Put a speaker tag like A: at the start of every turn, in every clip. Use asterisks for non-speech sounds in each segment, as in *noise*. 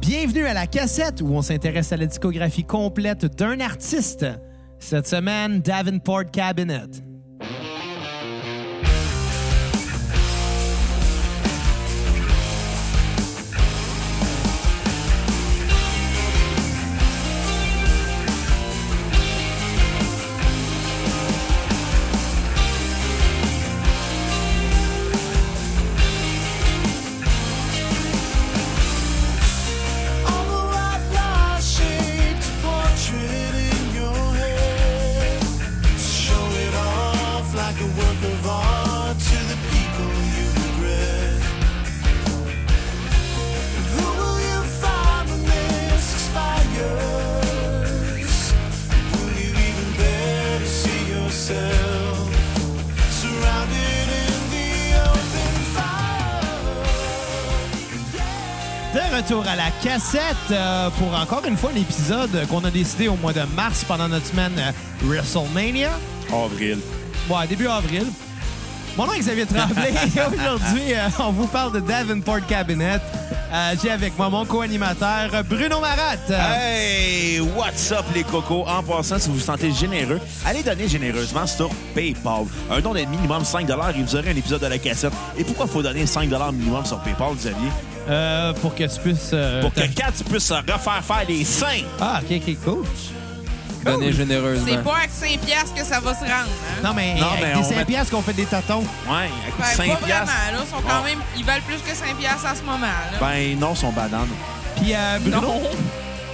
A: Bienvenue à la cassette où on s'intéresse à la discographie complète d'un artiste. Cette semaine, Davenport Cabinet. retour à la cassette euh, pour encore une fois un épisode qu'on a décidé au mois de mars pendant notre semaine euh, WrestleMania.
B: Avril.
A: Ouais, début avril. Mon nom est Xavier
B: *laughs*
A: Tremblay et aujourd'hui, euh, on vous parle de Davenport Cabinet. Euh, J'ai avec moi mon co-animateur Bruno Marat.
B: Hey, what's up les cocos? En passant, si vous vous sentez généreux, allez donner généreusement sur PayPal. Un don de minimum 5 et vous aurez un épisode de la cassette. Et pourquoi faut donner 5 minimum sur PayPal, Xavier?
A: Euh, pour que tu puisses. euh,
B: Pour que
A: t'as-
B: 4 tu puisses refaire faire les 5.
A: Ah, ok, ok, cool.
C: Donnez
D: C'est
C: généreusement.
D: pas avec 5 piastres que ça va se rendre. Hein?
A: Non, mais,
B: Non,
A: avec
B: mais
A: des
B: on
A: 5
B: met-
A: piastres qu'on fait des tâtons.
B: Ouais,
D: Ben,
B: avec 5
D: pas vraiment, là. Ils, sont quand
B: Ah.
A: Oh.
D: même, ils valent plus que 5 piastres en ce moment. Là.
B: Ben non, son banane.
A: Puis, euh, Bruno,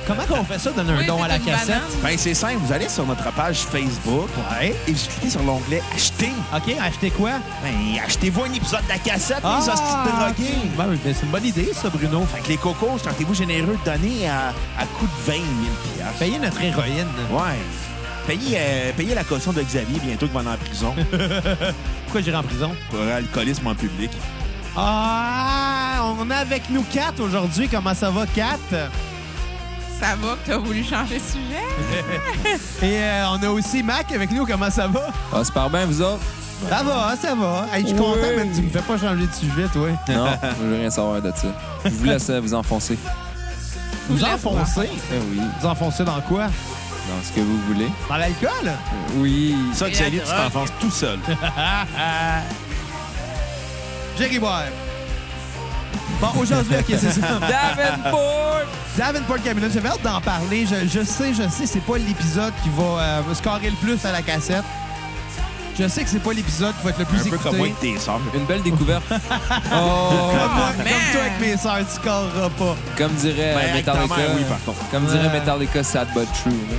A: comment qu'on fait ça, donner un
D: Oui,
A: don à
D: c'est
A: la
D: une
A: cassette?
D: banane.
B: Ben c'est simple, vous allez sur notre page Facebook
A: Ouais.
B: et vous cliquez sur l'onglet Acheter.
A: Ok, acheter quoi?
B: Ben achetez-vous un épisode de la cassette,
A: Ah!
B: les hosties de drogués.
A: ok. Ben, ben, c'est une bonne idée, ça, Bruno.
B: Fait que les cocos, sentez-vous généreux de donner à, à coup de 20 000 piastres.
A: Payer notre héroïne.
B: Ouais. Payez, euh, payez la caution de Xavier bientôt qu'il va aller en prison
A: Pourquoi j'irai en prison?
B: pour alcoolisme en public.
A: Ah, on a avec nous Kat aujourd'hui. Comment ça va, Kat?
D: Ça va que t'as voulu changer de sujet?
A: Et euh, on a aussi Mac avec nous. Comment ça va?
C: Ah, c'est par bien, vous autres?
A: Ça va, ça va. Hey, je suis
C: Oui.
A: content, mais tu me fais pas changer de sujet, toi.
C: Non, je veux rien savoir de ça. Je vous laisse euh, vous enfoncer.
A: Vous
D: voulez
A: enfoncez.
C: Eh oui,
A: Vous enfoncez dans quoi?
C: dans ce que vous voulez.
A: Dans l'alcool?
C: Euh, Oui.
B: Ça,
D: Et
B: Xavier,
D: la
B: tu
D: drogue.
B: t'enfonces tout seul.
A: Jerry boire. Bon, aujourd'hui, OK, c'est ça.
C: Davenport!
A: Davenport Cabinet, j'avais hâte d'en parler. Je, je sais, je sais, c'est pas l'épisode qui va euh, scorer le plus à la cassette. Je sais que c'est pas l'épisode qui va être le plus
B: Un peu
A: écouté.
B: comme moi avec tes sœurs.
C: Une belle découverte. Oh!
A: Comme moi,
D: man.
A: comme toi avec mes sœurs, tu scoreras pas.
C: Comme dirait
B: Ben,
C: euh,
B: avec ta
C: Metallica.
B: mère, oui, par contre.
C: Comme dirait
A: Ouais.
C: Metallica, sad but true. là.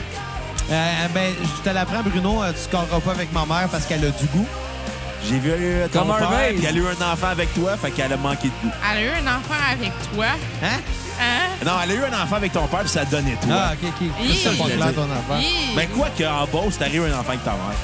A: Euh, ben, je te l'apprends, Bruno, euh, tu scoreras pas avec ma mère parce qu'elle a du goût.
B: J'ai vu euh, ton
C: Comme un
B: frère,
C: vase.
B: puis elle a eu un enfant avec toi, fait qu'elle a manqué de goût.
D: Elle a eu un enfant avec toi.
A: Hein?
D: Hein?
B: Non, elle a eu un enfant avec ton père, puis ça donnait toi.
A: Ah, OK, OK.
D: Hi.
A: C'est pas clair, ton enfant.
D: Hi!
B: Ben quoi qu'en Beauce, t'arrives un enfant avec ta mère.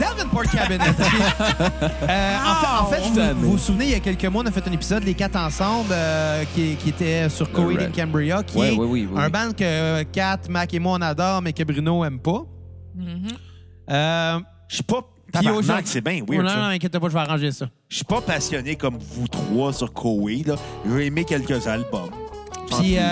A: Davenport Cabinet. Euh, en fait, en fait,
C: Wow.
A: vous, vous vous souvenez, il y a quelques mois, on a fait un épisode, Les Quatre Ensemble, euh, qui, qui était sur Coheed
C: Red.
A: and Cambria, qui
C: Ouais,
A: est
C: oui, oui, oui,
A: un
C: oui.
A: band que euh, Kat, Mac et moi, on adore, mais que Bruno aime pas. Mm-hmm.
D: Mhm.
A: Euh,
B: Je suis pas...
A: Puis
B: Tabarnak,
A: aujourd'hui-
B: c'est bien
A: non,
B: weird,
A: non,
B: ça.
A: non, inquiète pas, je vais arranger ça.
B: Je suis pas passionné comme vous trois sur Koei, là. J'ai aimé quelques albums.
A: Puis, euh,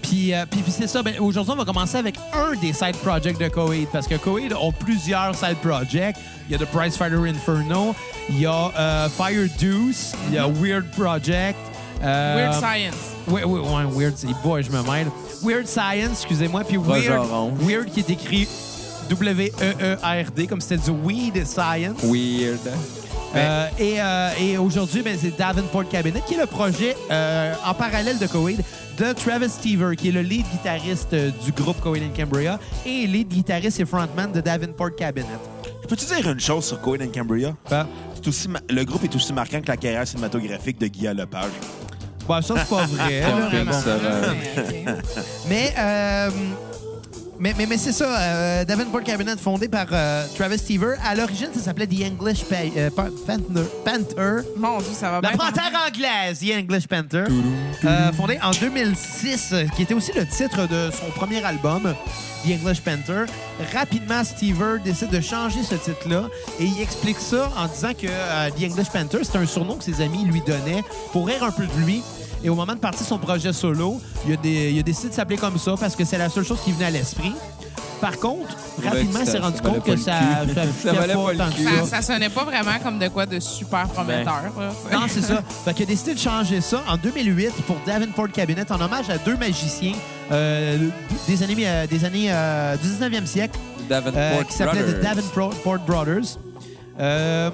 A: puis, euh, puis- puis c'est ça. Ben, Aujourd'hui, on va commencer avec un des side projects de Coheed parce que Coheed ont plusieurs side projects. Il y a The Prize Fighter Inferno, il y a euh, Fire Deuce, il y a Weird Project. euh,
D: Weird Science.
A: Oui, oui, ouais, Weird, c'est boy, je me mêle. Weird Science, excusez-moi, puis Weird,
C: Rogeron.
A: Weird qui est écrit E W-E-E-R-D, comme si c'était du Weed Science.
C: Weird. hein?
A: Euh, et euh, et aujourd'hui, ben, c'est Davenport Cabinet, qui est le projet euh, en parallèle de Coheed de Travis Stever, qui est le lead guitariste euh, du groupe Coheed and Cambria et lead guitariste et frontman de Davenport Cabinet.
B: Peux-tu dire une chose sur Cohen and Cambria?
A: Ben,
B: C'est aussi ma- Le groupe est aussi marquant que la carrière cinématographique de Guy Lepage.
A: ben, ça, c'est pas *laughs* vrai.
C: Pas
A: là,
C: vrai que
A: vraiment.
C: ça.
D: Ah,
C: euh,
D: mais, ok.
A: Mais, euh, mais, mais, mais c'est ça. euh, Davenport Cabinet, fondé par euh, Travis Stever. À l'origine, ça s'appelait The English Pa- euh, Pa- Panther. Panther.
D: Mon Dieu, ça va
A: La
D: bien.
A: panthère anglaise, The English Panther, euh, fondée en 2006, euh, qui était aussi le titre de son premier album. The English Panther. Rapidement, Stever décide de changer ce titre-là et il explique ça en disant que euh, The English Panther, c'est un surnom que ses amis lui donnaient pour rire un peu de lui. Et au moment de partir son projet solo, il a, des- il a décidé de s'appeler comme ça parce que c'est la seule chose qui venait à l'esprit. Par contre,
C: Ouais,
A: rapidement,
C: que
A: il
C: ça-
A: s'est rendu
C: ça valait
A: compte
C: pas
A: que
C: le
A: ça,
C: cul.
A: ça,
C: Ça valait pas le
A: tant que
C: cul.
A: ça.
D: Ça, ça sonnait pas vraiment comme de quoi de super prometteur. là, tu sais.
A: Ben, Non, c'est ça. Fait qu'il a décidé de changer ça en 2008 pour Davenport Cabinet en hommage à deux magiciens euh, des années, euh, des années euh, du 19e siècle
C: Davenport
A: euh, qui s'appelaient The
C: Brothers.
A: Davenport Brothers. Euh,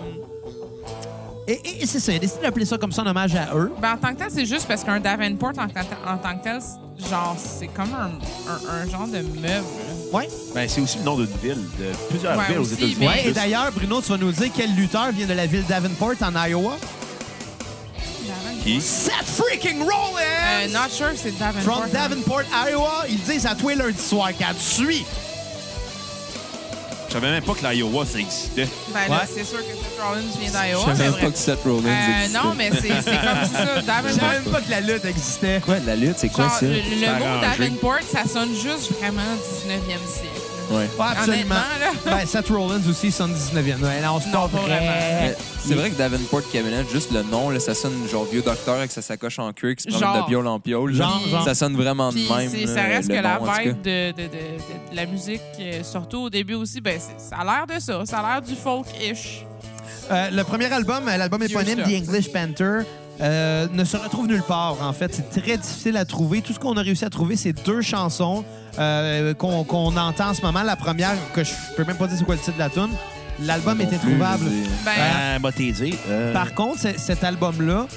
A: et et- et c'est ça. Il a décidé d'appeler ça comme ça en hommage à eux.
D: Ben, en tant que tel, c'est juste parce qu'un Davenport, en, tant- en tant que tel, c'est- genre, c'est comme un, un- un genre de meuble. là.
A: Ouais.
B: Ben, c'est aussi le nom d'une ville, de plusieurs
D: Ouais,
B: villes aux
D: aussi,
B: États-Unis.
D: mais-
A: Ouais, et d'ailleurs, Bruno, tu vas nous dire quel lutteur vient de la ville Davenport en Iowa?
D: Davenport.
B: Qui?
A: Seth freaking
D: Euh,
A: Rollins!
D: not sure, c'est Davenport.
A: From Davenport, Iowa, ils disent à toi lundi soir quand tu suis.
B: Je savais même pas que l'Iowa, ça existait.
D: Ben là,
A: Ouais.
D: c'est sûr que Seth Rollins vient
C: Je
D: d'Iowa.
C: savais
D: mais
C: même pas
D: bref.
C: que Seth Rollins
D: Euh,
C: existait.
D: non, mais c'est c'est comme
C: *laughs*
D: ça.
A: Je savais
D: Davenport.
A: même pas que la lutte existait.
C: Quoi, la lutte, c'est quoi
D: Genre, euh,
C: ça?
D: le, le
B: Ça
D: mot
B: arrangé.
D: Davenport, ça sonne juste vraiment 19e siècle.
C: Ouais.
A: Ouais, absolument.
D: Honnêtement, là.
A: *laughs* Ben, Seth Rollins aussi, son 19e. Ouais, non, c'est
D: Non,
A: pas
D: pas
A: vrai.
D: vraiment.
C: Mais Euh, C'est vrai que Davenport Cabinet, juste le nom, là, ça sonne genre vieux docteur avec sa sacoche en cuir qui se promène
D: Genre.
C: de piole en piole. là.
A: Genre, genre.
C: Ça sonne vraiment de
D: Puis
C: même.
D: c'est-
C: là,
D: ça reste
C: le
D: que la
C: nom, en tout
D: vibe de, de- de- de- de la musique, euh, surtout au début aussi, ben, c'est- ça a l'air de ça. Ça a l'air du folk-ish.
A: Euh, le premier album, euh, l'album éponyme,
D: Dieu,
A: The
D: ça.
A: English Panther, euh, ne se retrouve nulle part, en fait. C'est très difficile à trouver. Tout ce qu'on a réussi à trouver, c'est deux chansons euh, qu'on qu'on entend en ce moment. La première, que je peux même pas dire c'est quoi le titre de la tune. L'album
C: cas.
A: était
C: Non plus,
A: trouvable.
C: je veux dire.
D: Ben,
B: Ben, m'a t'aidé. Euh,
A: Par contre, c'est- cet album-là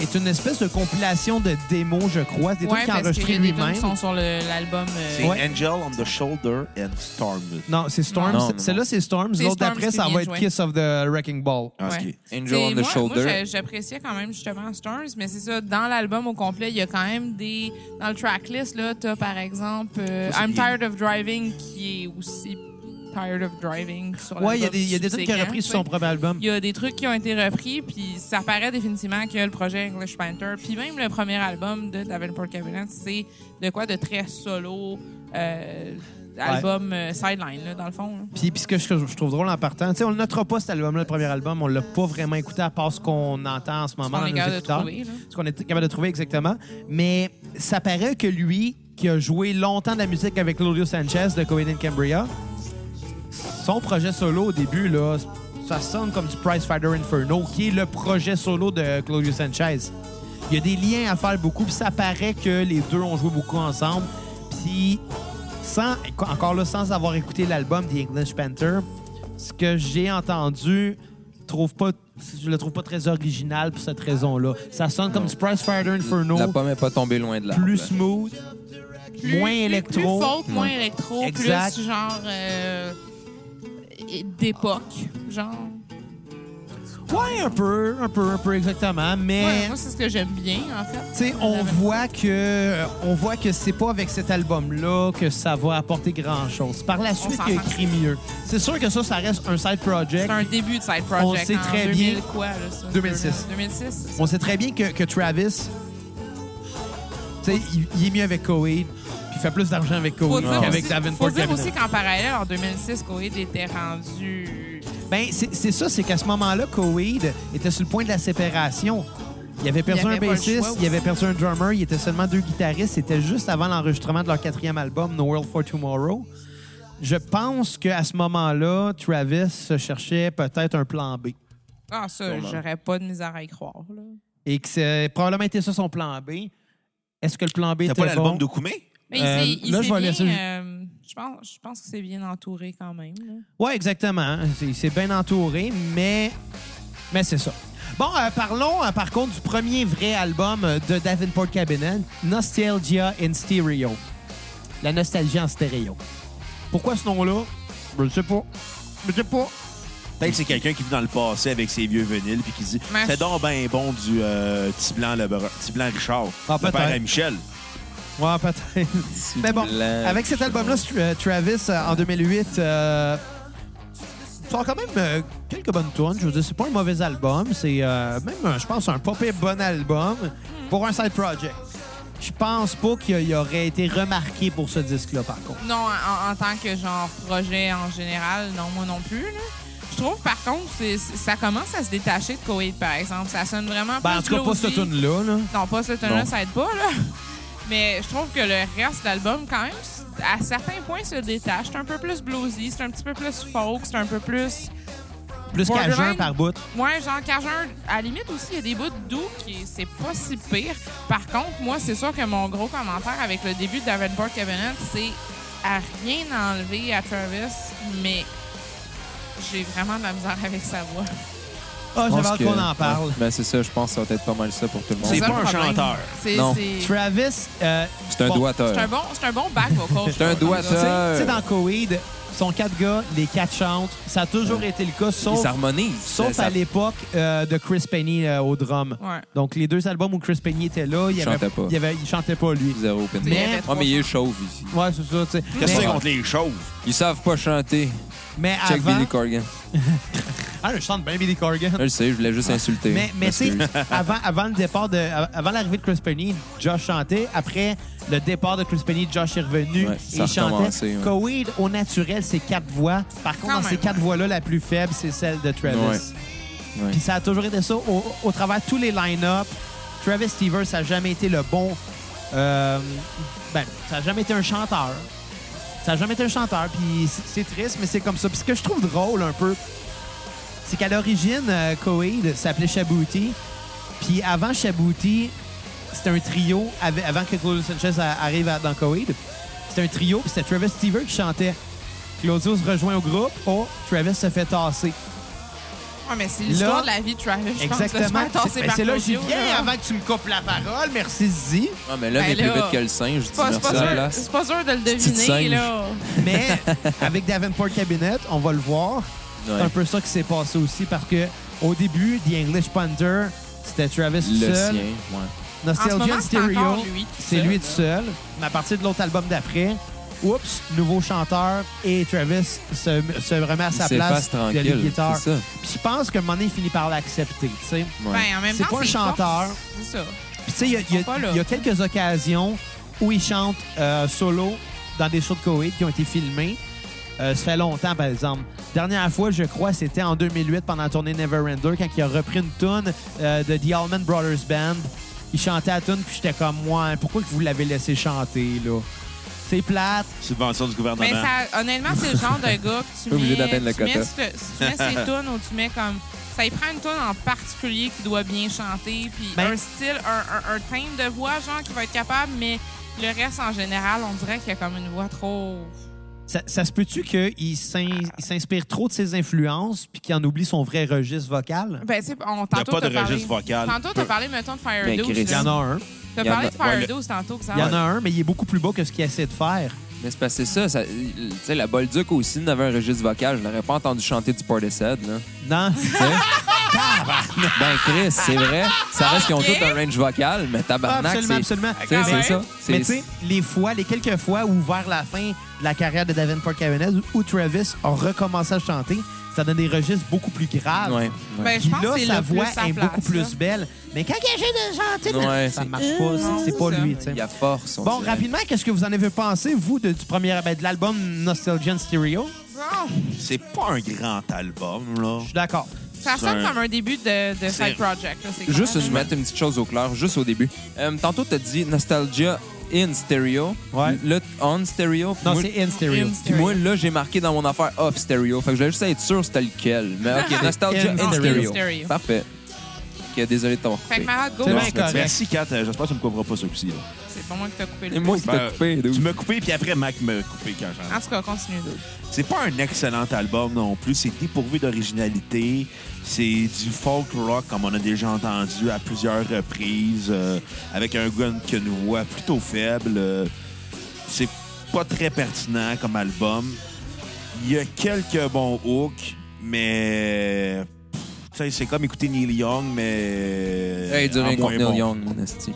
A: est une espèce de compilation de démos, je crois. Des
D: ouais,
A: trucs qu'il a
D: parce que
A: enregistrés
D: les tunes
A: lui-même.
D: qui sont sur le- l'album. euh,
B: c'est
A: ouais.
B: Angel on the Shoulder and Storm.
A: Non, c'est Storms.
C: Non, non, non.
A: Celle-là, c'est Storms.
D: C'est
A: L'autre
D: Storms
A: d'après,
D: qui
A: ça
D: vient
A: va être
D: jouer.
A: Kiss of the Wrecking Ball.
B: Ah,
D: Ouais.
B: ce qui est-
C: Angel on
D: Et
C: the
D: moi,
C: Shoulder.
D: moi, j'a- j'appréciais quand même justement Storms, mais c'est ça, dans l'album au complet, il y a quand même des. Dans le tracklist, là, t'as par exemple euh,
B: Ça, c'est
D: I'm
B: bien.
D: Tired of Driving qui est aussi Tired of Driving sur l'album.
A: Ouais, il y a des, il y a des trucs qu'il a
D: subséquent,
A: repris sur
D: tu sais.
A: son premier album.
D: Il y a des trucs qui ont été repris, puis ça paraît définitivement que le projet English Panther, puis même le premier album de Davenport Cabinet, c'est de quoi de très solo, euh, album euh, sideline, là, dans le fond. hein. là.
A: Puis, puis ce que je, je trouve drôle en partant, tu sais, on le notera pas cet album-là, le premier album, on l'a pas vraiment écouté à part ce qu'on entend en ce moment
D: qu'on
A: dans
D: est
A: nos
D: capable de
A: écouteurs.
D: trouver, là.
A: Ce qu'on est capable de trouver exactement. Mais ça paraît que lui, qui a joué longtemps de la musique avec Claudio Sanchez de Cohen and Cambria, son projet solo au début, là, ça sonne comme du Price Fighter Inferno, qui est le projet solo de Claudio Sanchez. Il y a des liens à faire beaucoup, puis ça paraît que les deux ont joué beaucoup ensemble. Puis, sans, encore là, sans avoir écouté l'album The English Panther, ce que j'ai entendu, trouve pas, je le trouve pas très original pour cette raison-là. Ça sonne comme du Price Fighter Inferno,
C: La pomme est pas tombée loin de là.
A: plus smooth,
D: Plus-
A: moins
D: plus-
A: électro. Mm.
D: Plus folk, moins électro,
A: Exact.
D: plus genre euh, et- d'époque, genre.
A: Ouais, un peu, un peu, un peu exactement, mais.
D: Ouais, moi, c'est ce que j'aime bien, en fait.
A: Tu sais, on
D: Davenport.
A: voit que euh, on voit que c'est pas avec cet album-là que ça va apporter grand-chose. Par la suite, il a
D: s'entend.
A: écrit mieux. C'est sûr que ça, ça reste un side project.
D: C'est un début de side project.
A: On sait
D: en
A: très
D: 2000
A: bien.
D: quoi, là, ça?
A: 2006.
D: 2006. c'est ça.
A: On sait très bien que, que Travis, tu sais, il, il est mieux avec Coheed, puis il fait plus d'argent avec
D: Faut
A: Coheed
D: dire
A: qu'avec
D: aussi-
A: Davenport.
D: Faut dire
A: Cabinet.
D: aussi qu'en parallèle, en 2006, Coheed était rendu...
A: Ben, c'est c'est ça, c'est qu'à ce moment-là, Coheed était sur le point de la séparation. Il avait perdu
D: Il avait
A: un
D: pas le
A: bassiste,
D: choix aussi.
A: il avait perdu un drummer, il était seulement deux guitaristes. C'était juste avant l'enregistrement de leur quatrième album, No World for Tomorrow. Je pense qu'à ce moment-là, Travis se cherchait peut-être un plan B.
D: Ah, ça,
C: Sûrement.
D: j'aurais pas de misère à y croire. Là.
A: Et que c'est probablement été ça son plan B. Est-ce que le plan B
B: T'as
A: était
B: pas l'album
A: bon?
B: d'Okoumé?
D: Mais il
A: Euh,
D: s'est- il
A: là,
D: s'est
A: je vais
D: bien...
A: laisser-
D: euh, je, pense, je pense que c'est bien entouré quand même. là.
A: Oui, exactement. hein. C'est- C'est bien entouré, mais, mais c'est ça. Bon, euh, parlons euh, par contre du premier vrai album euh, de Davenport Cabinet, Nostalgia in Stereo. La nostalgie en stéréo. Pourquoi ce nom-là? Je ne sais pas. Je ne sais pas.
B: Peut-être que c'est quelqu'un qui vit dans le passé avec ses vieux vinyles puis qui dit
D: Mais-
B: C'est donc ben bon du euh, petit blanc, le br- petit blanc Richard.
A: Ah,
B: le père
A: peut-être.
B: à Michel.
A: Ouais, peut-être. Mais bon, avec cet album-là, Str- euh, Travis, euh, en 2008, euh, sort quand même euh, quelques bonnes tunes. Je veux dire, c'est pas un mauvais album. C'est euh, même, euh, je pense, un pas pire bon album pour un side project. je pense pas qu'il y aurait été remarqué pour ce disque-là, par contre.
D: Non, en, en tant que genre projet en général, non, moi non plus. là. Je trouve par contre, c'est- c'est- ça commence à se détacher de Koweït, par exemple. Ça sonne vraiment
A: Ben, en tout
D: plus
A: cas, pas cette
D: bluesy.
A: tune-là. Là.
D: Non, pas cette
A: Non.
D: tune-là, ça aide pas, là. Mais je trouve que le reste de l'album, quand même, à certains points, se détache. C'est un peu plus bluesy, c'est un petit peu plus folk, c'est un peu plus.
A: Plus qu'à
D: Borderline.
A: jeun par bout.
D: Ouais, genre Cajun, à la limite aussi, il y a des bouts doux qui c'est pas si pire. Par contre, moi, c'est sûr que mon gros commentaire avec le début de Davenport Cabinet, c'est à rien enlever à Travis, mais j'ai vraiment de la misère avec sa voix.
A: Ah,
C: Je
A: j'avais
C: pense
A: hâte
C: que-
A: qu'on en parle.
C: ouais. Ben, c'est ça, je pense que ça va être pas mal ça pour tout le monde.
B: C'est
D: ça,
B: pas
D: le
B: un
D: problème.
B: chanteur.
D: C'est
C: Non.
D: c'est-
A: Travis, euh, bon,
C: C'est un
D: c'est un
C: doigteur.
D: bon, c'est un bon back
A: *laughs*
D: vocal. je
C: C'est un
D: trouve, comme
A: Tu sais-
C: doigteur.
A: tu sais, dans Coweed, ils sont quatre gars, les quatre chantent. Ça a toujours été le cas, sauf,
C: Ils harmonisent.
A: sauf
C: Ça-
A: à l'époque euh, de Chris Penny euh, au drum.
D: Ouais.
A: Donc, les deux albums où Chris Penny était là, il,
C: Il
A: y avait,
C: chantait pas.
A: il y avait- il chantait pas, lui.
C: Zéro open
D: Mais-
C: mic.
D: Il y avait
C: Ah,
D: trois
C: mais il est chauve ici.
A: Ouais, c'est ça, tu sais.
B: Qu'est-ce que
A: Mais-
B: c'est contre les chauves?
C: Ils savent pas chanter.
A: Mais
C: Check
A: avant...
C: Billy Corgan.
A: Ah, je chante bien Billy
C: *laughs*
A: Corgan.
C: Je le sais, je voulais juste insulter.
A: Mais, mais tu sais,
C: Excuse.
A: avant, avant le départ de, avant l'arrivée de Chris Penny, Josh chantait. Après le départ de Chris Penny, Josh est revenu
C: Ouais,
A: et
C: ça
A: il
C: a
A: chantait.
C: recommencé, ouais.
A: Coweed, au naturel, c'est quatre voix. Par contre,
D: Quand
A: dans ces
D: même,
A: quatre
D: ouais.
A: voix-là, la plus faible, c'est celle de Travis.
C: Ouais. Ouais.
A: Puis ça a toujours été ça. Au, au travers de tous les line-up, Travis Stevens, ça n'a jamais été le bon. euh, ben, ça n'a jamais été un chanteur. Ça n'a jamais été un chanteur. Puis c'est- c'est triste, mais c'est comme ça. Puis ce que je trouve drôle un peu, c'est qu'à l'origine, euh, Coheed s'appelait Shabuti. Puis avant Shabuti, c'était un trio, avec- avant que Claudio Sanchez a- arrive à- dans Coheed. C'était un trio, puis c'était Travis Stever qui chantait. Claudio se rejoint au groupe. Oh, Travis se fait tasser.
D: Ouais, mais c'est l'histoire
A: Là-
D: de la vie de Travis. je pense, de se
A: Exactement.
D: faire tasser
A: Ben,
D: par
A: C'est là que j'y
D: Claudio,
A: viens
D: là.
A: avant que tu me coupes la parole. Merci, Zizi.
C: Ah, mais l'homme
D: Ben
C: est plus
D: là,
C: vite que le singe. Je dis
D: C'est pas, c'est
C: merci
D: pas
C: à la
D: sûr,
C: place.
D: c'est pas sûr de le
C: Petite
D: deviner,
C: singe.
D: là.
A: Mais
D: *laughs*
A: avec Davenport Cabinet, on va le voir. C'est un
C: Ouais.
A: peu ça qui s'est passé aussi parce que au début, The English Panther, c'était Travis tout
C: Le
A: seul.
C: sien, ouais.
A: Nostalgia
D: En ce moment,
A: and
D: c'est
A: Stereo,
D: encore lui tout
A: c'est
D: seul,
A: lui tout seul. Mais à partir de l'autre album d'après, oups, nouveau chanteur et Travis se, se remet à sa
C: Il s'efface
A: place de la
C: tranquille.
A: guitare.
C: C'est ça.
A: Puis je pense que un moment donné, il finit par l'accepter. tu sais.
C: Ouais.
D: Ben, en même
A: C'est
D: temps,
A: pas un
D: une
A: chanteur.
D: force. C'est ça.
A: Puis tu sais, il y a- il y,
D: Ils sont pas
A: a-
D: là.
A: il y a quelques occasions où il chante euh, solo dans des shows de Koweït qui ont été filmés. Euh, ça fait longtemps, par exemple. Dernière fois, je crois, c'était en 2008 pendant la tournée Neverender, quand il a repris une tune euh, de The Allman Brothers Band. Il chantait la tune, puis j'étais comme, moi, pourquoi que vous l'avez laissé chanter, là? C'est plate.
B: Subvention du gouvernement.
D: Mais ça, honnêtement, c'est le genre de gars que tu
C: Pas
D: mets,
C: obligé d'atteindre le
D: tu mets
C: quota.
D: ce- si tu mets ses tunes ou tu mets comme... Ça y prend une tune en particulier qui doit bien chanter, puis
A: Ben-
D: un style, un, un, un timbre de voix, genre, qui va être capable, mais le reste, en général, on dirait qu'il y a comme une voix trop...
A: Ça, ça se peut-tu qu'il s'in- il s'inspire trop de ses influences, puis qu'il en oublie son vrai registre vocal?
D: Ben, tu sais, on
B: Il n'y a
D: tantôt
B: pas
D: t'as
B: de
D: parlé-
B: registre vocal.
D: Tantôt, t'as parlé, mettons, de Fire
C: Ben, Chris,
A: Il y en a un.
D: T'as
C: Il y en
D: parlé
C: a-
D: de Fire
C: ouais, le-
D: 12 tantôt, que ça
A: Il y en a un, mais il est beaucoup plus bas que ce qu'il essaie de faire.
C: Mais c'est parce que c'est ça. ça tu sais, la Bolduc aussi n'avait un registre vocal. Je n'aurais pas entendu chanter du Portishead, là.
A: Non?
D: *laughs*
C: Tu sais? ben, Chris, c'est vrai. Ça reste qu'ils ont
D: Ok.
C: tous un range vocal, mais tabarnak,
A: Ah, absolument,
C: c'est...
A: absolument.
C: Tu sais,
D: Ah ouais?
C: c'est ça.
A: Mais
C: C'est-
A: tu sais, les fois, les quelques fois où vers la fin de la carrière de Davenport Cavanagh où Travis a recommencé à chanter, ça donne des registres beaucoup plus graves.
C: Ouais. ouais.
D: Ben, je
A: Puis
D: pense
A: là,
D: que c'est
A: sa
D: le plus
A: voix
D: sa
A: est
D: place,
A: beaucoup
D: là.
A: plus belle. Mais quand il essaie de chanter,
C: Ouais,
A: ça
C: c'est-
A: marche pas. c'est- C'est pas
D: c'est
A: lui, tu sais.
C: Il y a force, on
A: Bon,
C: dirait.
A: rapidement, qu'est-ce que vous en avez pensé, vous, de, du premier, ben, de l'album Nostalgia and Stereo?
D: Bon,
B: C'est pas un grand album, là.
A: Je suis d'accord.
D: ça
B: C'est
D: sonne
B: un-
D: comme un début de, de
B: C'est-
D: side project. là, c'est
C: Juste,
D: quand
C: je
D: même-
C: vais mettre une petite chose au clair, juste au début. Euh, tantôt, t'as dit Nostalgia in Stereo.
A: Ouais.
C: Là, on Stereo. puis
A: Non,
C: moi-
A: c'est In Stereo.
D: In-
C: Puis moi, là, j'ai marqué dans mon affaire off stereo. Fait que je voulais juste être sûr c'était lequel. Mais OK, Nostalgia
A: In stereo.
C: in, stereo.
D: Ah, Stereo.
C: Parfait. OK, désolé de t'avoir
D: Fait que
C: coupé.
D: Marat, go,
A: C'est
D: là.
A: bien correct.
B: Merci, Kat. Euh, J'espère que tu me couperas pas ce coup-ci. là.
D: c'est pas moi qui t'ai coupé
C: Et
D: le
C: moi,
D: pouce.
C: qui t'ai coupé.
B: Ben, Tu
C: dude.
B: m'as coupé, puis après, Mac m'a coupé quand j'en
D: En tout cas, continue. dude.
B: C'est pas un excellent album non plus. C'est dépourvu d'originalité. C'est du folk rock, comme on a déjà entendu à plusieurs reprises, euh, avec un gun qui a une voix plutôt faible. Euh, c'est pas très pertinent comme album. Il y a quelques bons hooks, mais. pff, tu sais, C'est comme écouter Neil Young, mais.
C: Hey, du
B: en
C: rien
B: moins
C: contre
B: Ah, bon.
C: Neil Young, mon esti.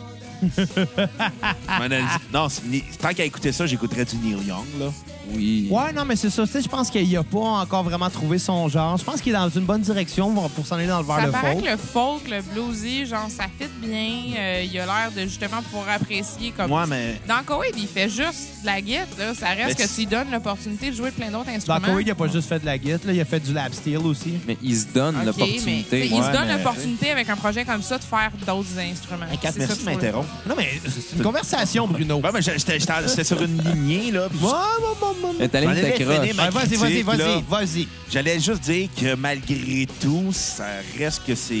B: Mon analyse- Non, c'est- ni- tant qu'à écouter ça, j'écouterais du Neil Young, là.
C: Oui.
A: Ouais, non, mais c'est ça. Tu sais, je pense qu'il a pas encore vraiment trouvé son genre. Je pense qu'il est dans une bonne direction pour- pour s'en aller dans le vers
D: Ça
A: le
D: paraît
A: faux.
D: que le folk, le bluesy, genre, ça fit bien. Euh, il a l'air de justement pouvoir apprécier comme.
B: Moi, mais.
D: Dans Koweïd, il fait juste de la guitare. là. Ça reste
B: Mais
D: que tu lui donnes l'opportunité de jouer de plein d'autres
A: Dans
D: instruments.
A: Koei, il a pas juste fait de la guitare, là, il a fait du lap steel aussi.
C: Mais il se donne
D: OK, mais tu sais,
C: l'opportunité.
D: il se
B: Ouais,
D: donne
B: mais-
D: l'opportunité avec un projet comme ça de faire d'autres instruments.
B: Hey, Kat, merci
D: C'est ça que
B: de
D: je trouve.
B: m'interrompre.
A: Non, mais c'est une conversation, Bruno.
B: Ouais, mais j'étais- j'étais j'étais- j'étais sur une lignée, là. puis
A: Ouais, ouais, ouais, ouais.
C: Mais t'as l'air
B: J'en
C: de
B: avais fini,
C: t'accrocher.
B: ma
A: Ouais, vas-y, vas-y,
B: critique, là.
A: vas-y, vas-y.
B: J'allais juste dire que malgré tout, ça reste que c'est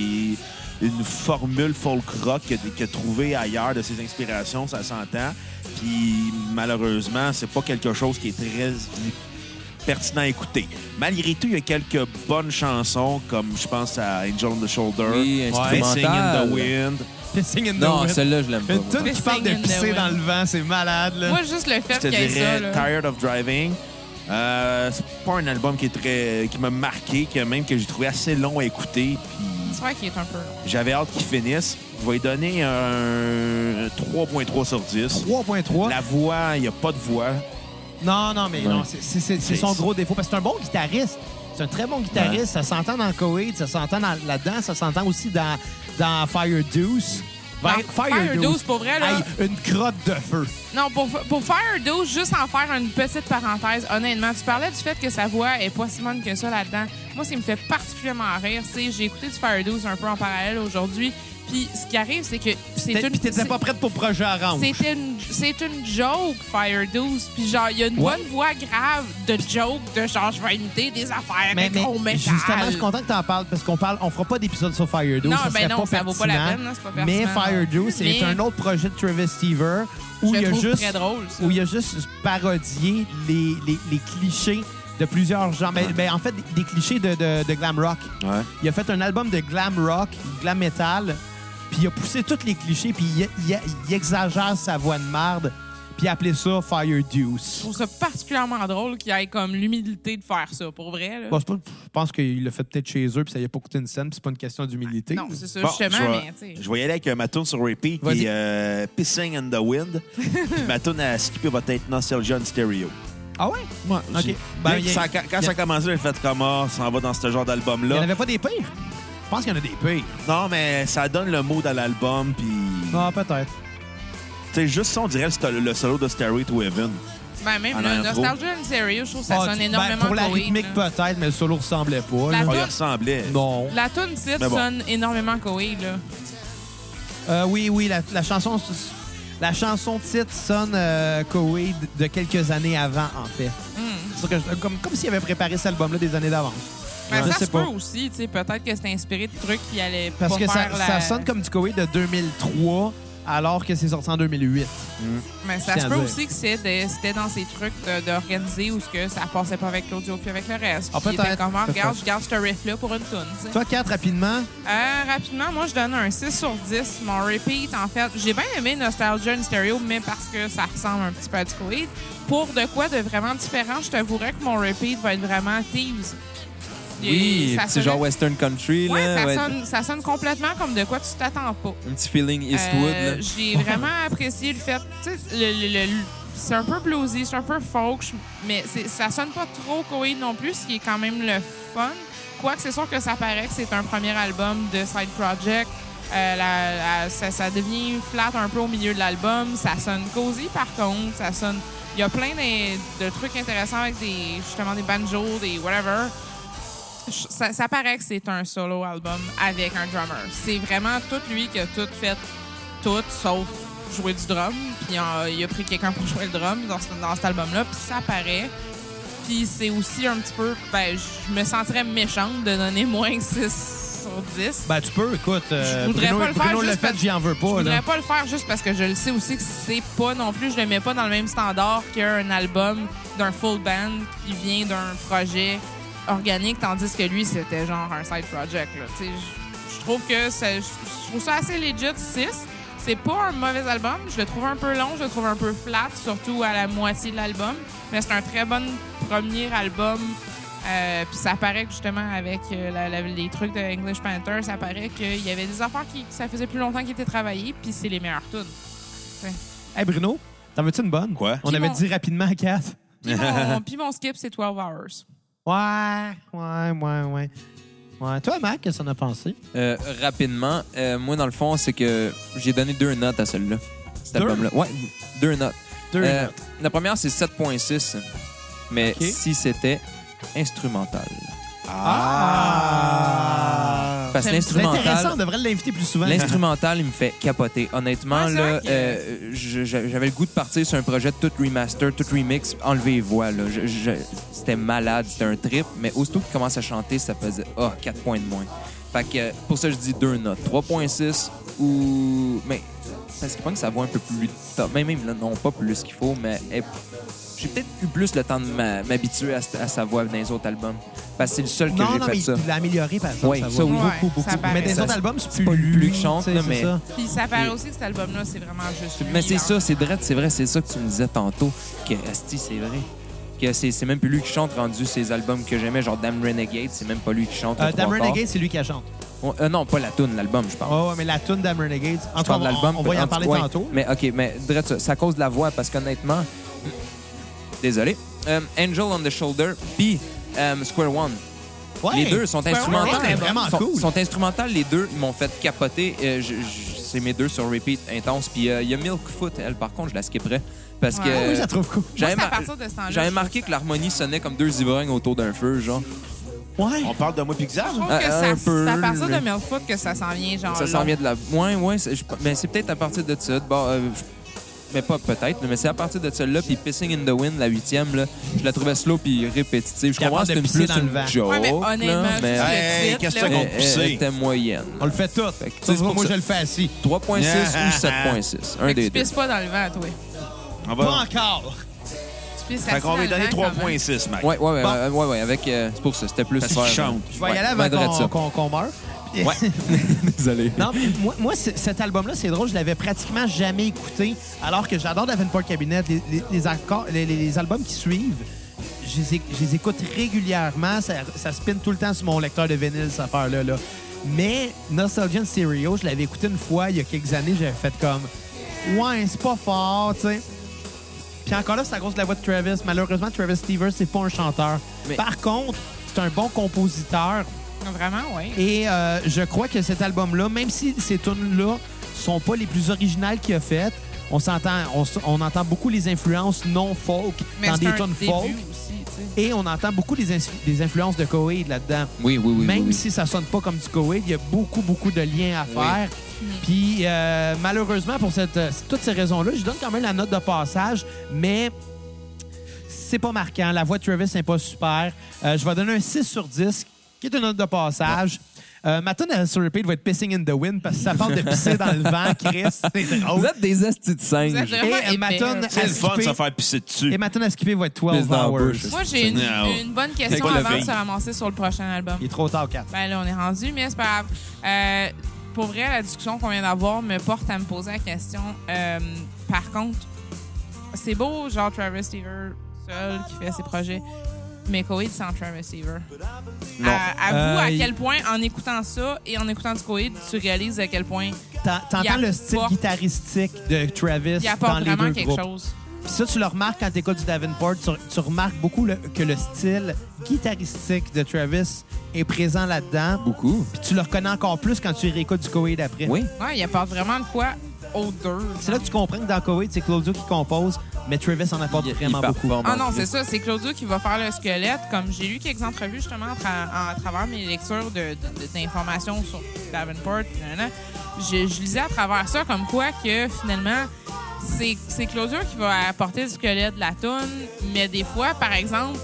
B: une formule folk rock que, que trouver ailleurs de ses inspirations, ça s'entend. Puis malheureusement, c'est pas quelque chose qui est très pertinent à écouter. Malgré tout, il y a quelques bonnes chansons, comme je pense à Angel on the Shoulder,
C: Oui,
B: Dancing in
C: instrumental.
B: the Wind.
A: Pissing in the
C: Non,
A: wind.
C: celle-là, je l'aime pas.
A: Une tune
C: moi.
A: qui parle de
D: Pissing in the
A: pisser
D: wind.
A: dans le vent, c'est malade, là.
D: Moi, juste le fait
B: Je te
D: qu'il y ait ça.
B: dirais
D: là.
B: Tired of Driving. Euh, c'est pas un album qui est très qui m'a marqué, que même que j'ai trouvé assez long à écouter. Puis
D: C'est vrai qu'il est un peu long.
B: J'avais hâte qu'il finisse. Je vais lui donner un 3.3 sur 10.
A: 3.3.
B: La voix, il n'y a pas de voix.
A: Non, non, mais
C: Ouais.
A: non, c'est- c'est- c'est c'est son gros défaut. Parce que c'est un bon guitariste. C'est un très bon guitariste. Ça
B: Ouais.
A: s'entend dans Koweït, ça s'entend dans- là-dedans, ça s'entend aussi dans, dans Fire Deuce.
D: Dans Fire Deuce, pour vrai, là.
A: Aïe, une crotte de feu.
D: Non, pour, pour faire 12, juste en faire une petite parenthèse, honnêtement, tu parlais du fait que sa voix est pas si bonne que ça là-dedans. Moi, ce qui me fait particulièrement rire, c'est j'ai écouté du Fire 12 un peu en parallèle aujourd'hui. Puis ce qui arrive, c'est que c'est
A: Peut-être
D: une.
A: que t'étais pas prête pour Projet Orange.
D: C'est une, c'est une joke, Fire 12. Puis genre, il y a une
A: Ouais.
D: bonne voix grave de joke, de genre, je vais imiter des affaires
A: Mais,
D: avec
A: mais
D: gros métal.
A: justement, je suis content que t'en parles parce qu'on parle, on fera pas d'épisode sur Fire Dose.
D: Non,
A: ça
D: ben
A: serait
D: non,
A: pas
D: ça vaut pas la
A: pertinent.
D: peine, là, c'est pas
A: Mais
D: pertinent,
A: Fire
D: non.
A: Dose, c'est
D: Mais-
A: un autre projet de Travis Stever où
D: Je
A: il y a
D: trouve
A: juste
D: très drôle, ça.
A: où il a juste parodié les, les- les clichés de plusieurs genres. Ben, ben, en fait, des- des clichés de, de- de glam rock.
B: Ouais.
A: Il a fait un album de glam rock, glam metal, puis il a poussé tous les clichés, puis il, il- il exagère sa voix de marde, puis il a appelé ça Fire Deuce.
D: Je trouve ça particulièrement drôle qu'il ait comme l'humilité de faire ça, pour vrai. Là.
A: Bon, c'est pas- je pense qu'il l'a fait peut-être chez eux, puis ça lui a pas coûté une scène, puis c'est pas une question d'humilité.
D: non, c'est ça,
B: Bon, je,
D: justement,
B: vais,
D: mais tu sais.
B: je vais y aller avec euh, ma tune sur repeat
A: Vas-y.
B: qui est, euh, Pissing in the Wind. Puis ma tune à skipper va être Nostalgia and Stereo.
A: Ah ouais?
B: Moi,
A: Ok. Ben, il y a-
B: quand
A: il y a-
B: ça a commencé, j'ai fait comme ah, ça en va dans ce genre
A: Il n'y en
B: d'album-là.
A: avait pas des pires? Je pense qu'il y en a des pires.
B: Non, mais ça donne le mot dans l'album. Puis,
A: Ah, peut-être.
B: tu sais, juste ça, on dirait que c'est le, le solo de Stairway to Heaven.
D: Ben, même
B: en
D: là,
B: intro.
D: Nostalgia and Serious, je trouve que ça
A: Ah,
D: sonne
A: tu-
D: énormément
A: ben, Pour la
D: Koweït,
A: rythmique,
D: là.
A: peut-être, mais le solo ressemblait pas.
D: La
A: là.
B: Oh, il
D: Toi-
B: ressemblait.
A: Non.
D: La tune titre
B: Mais bon.
D: sonne énormément Koweïd, là.
A: Euh, oui, oui, la, la chanson... La chanson titre sonne euh, Koweïd de quelques années avant, en fait.
D: Hmm.
A: C'est sûr que je- comme comme s'il avait préparé cet album-là des années d'avance.
D: Mais
A: Je
D: Ben, ça
A: sais
D: se peut
A: pas.
D: aussi, tu sais, peut-être que c'est inspiré de trucs qui allaient
A: Parce
D: pas
A: que ça,
D: faire la...
A: ça sonne comme du Koweïd de 2003, alors que c'est sorti en 2008.
D: Mais ça
A: Je
D: se
A: tiens
D: peut
A: à dire.
D: aussi que c'est de- c'était dans ces trucs de- d'organiser où ce que ça passait pas avec l'audio puis avec le reste.
A: Ah,
D: Puis il était
A: peut-être,
D: comme, Ah, regarde,
A: peut-être.
D: je garde ce riff-là pour une tune, tu sais.
A: Toi, 4, rapidement.
D: Euh, rapidement, moi, je donne un 6 sur 10. Mon repeat, en fait, j'ai bien aimé Nostalgia and Stereo, mais parce que ça ressemble un petit peu à du Koweït. Pour de quoi de vraiment différent, je t'avouerais que mon repeat va être vraiment Thieves.
C: Oui,
D: ça
C: petit
D: sonnait-
C: genre Western Country.
D: Ouais,
C: là,
D: ça,
C: ouais.
D: Sonne, ça sonne complètement comme de quoi tu t'attends pas.
C: Un petit feeling Eastwood.
D: Euh,
C: là.
D: J'ai
C: *laughs*
D: vraiment apprécié le fait. tu sais, le- le- le- C'est un peu bluesy, c'est un peu folk, je- mais c'est- ça sonne pas trop Koei non plus, ce qui est quand même le fun. Quoique, c'est sûr que ça paraît que c'est un premier album de Side Project. Euh, la- la- ça, ça devient flat un peu au milieu de l'album. Ça sonne cosy par contre. Ça sonne. Il y a plein de, de trucs intéressants avec des justement des banjos, des whatever. Je- Ça, ça paraît que c'est un solo album avec un drummer. C'est vraiment tout lui qui a tout fait tout sauf jouer du drum. Puis euh, il a pris quelqu'un pour jouer le drum dans, ce- dans cet album-là, puis ça paraît. Puis c'est aussi un petit peu. Ben, je me sentirais méchante de donner moins que 6 sur 10.
A: Ben, tu peux, écoute. euh,
D: Je voudrais
A: Bruno,
D: pas le faire
A: Bruno
D: juste
A: l'a fait,
D: parce-
A: j'y en veux pas.
D: je voudrais
A: là.
D: pas le faire juste parce que je le sais aussi que c'est pas non plus, je le mets pas dans le même standard qu'un album d'un full band qui vient d'un projet organique, tandis que lui, c'était genre un side project. là. Tu sais, Je je trouve que ça, je je trouve ça assez legit 6. C'est pas un mauvais album. Je le trouve un peu long, je le trouve un peu flat, surtout à la moitié de l'album. Mais c'est un très bon premier album. Euh, Puis ça paraît que justement, avec euh, la- la- les trucs de English Panther, ça paraît qu'il y avait des affaires qui ça faisait plus longtemps qu'ils étaient travaillés. Puis c'est les meilleurs tunes.
A: Hey, Bruno, t'en veux-tu une bonne?
B: Quoi?
A: On
D: Qui
A: avait
D: mon-
A: dit rapidement à 4.
D: Puis
C: *laughs*
D: mon, puis mon skip, c'est 12 hours.
A: Ouais, ouais, ouais, ouais. Ouais. Toi, Mac, qu'est-ce que t'en as pensé?
C: Euh, rapidement, euh, moi, dans le fond, c'est que j'ai donné deux notes à celui-là. Cet
A: Deux?
C: album-là. Ouais, deux notes.
A: Deux
C: Euh,
A: notes.
C: La première, c'est 7.6. Mais
A: Ok.
C: si c'était instrumental.
A: Ah!
C: Parce que
A: C'est intéressant, on
C: l'instrumental,
A: devrait l'inviter plus souvent.
C: l'instrumental, il me fait capoter.
D: Ouais,
C: Honnêtement,
D: Ah, c'est
C: là,
D: vrai que-
C: euh, je- je- j'avais le goût de partir sur un projet tout remaster, tout remix, enlever les voix. là. Je- je- C'était malade, c'était un trip. Mais aussitôt qu'il commence à chanter, ça faisait ah, 4 points de moins. Fait que euh, pour ça, je dis deux notes. 3.6 ou. Mais parce qu'il prend que ça va un peu plus top. Mais même là, non, pas plus qu'il faut, mais elle- j'ai peut-être eu plus le temps de m'a- m'habituer à, à sa voix dans les autres albums. Parce que c'est le seul que
A: *laughs* non,
C: j'ai
A: non,
C: fait
A: mais
C: ça.
A: il l'a amélioré, par exemple.
C: Oui,
A: va.
C: ça, oui.
D: Ouais,
A: beaucoup, beaucoup.
D: ça paraît.
A: mais des
D: Ça,
A: autres albums, c'est
C: c'est
A: plus,
C: pas lui
A: lui
C: qui chante,
A: tu sais,
C: là,
A: c'est
C: mais-
A: ça. Euh,
D: Puis ça paraît aussi que cet album-là, c'est vraiment juste. lui,
C: Mais c'est
D: là.
C: ça, c'est drette, c'est vrai, c'est ça que tu me disais tantôt, que Asti, c'est vrai. Que c'est c'est même plus lui qui chante rendu ses albums que j'aimais, genre Damn Renegade, c'est même pas lui qui chante. le
A: Euh, Damn
C: trois quarts.
A: Renegade, c'est lui qui la chante.
C: Ouais, euh, non, pas la tune, l'album, je parle.
A: Ouais, ouais, mais la tune Damn Renegade, en tout
C: Je
A: cas,
C: parle
A: on,
C: de l'album.
A: on va y en
C: en tout-
A: parler
C: ouais.
A: tantôt.
C: Mais OK, mais drette ça, c'est à cause de la voix, parce qu'honnêtement, hmm, désolé, Euh, Angel on the Shoulder, puis euh, Square One.
A: Ouais.
C: Les deux sont
D: Square
C: instrumentales.
D: One est
A: vraiment
C: sont,
A: cool.
C: sont instrumentales, les deux. Ils m'ont fait capoter. Euh, je- je- c'est mes deux sur repeat intense. Puis euh, il y a Milkfoot, elle, par contre, je la skipperais. Parce
D: Ouais.
C: que.
A: Ah oui, je la trouve cool.
D: Moi,
C: J'avais
D: c'est à
C: mar-
D: partir de ce temps-là.
C: J'avais
D: je-
C: marqué que l'harmonie sonnait comme deux ivrognes autour d'un feu, genre.
A: Ouais.
B: On parle de moi puis Xav?
D: Je trouve
C: Ah,
D: que
C: un
D: ça-
C: peu,
D: c'est à partir de
C: mais-
D: Milfoot que ça s'en vient,
A: Oh
D: genre.
C: ça
D: long.
C: s'en vient de la. Ouais, ouais. c'est- je- Mais c'est peut-être à partir de ça. Bon, euh, je- mais pas peut-être, mais c'est à partir de celle-là, puis Pissing in the Wind, la huitième, là, je la trouvais slow puis répétitive. Je
A: Capable
C: comprends que
A: de
C: c'est une
A: pisser
C: plus
A: dans le
C: une
A: vent.
C: joke,
D: Ouais, mais honnêtement,
C: là, mais
D: juste
B: Hey,
D: le titre,
B: qu'est-ce
D: là.
B: que
C: elle,
B: qu'on
C: elle-
B: poussait.
C: elle était moyenne.
A: On le fait tout. Ça,
C: que tu
A: c'est
C: sais,
A: pour
C: pour
A: moi,
C: ça-
A: je le fais assis.
C: 3.6
B: *laughs*
C: ou 7.6. Un
D: Fait que
C: des
D: tu
C: deux.
D: pisses pas dans le vent, toi.
B: On
A: Pas
B: va...
A: encore.
D: Tu pisses
B: Fait
D: assis
B: qu'on va lui
D: dans le
B: donner
D: vent, quand même.
B: 3.6, Mac.
C: Ouais, ouais, ouais,
A: Bon.
C: ouais, ouais, ouais, avec. euh, c'est pour ça, c'était plus.
B: Parce
C: faire-
B: qu'il chante.
A: Je vais y
C: Ouais,
A: aller
C: ben, drette
A: avant
C: ça.
A: qu'on qu'on- qu'on meure.
C: Ouais. *laughs* Désolé.
A: Non, mais moi, moi, c- cet album-là, c'est drôle, je l'avais pratiquement jamais écouté, alors que j'adore Davenport Cabinet. Les, les- les accords- les- les- les albums qui suivent, je les, éc- je les écoute régulièrement. Ça, ça spinne tout le temps sur mon lecteur de vinyle, cette affaire-là. là. Mais Nostalgia and Stereo, je l'avais écouté une fois il y a quelques années, j'avais fait comme Ouais, c'est pas fort, tu sais. Puis encore là, c'est à cause de la voix de Travis. Malheureusement, Travis Stevens, c'est pas un chanteur.
C: Mais-
A: Par contre, c'est un bon compositeur.
D: Vraiment, oui.
A: Et euh, je crois que cet album-là, même si ces tunes-là sont pas les plus originales qu'il a faites, on s'entend, on, s- on entend beaucoup les influences non folk
D: Mais
A: dans
D: c'est
A: des
D: un
A: tunes
D: début
A: folk.
D: aussi, tu sais.
A: Et on entend beaucoup des, ins- des influences de Coheed là-dedans.
C: Oui, oui, oui.
A: Même
C: oui, oui.
A: si ça sonne pas comme du Coheed, il y a beaucoup, beaucoup de liens à faire. Puis euh, malheureusement, pour cette, euh, toutes ces raisons-là, je donne quand même la note de passage, mais c'est pas marquant. La voix de Travis n'est pas super. Euh, je vais donner un 6 sur 10, qui est une note de passage. Euh, ma tune à- sur repeat va être Pissing in the Wind parce que ça parle de pisser dans le vent,
C: *laughs*
A: Chris. C'est
C: Vous
A: drôle.
C: êtes des astis de
D: Vous êtes
C: singes.
A: Et
D: vraiment
A: euh, ma
D: épais,
A: tune
D: hein.
B: C'est le fun de se
A: à
B: faire pisser dessus.
A: skipper va être 12
C: Pisse dans la
A: hours.
C: bouche.
D: Moi, j'ai une,
B: Non.
D: une bonne
B: C'est
D: question
B: quoi le
D: avant de
B: film?
D: se ramasser sur le prochain album.
A: Il est trop tard, 4.
D: Ben là, on est rendu, mais c'est pas grave. Euh, pour vrai, la discussion qu'on vient d'avoir me porte à me poser la question. Euh, par contre, c'est beau, genre Travis Stever seul qui fait ses projets, mais Coheed sans Travis Stever.
C: Non.
D: À- Avoue
A: Euh,
D: à
A: il-
D: quel point, en écoutant ça et en écoutant du Coheed, tu réalises à quel point
A: T'en- T'entends
D: Il
A: le style
D: apporte-
A: guitaristique de Travis
D: il
A: dans
D: apporte
A: les
D: vraiment
A: deux
D: quelque
A: groupes.
D: chose.
A: Puis ça, tu le remarques quand t'écoutes du Davenport. Tu, tu remarques beaucoup le- que le style guitaristique de Travis est présent là-dedans.
C: Beaucoup.
A: Puis tu le reconnais encore plus quand tu réécoutes du Coheed après.
C: Oui.
D: Ouais, il apporte vraiment de quoi aux deux.
A: C'est là que tu comprends que dans Coheed, c'est Claudio qui compose, mais Travis en apporte
C: Il- il
A: vraiment
C: performe
A: beaucoup.
C: en
D: Ah non,
C: plus.
D: c'est ça, c'est Claudio qui va faire le squelette. Comme j'ai lu quelques entrevues justement à, tra- à travers mes lectures de- de- de- d'informations sur Davenport, nanana. je, je lisais à travers ça comme quoi que finalement, c'est c'est Claudio qui va apporter le squelette de la toune, mais des fois, par exemple,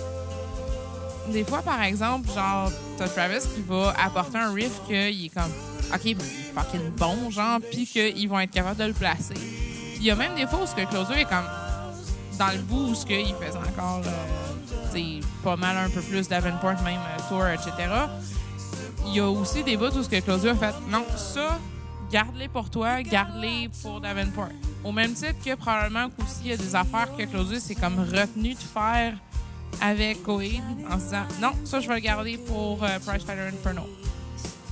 D: des fois, par exemple, genre, t'as Travis qui va apporter un riff qu'il est comme, OK, ben, il est fucking bon, genre, puis qu'ils vont être capables de le placer. Puis Il y a même des fois où ce que Claudio est comme dans le bout où ce qu'il faisait encore, euh, tu sais, pas mal un peu plus Davenport, même euh, Tour, etc. Il y a aussi des bouts où ce que Claudio a fait, non, ça, garde-les pour toi, garde-les pour Davenport. Au même titre que probablement qu'aussi il y a des affaires que Claudio s'est comme retenu de faire avec Coheed en se disant non, ça je vais le garder pour euh, Price Fighter Inferno.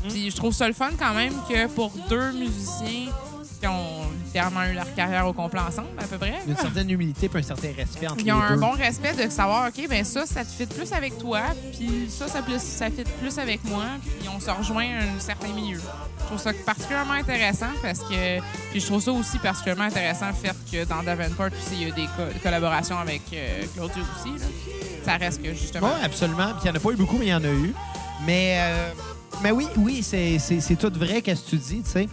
D: Puis je trouve ça le fun quand même que pour deux musiciens qui ont littéralement eu leur carrière au complet ensemble, à peu près.
A: Une certaine humilité puis un certain respect entre
D: Ils ont
A: les
D: un
A: deux.
D: bon respect de savoir, OK, ben ça, ça te fit plus avec toi, puis ça, ça, plus, ça fit plus avec moi, puis on se rejoint à un certain milieu. Je trouve ça particulièrement intéressant parce que. Puis je trouve ça aussi particulièrement intéressant le fait que dans Davenport, tu sais, il y a des co- collaborations avec euh, Claudio aussi. là. Ça reste que justement.
A: Oui, absolument. Puis il n'y en a pas eu beaucoup, mais il y en a eu. Mais, euh, mais oui, oui, c'est- c'est c'est tout vrai qu'est-ce que tu dis, tu sais.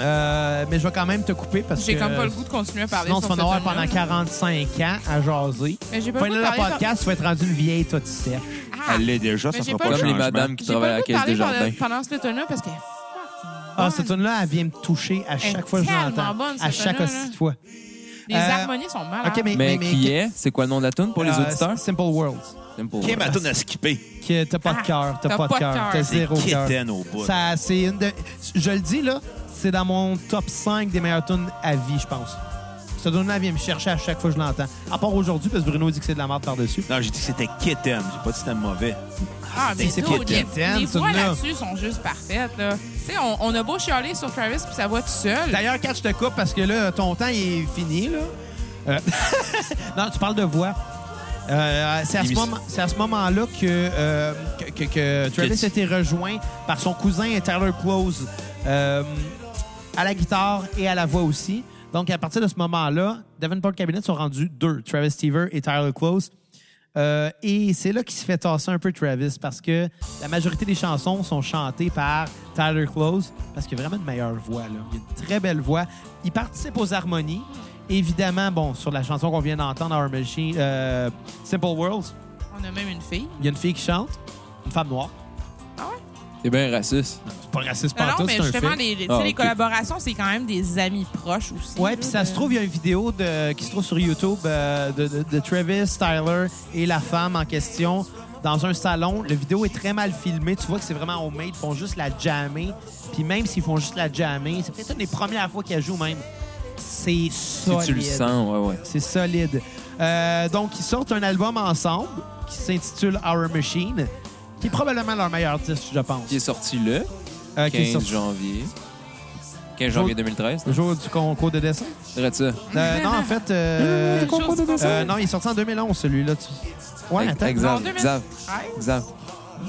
A: Euh, mais je vais quand même te couper parce que
D: J'ai comme pas le goût de continuer à parler
A: sinon tu
D: sur
A: vas en
D: ce
A: avoir
D: thème-là.
A: pendant 45 ans à jaser.
D: Mais j'ai pas le
A: Fin
D: goût
A: de
D: de
A: la
D: parler
A: podcast, tu vas être rendu une vieille toi, tu sèches.
D: Ah!
B: Elle l'est déjà,
D: Mais
B: ça
D: j'ai
B: fera
D: pas
B: pas de
D: le
C: Comme les
B: changement.
C: madames qui
D: J'ai pas
C: travaillent à
D: le
C: la
D: goût de
C: caisse des
D: parler pendant,
C: jardins.
D: pendant ce tune-là parce que.
A: Ah, cette tune-là, elle vient me toucher à
D: Elle est
A: chaque fois que je l'entends.
D: tellement bonne, cette
A: À chaque
D: tune-là, là. Ah.
A: hostie de fois.
D: Les
A: Euh,
D: harmonies sont malades.
A: OK, mais,
C: Mais qui est C'est quoi le nom de la tune pour les
A: Euh,
C: auditeurs
A: Simple Worlds.
C: Simple
B: Qui est ma
C: World.
B: toune à skipper?
A: Que t'as pas de
D: Ah,
A: cœur, t'as
D: t'as
A: pas de cœur, t'as
D: C'est
A: zéro cœur.
B: Kitten au bout.
A: Ça, c'est une de... Je le dis, là, c'est dans mon top 5 des meilleures tunes à vie, je pense. Cette tune-là vient me chercher à chaque fois que je l'entends. À part aujourd'hui, parce que Bruno dit que c'est de la merde par-dessus.
B: Non, j'ai dit que c'était Kitten. J'ai pas dit que c'était mauvais.
D: Ah, mais
A: c'est
D: c'est
A: pas
D: pas
A: Kitten,
D: Les
A: ça,
D: voix
A: là.
D: là-dessus sont juste parfaites, là. Tu sais, on, on a beau chialer sur Travis puis ça va tout seul.
A: D'ailleurs, Kat, je te coupe parce que là, ton temps il est fini, là. Euh, *laughs* non, tu parles de voix. Euh, c'est à ce
B: L'émission-
A: moment- c'est à ce moment-là que, euh, que, que- que Travis
B: Que-
A: a été rejoint par son cousin Tyler Close euh, à la guitare et à la voix aussi. Donc, à partir de ce moment-là, Davenport Cabinet sont rendus deux, Travis Stever et Tyler Close. Euh, et c'est là qu'il se fait tasser un peu Travis parce que la majorité des chansons sont chantées par Tyler Close parce qu'il a vraiment une meilleure voix. Là. Il a une très belle voix. Il participe aux harmonies. Évidemment, bon, sur la chanson qu'on vient d'entendre, Our Machine, euh, Simple Worlds,
D: On a même une fille.
A: il y a une fille qui chante, une femme noire.
D: Ah ouais?
C: C'est bien raciste.
A: C'est pas raciste
D: Non,
A: pantoute,
D: non, mais
A: Ah, c'est un
D: justement,
A: fait.
D: les, les- tu
C: Ah,
D: sais, les
C: ok.
D: collaborations, c'est quand même des amis proches aussi.
A: Ouais,
D: là,
A: puis ça
D: de-
A: se trouve, il y a une vidéo de, qui se trouve sur YouTube euh, de, de- de Travis, Tyler et la femme en question dans un salon. La vidéo est très mal filmée. Tu vois que c'est vraiment homemade. Ils font juste la jammer. Puis même s'ils font juste la jammer, c'est peut-être une des premières fois qu'elle joue même. C'est
C: Si
A: solide.
C: tu le sens, ouais, ouais.
A: C'est solide. Euh, donc, ils sortent un album ensemble qui s'intitule Our Machine, qui est probablement leur meilleur disque, je pense.
C: Qui est sorti le
A: Euh, qui est
C: 15
A: sorti
C: janvier. 15 janvier 2013.
A: le jour du concours de dessin.
C: C'est ça.
A: Euh, non, en fait... euh,
D: Quelque chose comme ça.
A: Euh, non, il est sorti en 2011, celui-là. Tu... Ouais,
C: Ex-
A: attends.
C: Xav,
D: En 2000.
C: Xav,
D: Ouais.
C: Xav.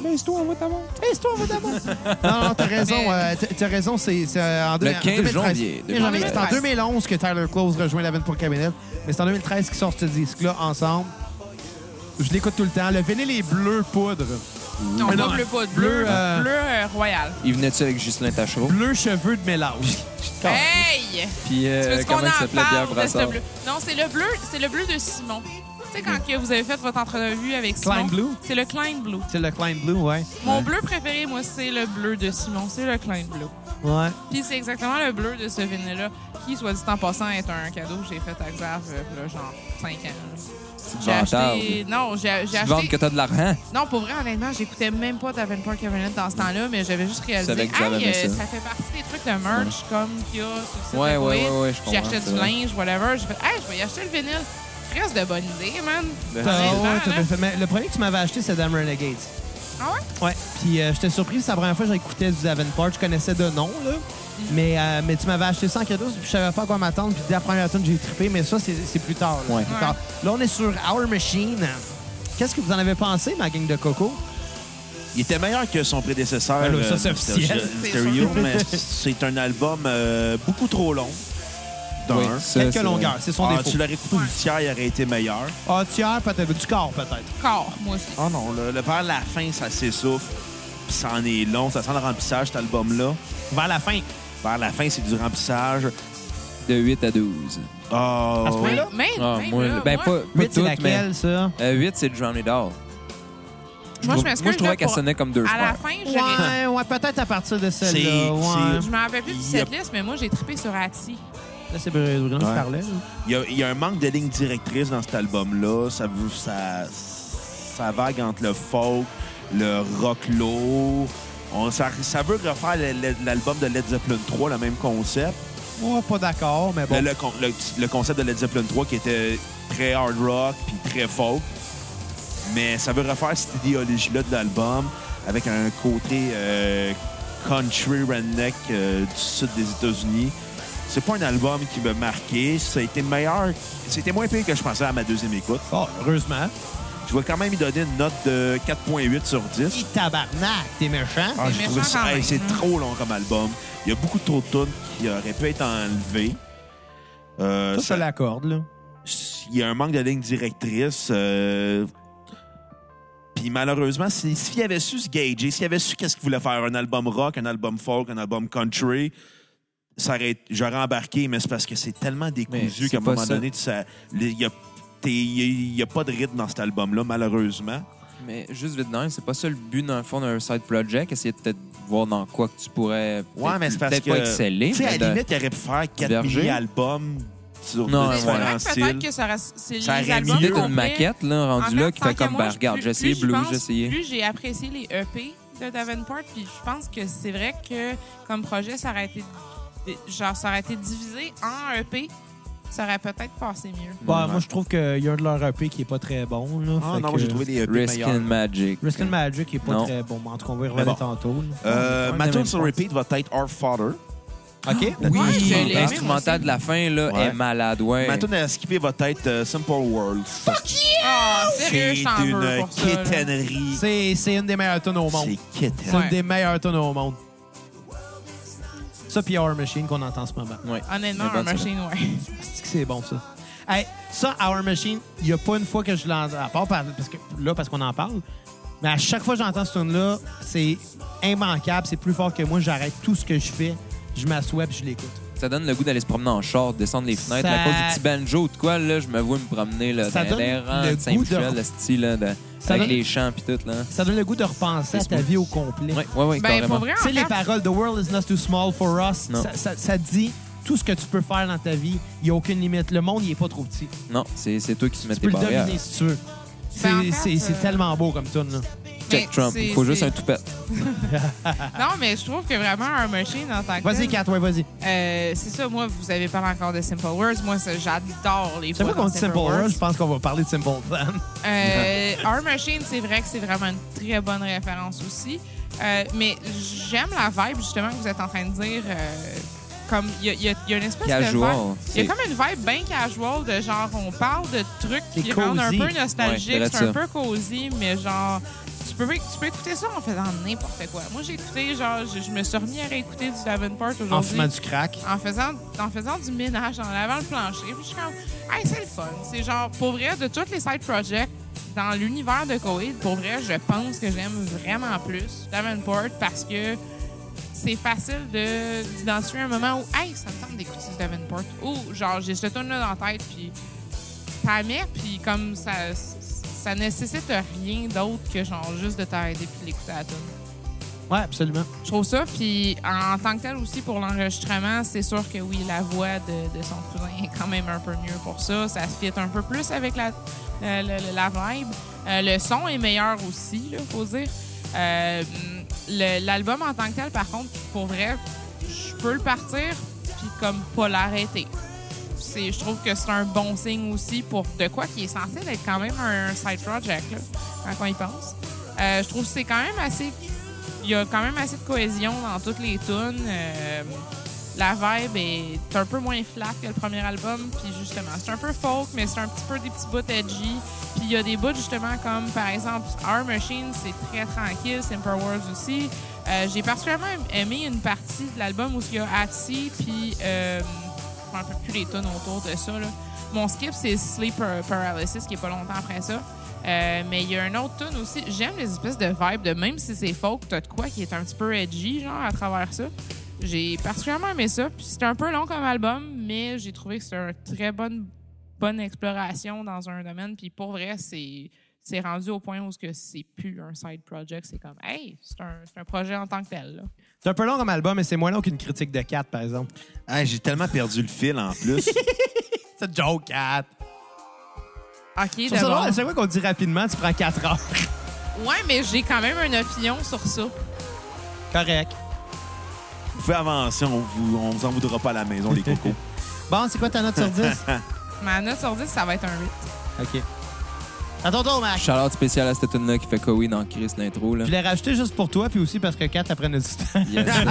C: Laisse-toi, on va t'avoir.
A: Laisse-toi, madame. non, non, t'as raison.
D: Mais-
A: euh, t'as- t'as raison, c'est c'est, euh, en, deux-
C: Le
A: en
C: 15
A: 2013.
C: janvier
A: Mais j'en ai- C'est en
D: 2013.
A: 2011 que Tyler Close rejoint la pour Cabinet. Mais c'est en 2013 qu'ils sortent ce disque-là ensemble. Je l'écoute tout le temps. Le vinyle est bleu poudre.
D: Non,
A: Mais
D: pas
A: non,
D: bleu, pas de
A: bleu,
D: bleu.
A: euh,
D: Bleu euh, royal.
C: Il venait-tu avec Justin Tachereau?
A: Bleu cheveux de
C: *laughs*
A: mélange.
D: Hey!
C: Puis
D: Tu
C: euh,
D: veux qu'on
C: comment il
D: en
C: s'appelait
D: parle
C: Pierre
D: de ce
C: Brassard?
D: bleu? Non, c'est le bleu, c'est le bleu de Simon. Tu sais, quand que vous avez fait votre entrevue avec Simon.
A: Klein Blue?
D: C'est le Klein Blue.
A: C'est le Klein Blue, ouais.
D: Mon bleu préféré, moi, c'est le bleu de Simon. C'est le Klein Blue.
A: Ouais.
D: Puis c'est exactement le bleu de ce vinyle-là, qui, soit dit en passant, est un cadeau que j'ai fait à Xav, euh, là, genre 5 ans. J'ai
C: Vantarde.
D: acheté. Non, j'ai j'ai
C: Tu vends que
D: acheté.
C: t'as de l'argent.
D: Non, pour vrai, honnêtement, j'écoutais même pas Davenport Cabinet dans ce temps-là, mais j'avais juste réalisé.
C: savais que Xav
D: Hey,
C: aimait
D: euh,
C: ça.
D: ça fait partie des trucs de merch, comme qu'il y a sur le site
C: Ouais,
D: de
C: ouais,
D: Koweït.
C: ouais, ouais, je
D: J'ai
C: comprends,
D: acheté
C: c'est
D: du
C: vrai.
D: linge, whatever. J'ai fait, hey, je vais y acheter le vinyle. Reste de bonne idée, man.
C: Ben,
A: T'as-
D: Honnêtement,
A: Ah ouais, t'as
D: là.
C: hein?
A: bien fait. Mais le premier que tu m'avais acheté, c'est Damn Renegades.
D: Ah ouais?
A: Ouais. Puis euh, j'étais surpris, c'est la première fois que j'écoutais du Davenport. Je connaissais de nom, là. Mais, euh, mais tu m'avais acheté 100 cadeaux, puis je savais pas à quoi m'attendre. Puis dès la première tune, j'ai trippé, mais ça, c'est c'est plus tard. Là.
C: Ouais.
A: Plus tard. là, on est sur Our Machine. Qu'est-ce que vous en avez pensé, ma gang de coco?
B: Il était meilleur que son prédécesseur.
A: Ben là, ça,
B: euh,
A: c'est officiel.
B: Mysterio, mais c'est un album euh, beaucoup trop long. D'un.
C: Oui, ça,
A: Quelques
C: c'est-
A: longueurs, c'est son
B: Ah,
A: défaut.
B: tu l'aurais coupé du tiers, il aurait été meilleur.
A: Ah, tiers, peut-être. Du quart, peut-être.
D: Corps, moi aussi.
C: Ah,
B: Oh non, le, le- vers la fin, ça s'essouffle. Puis ça en est long, ça sent le remplissage, cet album-là.
A: Vers la fin.
B: Vers la fin, c'est du remplissage.
C: De 8 à 12.
B: Oh,
A: À ce point-là?
D: Même,
C: Ah,
D: même
C: moi,
D: là,
C: ben,
D: moi,
C: pas, pas
A: Huit, c'est
C: toutes,
A: laquelle, ça?
C: mais. 8, c'est Johnny Doll.
D: Moi, je
C: trouve-
D: m'excuse,
C: Moi, je trouvais
D: là,
C: qu'elle
D: pour-
C: sonnait comme deux
D: À la
C: frères.
D: fin, j'ai
A: Ouais, ouais, peut-être à partir de
B: C'est-
A: celle-là. Ouais.
D: Je
B: c'est-
D: me rappelle plus de
B: Yep.
D: cette liste, mais moi, j'ai trippé sur Ati.
A: Là, c'est Bruno qui
B: Ouais.
A: parlait. là.
B: Il y, a, il y a un manque de ligne directrice dans cet album-là. Ça, vous- ça, ça vague entre le folk, le rock low. On, ça, ça veut refaire le- le- l'album de Led Zeppelin 3, le même concept.
A: Ouais, pas d'accord, mais bon.
B: Le, le con- le- le concept de Led Zeppelin 3 qui était très hard rock puis très folk. Mais ça veut refaire cette idéologie-là de l'album avec un côté euh, country redneck euh, du sud des États-Unis. C'est pas un album qui m'a marqué. Ça a été meilleur. C'était moins pire que je pensais à ma deuxième écoute.
A: Oh, heureusement.
B: Je vais quand même y donner une note de 4.8 sur 10.
A: Hey, tabarnak, t'es méchant.
B: Ah, je
D: méchant
B: trouvais ça-
D: quand
B: hey,
D: même,
B: c'est
D: hein.
B: trop long comme album. Il y a beaucoup trop de tunes qui auraient pu être enlevées. Euh,
A: Ça, je te
B: ça-
A: l'accorde, là.
B: il y a un manque de ligne directrice. euh, Puis malheureusement, si- s'il avait su se gager, s'il avait su qu'est-ce qu'il voulait faire, un album rock, un album folk, un album country, ça aurait- j'aurais embarqué, mais c'est parce que c'est tellement décousu
C: c'est
B: qu'à un
C: pas
B: moment
C: ça.
B: donné, tu sais, il n'y a, t'es- il y a- il y a pas de rythme dans cet album-là, malheureusement.
C: Mais juste vite de même, c'est pas ça le but dans le fond d'un side project, essayer de peut-être voir dans quoi que tu pourrais
B: Ouais, mais c'est parce
C: peut-être
B: que.
C: pas exceller.
B: Tu sais, à
C: mais
B: la
C: de-
B: limite, il aurait pu faire 4
C: Diverger.
B: mini-albums sur
C: Non,
B: de
C: ouais.
D: C'est vrai
B: différents
D: que peut-être
B: styles.
D: que ça, reste- c'est
B: Ça aurait
D: les
B: mis
D: albums
C: l'idée
D: complets.
C: d'une maquette, là,
D: En
C: rendu là, qui
D: tant
C: fait
D: que
C: comme,
D: moi,
C: ben,
D: je-
C: regarde,
D: plus-
C: j'ai essayé
D: plus j'y
C: Blue,
D: pense,
C: j'ai essayé.
D: Plus j'ai apprécié les EP de Davenport, puis je pense que c'est vrai que comme projet, ça aurait été, genre, ça aurait été divisé en EP, ça aurait peut-être passé mieux.
A: Bah, moi, je trouve qu'il y a un de leurs EP qui est pas très bon, là.
B: Ah
A: Fait
B: non,
A: que-
B: moi, j'ai trouvé des EP
C: Risk
B: meilleurs.
C: and Magic.
A: Risk and Magic qui est pas
C: Non.
A: très bon. mais En tout cas, on va y revenir
B: Mais bon.
A: tantôt. là.
B: Euh,
C: On
B: ma
C: est
B: tune
C: même
B: sur
C: pas.
B: repeat va être Our Father.
A: OK?
D: Ouais, je l'ai aimé, moi
C: L'instrumental
D: aussi.
C: de la fin, là,
B: Ouais.
C: est malade, ouais.
B: Ma tune à skipper va être euh, Simple World.
D: Ah, sérieux,
B: C'est
D: je t'en veux
B: une
D: pour ça. là.
B: quétainerie.
A: C'est c'est une des meilleures tonnes au monde.
B: C'est
A: C'est
B: quétaine.
A: une
D: Ouais.
A: des meilleures tonnes au monde. Ça, puis Our Machine qu'on entend en ce moment.
C: Ouais.
D: Honnêtement,
C: Mais bon,
D: un
C: c'est
D: machine, ouais.
A: C'est que c'est bon, ça. Hey, ça, Our Machine, il n'y a pas une fois que je l'entends, à part par- parce que, là, parce qu'on en parle, mais à chaque fois que j'entends ce tune-là, c'est immanquable, c'est plus fort que moi, j'arrête tout ce que je fais, je m'assois puis je l'écoute.
C: Ça donne le goût d'aller se promener en short, descendre les fenêtres.
A: Ça-
C: À cause du petit banjo ou de quoi, là, je me vois me promener là,
A: Ça
C: dans
A: donne
C: les
A: le
C: rangs de
A: goût
C: Saint-Michel,
A: de-
C: le style, là, de-
A: Ça
C: avec
A: donne-
C: les chants puis tout. Là.
A: Ça donne le goût de repenser à ta vie au complet.
C: Ouais, ouais, ouais,
D: Ben,
C: carrément.
D: pour vrai,
A: Tu
D: en
A: sais, les
D: fait,
A: paroles « The world is not too small for us »,
C: Non.
A: ça, ça- ça dit tout ce que tu peux faire dans ta vie. Il n'y a aucune limite. Le monde, il n'est pas trop petit.
C: Non, c'est c'est toi qui se mets
A: Tu
C: tes
A: peux le
C: barrières.
A: dominer si tu veux. C'est
D: Ben, en fait,
A: c'est- c'est
D: euh,
A: tellement beau comme tune, là.
C: Check
D: mais
C: Trump.
D: c'est-
C: Il faut juste
D: c'est-
C: un toupette.
D: Non, mais je trouve que vraiment un machine en tant que.
A: Vas-y,
D: tel,
A: Kat, ouais, vas-y.
D: euh, c'est ça, moi, vous avez parlé encore de Simple Words. Moi, ça, j'adore les
A: C'est
D: voix
A: vrai qu'on
D: dans
A: dit Simple World, je pense qu'on va parler de Simple Plan.
D: Euh, Our Machine, c'est vrai que c'est vraiment une très bonne référence aussi. Euh, mais j'aime la vibe, justement, que vous êtes en train de dire. euh, comme il y, a- il y a- il y a une espèce
C: Casual,
D: de vibe. Il y
C: c'est-
D: a comme une vibe bien casual de genre, on parle de trucs
A: C'est
D: qui rendent un
A: cosy.
D: peu nostalgique,
C: Ouais,
D: c'est un
C: ça.
D: peu cosy, mais genre, tu peux, tu peux écouter ça en faisant n'importe quoi. Moi, j'ai écouté, genre, je, je me suis remis à réécouter du Davenport
A: En
D: aujourd'hui
A: fumant du crack.
D: en faisant, en faisant du ménage, en lavant le plancher. Puis je suis comme, hey, c'est le fun. C'est genre, pour vrai, de tous les side projects dans l'univers de Coed, pour vrai, je pense que j'aime vraiment plus Davenport parce que c'est facile de- d'identifier un moment où, hey, ça me tente d'écouter du Davenport. Ou genre, j'ai ce tune là dans la tête, puis ça met, puis comme ça. Ça nécessite rien d'autre que genre juste de t'arrêter puis l'écouter à la tune.
A: Ouais, absolument.
D: Je trouve ça. Puis en tant que tel aussi, pour l'enregistrement, c'est sûr que oui, la voix de, de son cousin est quand même un peu mieux pour ça. Ça se fit un peu plus avec la, euh, le- le- la vibe. Euh, le son est meilleur aussi, il faut dire. Euh, le- L'album en tant que tel, par contre, pour vrai, je peux le partir puis comme pas l'arrêter. C'est- Je trouve que c'est un bon signe aussi pour de quoi qui est censé être quand même un side project, là, quand on y pense. Euh, je trouve que c'est quand même assez il y a quand même assez de cohésion dans toutes les tunes. Euh, la vibe est un peu moins flat que le premier album. Puis justement, c'est un peu folk, mais c'est un petit peu des petits bouts edgy. Puis il y a des bouts justement comme par exemple Our Machine, c'est très tranquille, Simple Words aussi. Euh, J'ai particulièrement aimé une partie de l'album où il y a Atsi, puis euh, je me rappelle plus les tunes autour de ça. Là. Mon skip, c'est Sleep Par- Paralysis, qui est pas longtemps après ça. Euh, mais il y a un autre tune aussi. J'aime les espèces de vibes, de même si c'est folk, t'as de quoi qui est un petit peu edgy, genre, à travers ça. J'ai particulièrement aimé ça. Puis c'était un peu long comme album, mais j'ai trouvé que c'était une très bonne, bonne exploration dans un domaine. Puis pour vrai, c'est. C'est rendu au point où ce que c'est plus un side project, c'est comme hey, c'est un, c'est un projet en tant que tel. Là.
A: C'est un peu long comme album, mais c'est moins long qu'une critique de Kat, par exemple.
B: Ah, J'ai tellement perdu le fil
A: *laughs*
B: en plus.
A: C'est une joke, Kat.
D: Ok,
A: Sur ça,
D: d'abord.
A: à chaque fois qu'on dit rapidement, tu prends 4 heures. *laughs*
D: Ouais, mais j'ai quand même une opinion sur ça.
A: Correct.
B: vous pouvez avancer, on vous, on vous en voudra pas à la maison, les cocos.
A: Bon, c'est quoi ta note sur 10?
C: *laughs*
D: Ma note sur 10, ça va être un 8.
A: OK. À ton tour, Max.
C: Shout-out spécial à cette tune-là qui fait Koei dans Chris l'intro. Là.
A: Je l'ai
D: *laughs*
A: rajouté juste pour toi, puis aussi parce que Kat apprend notre temps.
C: Yes, sir.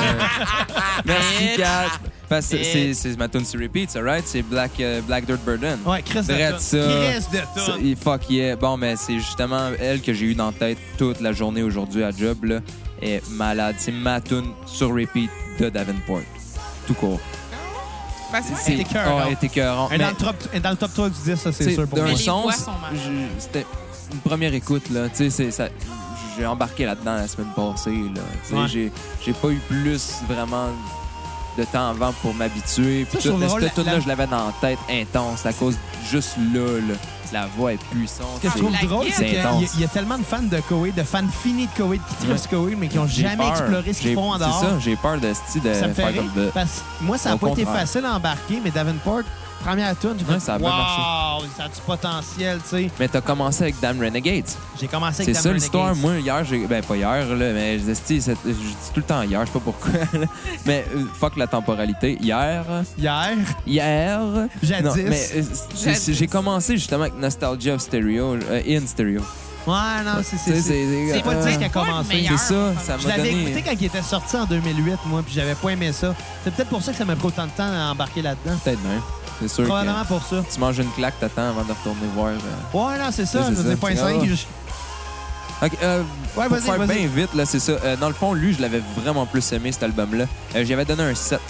C: Merci, Kat. Parce que c'est-
D: Et-
C: c'est ma tune sur repeat, ça, right? C'est Black, euh, Black Dirt Burden.
A: *laughs* Ouais, Chris de
C: Drette
A: tonne.
C: ça.
A: Chris de tonne.
C: C'est- Fuck yeah. Bon, mais c'est justement elle que j'ai eu dans la tête toute la journée aujourd'hui à job. Là. Et malade. C'est ma tune sur repeat de Davenport. Tout court.
D: Parce que
A: C'est-
D: ouais,
A: écœurant.
C: oh, elle est écœurante.
A: Elle est
C: Mais-
A: dans le top- elle est dans le top 3 du 10, ça, c'est
C: T'sais,
A: sûr pour
C: d'un
A: moi.
D: Mais les
C: sens,
D: voix sont marrantes.
C: je- c'était une première écoute là. Tu sais, c'est ça. J'ai embarqué là-dedans la semaine passée là. Tu sais,
A: Ouais.
C: j'ai j'ai pas eu plus vraiment de temps avant pour m'habituer.
A: Ça,
C: Puis
A: je
C: tout,
A: trouve
C: mais
A: drôle,
C: cette
A: la-
C: tune-là,
A: la-
C: je l'avais dans la tête intense à cause juste là, là. La voix est puissante.
A: Ce que je
C: c'est-
A: trouve
D: la
A: drôle,
D: guette.
A: c'est qu'il y, a-
C: intense.
A: il y a tellement de fans de Koweït, de fans finis de Koweït qui trippent
C: Ouais.
A: sur Koweït, mais qui n'ont
C: J'ai
A: jamais
C: peur.
A: exploré ce
C: J'ai-
A: qu'ils font en dehors.
C: C'est ça, j'ai peur de ce de
A: Ça me fait
C: faire
A: rire,
C: comme de.
A: parce que moi, ça n'a
C: Au
A: pas été
C: contraire.
A: facile à embarquer, mais Davenport, première tune, j'ai
C: Ouais,
A: fait
C: ça a bien
A: Wow, ça a du potentiel, tu sais.
C: Mais t'as commencé avec Damn Renegades.
A: J'ai commencé avec
C: C'est
A: Damn
C: ça l'histoire.
A: Renegades.
C: Moi, hier, j'ai. Ben, pas hier, là, mais je dis, c'est- je dis tout le temps hier, je sais pas pourquoi. là. mais euh, fuck la temporalité. Hier. euh,
A: Hier,
C: Hier.
A: Jadis.
C: Non, mais euh, c'est-
D: Jadis.
C: c'est- j'ai commencé justement avec Nostalgia of Stereo, euh, in
A: ouais,
C: Stereo.
A: non, Ah, c'est
C: euh, Tu sais,
A: c'est- c'est pas le
C: euh,
A: disque qui a
D: pas le
A: commencé.
D: meilleur.
C: C'est ça, ça
A: Je
C: m'a
A: l'avais écouté
C: donné.
A: quand il était sorti en 2008, moi, puis j'avais pas aimé ça. C'est peut-être pour ça que ça m'a pris autant de temps à embarquer là-dedans.
C: Peut-être même. C'est sûr
A: Probablement
C: que
A: pour ça.
C: tu manges une claque, t'attends avant de retourner voir. euh,
A: Ouais, non, c'est ça.
C: C'est
A: Je veux
C: ça.
A: dire, point
C: Ah,
A: 5.
C: ouais.
A: je-
C: OK, euh,
A: Ouais,
C: pour
A: vas-y,
C: faire
A: vas-y.
C: bien vite, là, c'est ça. Euh, dans le fond, lui, je l'avais vraiment plus aimé, cet album-là. Euh, J'avais donné un 7.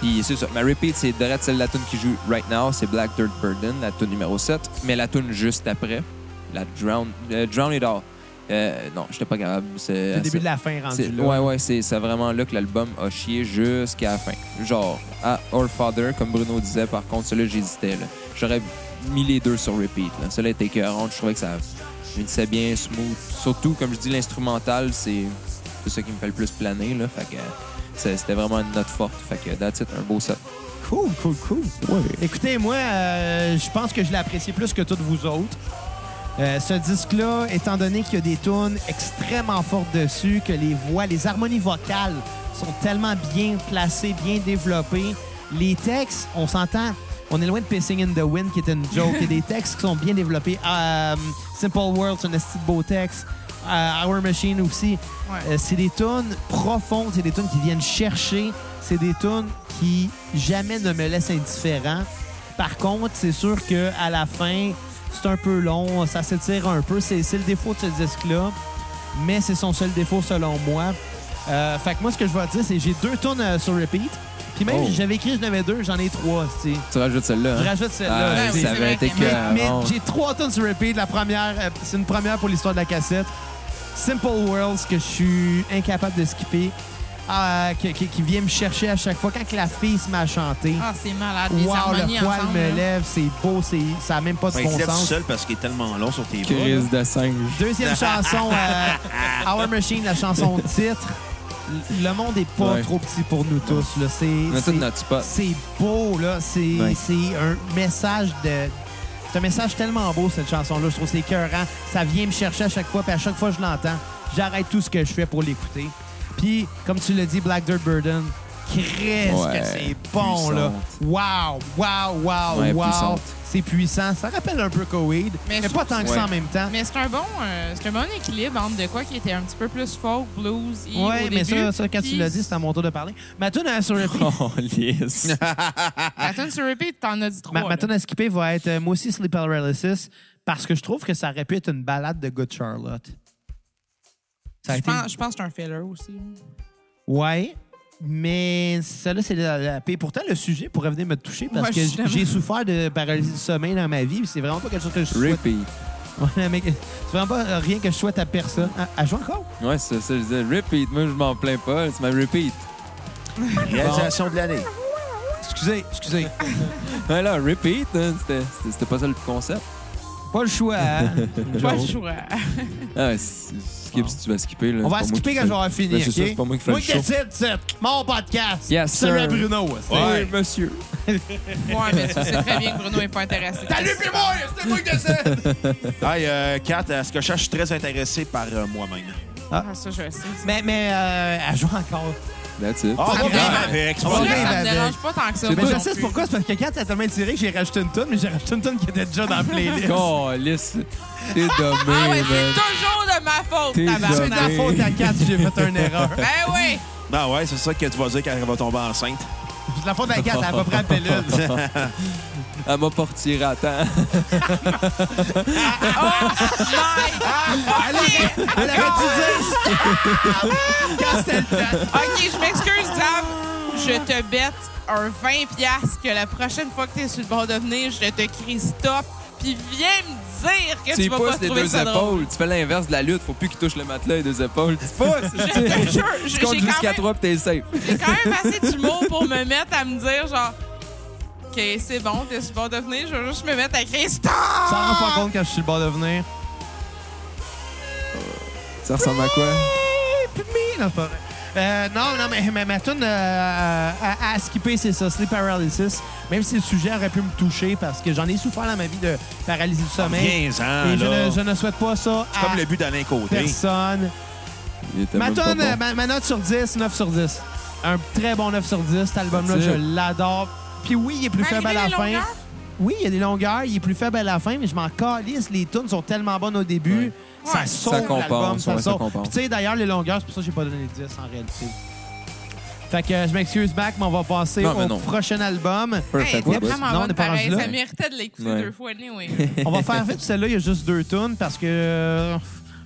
C: Puis c'est ça. Ma repeat, c'est direct celle de la tune qui joue right now. C'est Black Dirt Burden, la tune numéro 7. Mais la tune juste après, la Drown, euh, Drown It All. Euh, non, j'étais pas capable. C'est
A: C'est le début de la fin rendu
C: c'est-
A: là.
C: Ouais, ouais, c'est c'est vraiment là que l'album a chié jusqu'à la fin. Genre, à All Father, comme Bruno disait, par contre, celui-là, j'hésitais. là. J'aurais mis les deux sur repeat. là. Celui-là était écœurant. Je trouvais que ça finissait bien, smooth. Surtout, comme je dis, l'instrumental, c'est c'est ça qui me fait le plus planer. Là. Fait que euh, c'est- c'était vraiment une note forte. Fait que, that's it, un beau set.
A: Cool, cool, cool. Écoutez, moi, euh, je pense que je l'ai apprécié plus que toutes vous autres. Euh, ce disque-là, étant donné qu'il y a des tunes extrêmement fortes dessus, que les voix, les harmonies vocales sont tellement bien placées, bien développées, les textes, on s'entend, on est loin de Pissing in the Wind, qui est une joke. Il y a des textes qui sont bien développés. Euh, Simple World, c'est un esti de beau texte. Euh, Our Machine aussi. Euh, c'est des tunes profondes, c'est des tunes qui viennent chercher, c'est des tunes qui jamais ne me laissent indifférent. Par contre, c'est sûr que à la fin, c'est un peu long, ça s'étire un peu. C'est c'est le défaut de ce disque-là, mais c'est son seul défaut selon moi. Euh, fait que moi, ce que je vais dire, c'est que j'ai deux tunes euh, sur repeat. Puis même,
C: Oh.
A: j'avais écrit que j'en avais deux, j'en ai trois. tu sais.
C: Tu rajoutes celle-là.
A: Je
C: hein?
A: rajoute celle-là.
C: Ah,
D: Ouais,
A: tu sais.
D: c'est
C: ça avait
D: vrai
C: été
D: que-
A: Mais, mais
C: écœurant.
A: j'ai trois tonnes sur repeat. La première, euh, c'est une première pour l'histoire de la cassette. Simple Worlds que je suis incapable de skipper, euh, qui, qui- qui vient me chercher à chaque fois. Quand que la fille se met à chanter,
D: Ah, c'est malade. Les
A: wow,
D: harmonies
A: le poil
D: ensemble. hein.
A: me
D: là.
A: lève, c'est beau, *laughs* c'est, ça n'a même pas de
B: Ben, il
A: bon
B: se lève tout
A: sens.
B: seul parce qu'il est tellement long sur tes bras. là.
C: Crise de singe.
A: *laughs* Deuxième chanson, euh, *laughs* Our Machine, la chanson titre. L- Le monde est pas
C: Ouais.
A: trop petit pour nous tous. Là. C'est,
C: On a tout
A: c'est- *laughs*
C: notre spot.
A: c'est beau, là. C'est
C: Ouais.
A: c'est un message de. C'est un message tellement beau, cette chanson-là. Je trouve que c'est écœurant. Ça vient me chercher à chaque fois, puis à chaque fois que je l'entends, j'arrête tout ce que je fais pour l'écouter. Puis, comme tu l'as dit, Black Dirt Burden, qu'est-ce
C: Ouais,
A: que c'est bon, là. Wow, wow, wow,
C: Ouais,
A: wow.
C: puissante.
A: C'est puissant. Ça rappelle un peu Coweed,
D: Mais
A: mais,
D: je
A: pas tant que
C: Ouais.
A: ça en même temps.
D: Mais c'est un bon, euh, c'est un bon équilibre entre de quoi qui était un petit peu plus folk, blues, et
A: Ouais, mais ça, ça, quand tu l'as dit, c'est à mon tour de parler. Ma tune à, sur
C: *laughs*
A: repeat-
C: Oh, *laughs* lisse.
D: La tune sur repeat, t'en as dit trois.
A: ma, ma
D: là.
A: tune à skipper va être euh, moi aussi Sleep Paralysis parce que je trouve que ça aurait pu être une balade de Good Charlotte. Ça a
D: je,
A: été-
D: pense, je pense que c'est un filler aussi.
A: Ouais. Mais celle-là, c'est la, la paix. Pourtant, le sujet pourrait venir me toucher parce
D: Ouais,
A: que j-
D: justement.
A: j'ai souffert de paralysie du sommeil dans ma vie. puis C'est vraiment pas quelque chose que je souhaite. *laughs*
C: Rippy.
A: Ouais, mais que- C'est vraiment pas euh, rien que je souhaite à personne. Ah, Elle joue encore?
C: Ouais, c'est ça, je disais. Repeat. Moi, je m'en plains pas. C'est ma repeat.
B: Réalisation de l'année.
A: Excusez, excusez.
C: Ouais, là, repeat, hein, c'était- c'était c'était pas ça le concept.
A: *laughs* Pas le choix.
C: *laughs*
A: hein?
D: Pas le choix.
C: Ah, ouais, s- skip
A: Bon.
C: si tu vas skipper.
A: On
C: Là. C'est
A: va
C: pas moi
A: skipper
C: qui
A: quand
C: fais-
A: j'aurai fini.
C: Ben, c'est ça,
A: ok?
C: c'est pas moi qui fais
A: Moi
C: le show.
A: décide, c'est mon podcast.
C: Yes,
A: Salut à
C: sir.
A: Bruno.
C: Ouais,
A: c'est-
C: monsieur.
D: *laughs* Ouais, mais tu sais très bien que Bruno n'est pas intéressé.
A: Salut, puis moi, c'est moi qui décide.
B: Hey, euh, Kat, à ce que je cherche, je suis très intéressé par euh, moi-même.
D: Ah, ça, je sais. ça.
A: Mais, mais euh, elle joue encore.
C: That's it.
B: Ah, on va
A: grave.
B: bien avec. c'est
A: On
B: pas
A: va
D: Là,
B: grave.
A: bien
D: ça me
A: avec.
D: dérange pas tant que ça.
C: Mais
A: Mais
D: moi
A: je
D: non
A: sais c'est
D: plus.
A: pourquoi, c'est parce que quand t'as tellement tiré, j'ai rajouté une tonne, mais j'ai rajouté une tonne qui était déjà dans la playlist.
C: *laughs* Calice. T'es dommé,
D: Ah ouais, c'est
C: man.
D: toujours de ma faute,
C: T'es
A: C'est de
D: tabarnak.
A: la
C: Dommé.
A: faute à 4, j'ai fait une erreur.
D: Ben oui.
B: Non, ouais, c'est ça que tu vas dire quand elle va tomber enceinte.
A: c'est la faute à Agathe, elle a pas pris la pilule.
C: Elle m'a pas retiré à temps.
A: Elle aurait- elle aurait dû dire quand c'était le temps.
D: OK, je m'excuse, Dave. Je te bête un 20$ piastres que la prochaine fois que t'es sur le bord de venir, je te crie stop, puis viens me dire que tu,
C: Tu y
D: vas pas
C: pousses les
D: trouver
C: deux
D: ça drôle.
C: épaules. Tu fais l'inverse de la lutte. Faut plus qu'il touche le matelas et deux épaules. Tu pousses.
D: Je te jure,
C: Tu
D: j'ai
C: comptes
D: j'ai quand,
C: jusqu'à
D: même-
C: trois puis t'es safe.
D: j'ai quand même assez d'humour pour me mettre à me dire, genre, OK, c'est bon, t'es sur le bord de venir, je vais juste me mettre à crier
A: Ça
D: stop.
A: rend
D: Ah!
A: pas compte quand je suis sur le bord de venir.
C: Ça ressemble à quoi?
A: Beep me, non, c'est pas vrai. Euh, non, non, mais, mais ma tune euh, à, à skipper, c'est ça, Sleep Paralysis. Même si le sujet aurait pu me toucher parce que j'en ai souffert dans ma vie de paralysie du sommeil.
B: Viens-en,
A: et je
B: là.
A: ne, je ne souhaite pas ça à
B: Comme le but d'Alain Côté.
A: personne.
C: Il était
A: Ma,
C: même pas
A: tonne, euh, ben,
C: bon.
A: ma, ma note sur 10, 9 sur 10. Un très bon 9 sur 10. Cet album-là,
C: That's
A: je
C: it.
A: l'adore. Puis oui, il est plus faible à la
D: Malgré les
A: fin.
D: longueurs?
A: Oui, il y a des longueurs, il est plus faible à la fin, mais je m'en calisse. Les tunes sont tellement bonnes au début.
C: Ouais.
A: Ça
D: Ouais.
A: sauve
C: Ça compense,
A: l'album, ça,
C: ouais, ça
A: sauve.
C: compense.
A: Puis tu sais, d'ailleurs, les longueurs, c'est pour ça que j'ai pas donné 10 en réalité. Fait que euh, je m'excuse, Mac, mais on va passer
C: Non, mais
A: au
C: non.
A: prochain album.
D: Hey,
C: Perfect.
D: c'était
C: Ouais,
D: vraiment
A: Non, on
D: bonne
A: est pas
D: pareil.
A: rendu là.
D: Ça méritait de l'écouter
C: Ouais.
D: deux
A: *laughs*
D: fois, anyway. Ben,
A: on va faire
C: *laughs*
A: vite celle-là, il y a juste deux tunes parce que euh,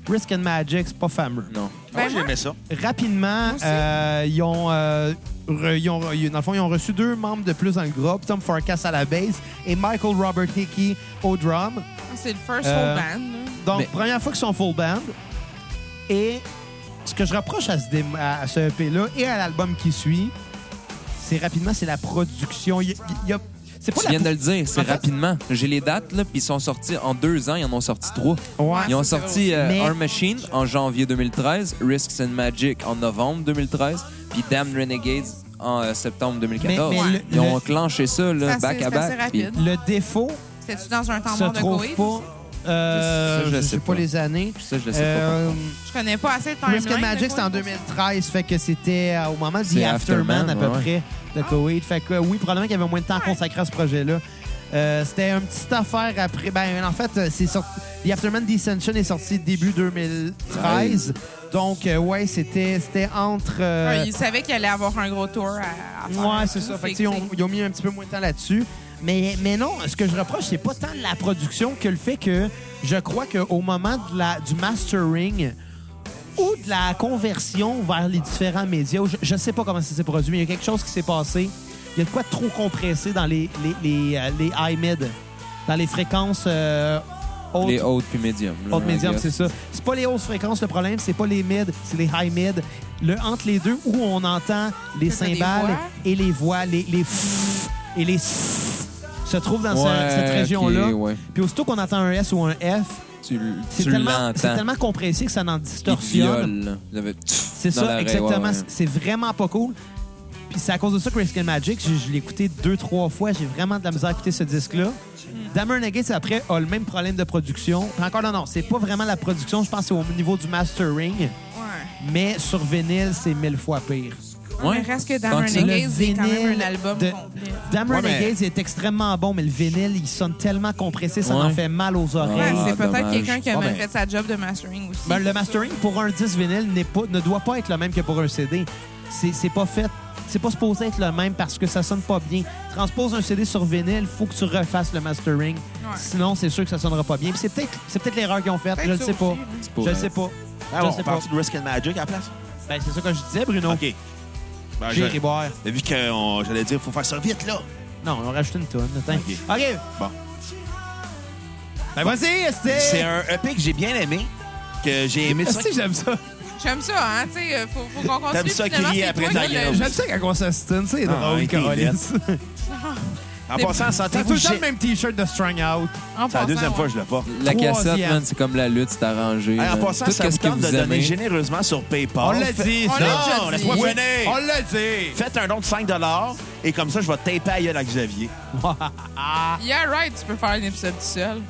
A: Risk and Magic, c'est pas fameux.
C: Non.
B: Moi,
D: Ben, moi-
B: j'aimais ça.
A: rapidement,
D: aussi.
A: euh, ils ont, euh, re- ils ont re- ils- dans le fond, ils ont reçu deux membres de plus dans le groupe, Tom Farkas à la bass et Michael Robert Hickey au drum.
D: C'est le first
A: Euh,
D: whole band. là.
A: Donc,
C: Mais-
A: première fois qu'ils sont full band. Et ce que je reproche à ce, dé- à ce EP-là et à l'album qui suit, c'est rapidement, c'est la production. Il y a- il y a- c'est pas
C: Tu
A: la
C: viens de le dire, c'est
A: En fait-
C: rapidement. J'ai les dates, là, puis ils sont sortis en deux ans, ils en ont sorti
A: Ah.
C: trois.
A: Ouais.
C: Ils ont
D: Ça, c'est
C: sorti euh,
A: Mais-
C: Our Machine en janvier 2013, Risks and Magic en novembre 2013, puis Damned Renegades en euh, septembre 2014.
A: Mais- mais le-
C: ils ont
A: le-
C: clenché ça, là,
D: C'est
C: back
D: assez-
C: à
D: c'est assez
C: back. puis-
D: rapide.
A: Le défaut
D: C'était-tu dans un
A: se
D: tambour de
A: trouve
D: Koweït?
A: pas. euh,
C: Ça, je
A: je,
C: le
A: sais
C: sais
A: pas
C: pas.
A: les années.
C: ça, je le sais
A: Euh,
D: Je connais pas assez le timeline.
A: Risk and
D: de
A: Magic, c'était en
D: Koweït pour ça.
A: 2013, fait que c'était euh, au moment de The
C: C'est
A: Afterman,
C: Afterman,
A: à peu
C: ouais.
A: près, de
D: Ah.
A: Koweït. Fait que euh, oui, probablement qu'il y avait moins de temps consacré à ce projet-là. Euh, c'était une petite affaire après. Ben, en fait, euh, c'est sorti. The Afterman Descension est sorti début 2013. Donc, euh, ouais, c'était c'était entre. euh,
D: Ouais, ils savaient qu'il allait avoir un gros tour à, à faire.
A: Ouais, c'est ça. Fait que, tu sais,
D: que,
A: on- ils ont mis un petit peu moins de temps là-dessus. Mais, mais non, ce que je reproche, c'est pas tant la production que le fait que je crois qu'au moment de la, du mastering ou de la conversion vers les différents médias, ou je, je sais pas comment ça s'est produit, mais il y a quelque chose qui s'est passé. Il y a de quoi de trop compressé dans les, les, les, euh, les high mid, dans les fréquences euh, hautes.
C: Les hautes puis médium. là,
A: Haute
C: I
A: médium,
C: guess.
A: c'est ça. C'est pas les hautes fréquences le problème, c'est pas les mid, c'est les high mid. Le entre les deux où on entend les
D: Ça, t'as des
A: cymbales
D: voix.
A: et les voix, les, les fff et les sss se trouvent dans ce-
C: Ouais,
A: cette région-là.
C: ok, ouais.
A: Puis aussitôt qu'on entend un S ou un F,
C: Tu, l-
A: c'est
C: tu
A: tellement,
C: l'entends.
A: c'est tellement compressé que ça en
C: Il
A: distorsionne.
C: viole. Il y avait-
A: C'est
C: dans
A: ça,
C: l'oreille,
A: exactement.
C: ouais, ouais.
A: C'est vraiment pas cool. Puis c'est à cause de ça que Risk and Magic, je, je l'ai écouté deux, trois fois. J'ai vraiment de la misère à écouter ce disque-là. Damon Nuggets, après, a le même problème de production. Puis encore, non, non, c'est pas vraiment la production. Je pense que c'est au niveau du mastering.
D: ouais.
A: Mais sur vinyle, c'est mille fois pire.
C: Ouais.
D: Mais reste que
C: Tant
D: Damn
C: que c'est
D: Renegades,
A: le
D: c'est quand même
A: vinyle
D: un album
A: de- Ah,
D: complet.
A: Damn
B: Ouais, mais-
A: Renegades est extrêmement bon, mais le vinyle, il sonne tellement compressé, ça
C: Ouais.
A: en fait mal aux oreilles.
D: Ouais,
C: Ah,
D: c'est peut-être
C: dommage.
D: quelqu'un qui a
B: Ouais,
D: même
B: mais-
D: fait sa job de mastering aussi.
A: Ben, le mastering pour un disque vinyle n'est pas, ne doit pas être le même que pour un CD. C'est c'est pas fait. C'est pas supposé être le même parce que ça sonne pas bien. Transpose un CD sur vinyle, faut que tu refasses le mastering.
D: Ouais.
A: Sinon, c'est sûr que ça sonnera pas bien. Puis C'est peut-être c'est peut-être l'erreur qu'ils ont faite.
D: Peut-être
A: Je le
D: ça
A: sais pas.
D: aussi, hein.
C: C'est pour
A: Je le
C: elle.
A: sais pas.
B: Ah,
A: Je
B: bon,
A: sais
B: on
A: pas.
B: parti de Risk and Magic à la place?
A: Ben, c'est ça que je disais, Bruno.
B: OK. Ben,
A: J'ai
B: je-
A: boire.
B: Vu que on- j'allais dire, faut faire ça vite, là.
A: Non, on rajoute une tonne.
B: OK.
A: OK.
B: Bon.
A: Ben, vas-y,
B: C'est
A: Estée.
B: un EP que j'ai bien aimé, que j'ai aimé ça.
A: Esti, j'aime ça.
D: J'aime ça, hein? Tu sais, faut, faut qu'on continue.
B: T'aimes ça
D: Finalement,
B: crier
D: c'est
B: après
D: toi
B: ta
D: qui
B: gueule.
D: l'as-
A: J'aime ça quand on s'assistine. C'est
B: Ah,
A: drôle,
B: il était
A: Caroline.
B: En passant,
A: T'as tout
B: sentez-vous...
A: le temps
B: j'ai-
A: le même T-shirt de Strung Out.
D: En
B: C'est la
D: passant,
B: deuxième
D: ouais.
B: fois que je le porte.
C: La
A: Troisième.
C: cassette, man, c'est comme la lutte, c'est arrangé.
B: Hey, en
C: man.
B: passant,
C: Tout
B: ça vous
C: qu'est-ce que
B: tente
C: vous
B: de donner
C: aimez.
B: généreusement sur PayPal.
A: On l'a
B: Fait-
A: dit,
D: on
A: ça.
D: l'a
B: Non,
D: déjà dit.
B: laisse-moi
A: Oui,
B: finir.
A: On l'a dit.
B: Faites un don de 5 et comme ça, je vais taper à gueule à Xavier.
D: Ah. Yeah, right, tu peux faire un épisode tout seul.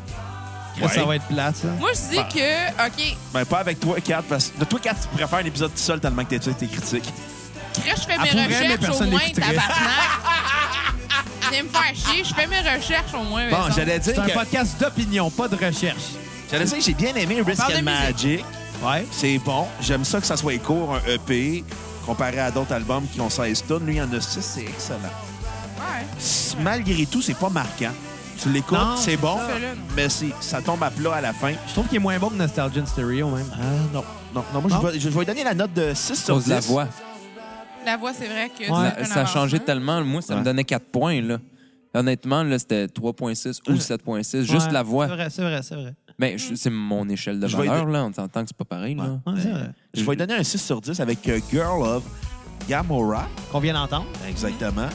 A: Chris, Ça va être plate, ça.
D: Moi, je dis
B: Bah.
D: que, OK,
B: Ben, pas avec toi, 4, parce que de toi, 4, tu pourrais faire un épisode tout seul tellement que t'es t'es critique.
D: crèche, je fais
A: pourrait,
D: mes
A: mais
D: recherches au
A: personne
D: moins,
A: l'écouterait.
D: tabarnak. *laughs* Viens me faire chier, je fais mes recherches au moins.
B: Bon,
D: Vincent.
B: j'allais dire
A: C'est un
B: que...
A: podcast d'opinion, pas de recherche.
B: J'allais dire que j'ai bien aimé Risk
D: Parle de
B: and Magic.
A: Ouais.
B: C'est bon. J'aime ça que E ça soit court, un EP, comparé à d'autres albums qui ont 16 tonnes. Lui, il y en a 6, c'est excellent. S- Malgré tout, c'est pas marquant. Tu l'écoutes,
A: Non,
B: c'est
A: c'est
B: bon,
D: ça. Fais-le, non.
B: mais c'est- ça tombe à plat à la fin.
A: Je trouve qu'il est moins bon que Nostalgian Stereo, même.
B: Ah, non. Non, non, moi,
A: Non?
B: Je, vais, je vais lui donner la note de 6 sur
C: Cause
B: 10.
C: de la voix.
D: La voix, c'est vrai que c'est
C: La-
D: un
C: ça a changé
D: avancement.
C: tellement. Moi, ça
B: Ouais.
C: me donnait 4 points. Là. Honnêtement, là, c'était 3.6 ou 7.6. Juste
A: Ouais,
C: la voix.
A: C'est vrai, c'est vrai, c'est vrai.
C: Mais je- c'est mon échelle de
B: Je vais
C: valeur. Là. On s'entend que c'est pas pareil. Là.
A: Ouais, c'est vrai.
B: Je vais lui donner un 6 sur 10 avec euh, Girl of Gamora.
A: Qu'on vient d'entendre.
B: Exactement.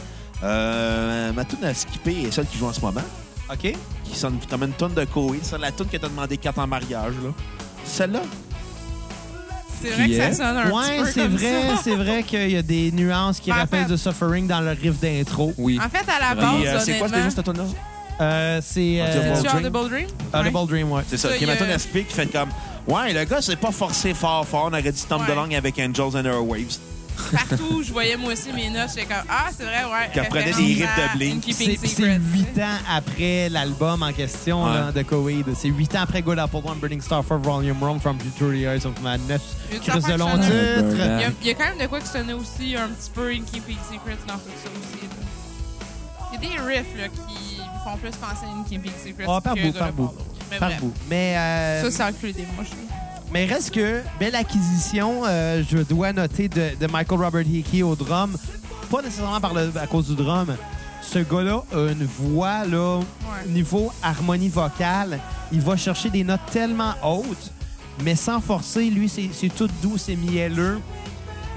B: Euh, ma tune à skipper est celle qui joue en ce moment,
A: OK.
B: qui sonne comme une tonne de Koei. C'est la tune que t'as demandé 4 en mariage. là. Celle-là.
D: C'est vrai que
C: Yeah.
D: ça sonne un petit
A: Ouais,
D: peu
A: c'est
D: comme
A: vrai,
D: ça.
A: c'est vrai qu'il y a des nuances qui
D: Ben, en
A: rappellent
D: fait-
A: The Suffering dans le riff d'intro.
C: Oui.
D: En fait, à la base,
C: Puis,
B: Et, euh, c'est quoi
D: honnêtement,
B: c'était cette tune-là?
A: Euh, c'est euh,
B: Audible
D: tu as Audible Dream? Ouais.
A: Audible Dream, ouais.
B: C'est ça.
D: Ça,
B: Qui est
D: il y
B: ma
D: a-
B: tune à skipper qui fait comme. Ouais, le gars, c'est pas forcé fort, fort. On aurait dit Tom
D: Ouais.
B: DeLonge avec Angels and Airwaves.
D: Partout où je voyais moi aussi mes notes, j'étais comme Ah, c'est vrai, ouais.
B: Qu'elle prenait des rips
D: référence
B: de
D: à
B: Blink.
D: In Keeping
A: C'est c'est
D: Secret.
A: huit ans après l'album en question
B: Ouais.
A: là, de Coheed. C'est huit ans après Good Apple One, Burning Star for Volume Rome, From Future Eyes of Madness.
D: Une
A: Chris de
D: affaire
A: long
D: sonore.
A: titre.
D: Il y, a, il y a quand même de quoi que sonnait aussi un petit peu In Keeping Secret dans tout ça aussi. là. Il y a des riffs là, qui me font plus penser à In Keeping Secret.
A: Ah, par
D: que
A: bout,
D: God
A: par
D: of
A: bout.
D: War. Mais
A: Par
D: bref,
A: bout. Mais, euh,
D: Ça, ça inclut des moches.
A: mais reste que, belle acquisition, euh, je dois noter, de, de Michael Robert Hickey au drum. Pas nécessairement par le- à cause du drum. Ce gars-là a une voix, là,
D: Ouais.
A: niveau harmonie vocale, il va chercher des notes tellement hautes, mais sans forcer. Lui, c'est c'est tout doux, c'est mielleux.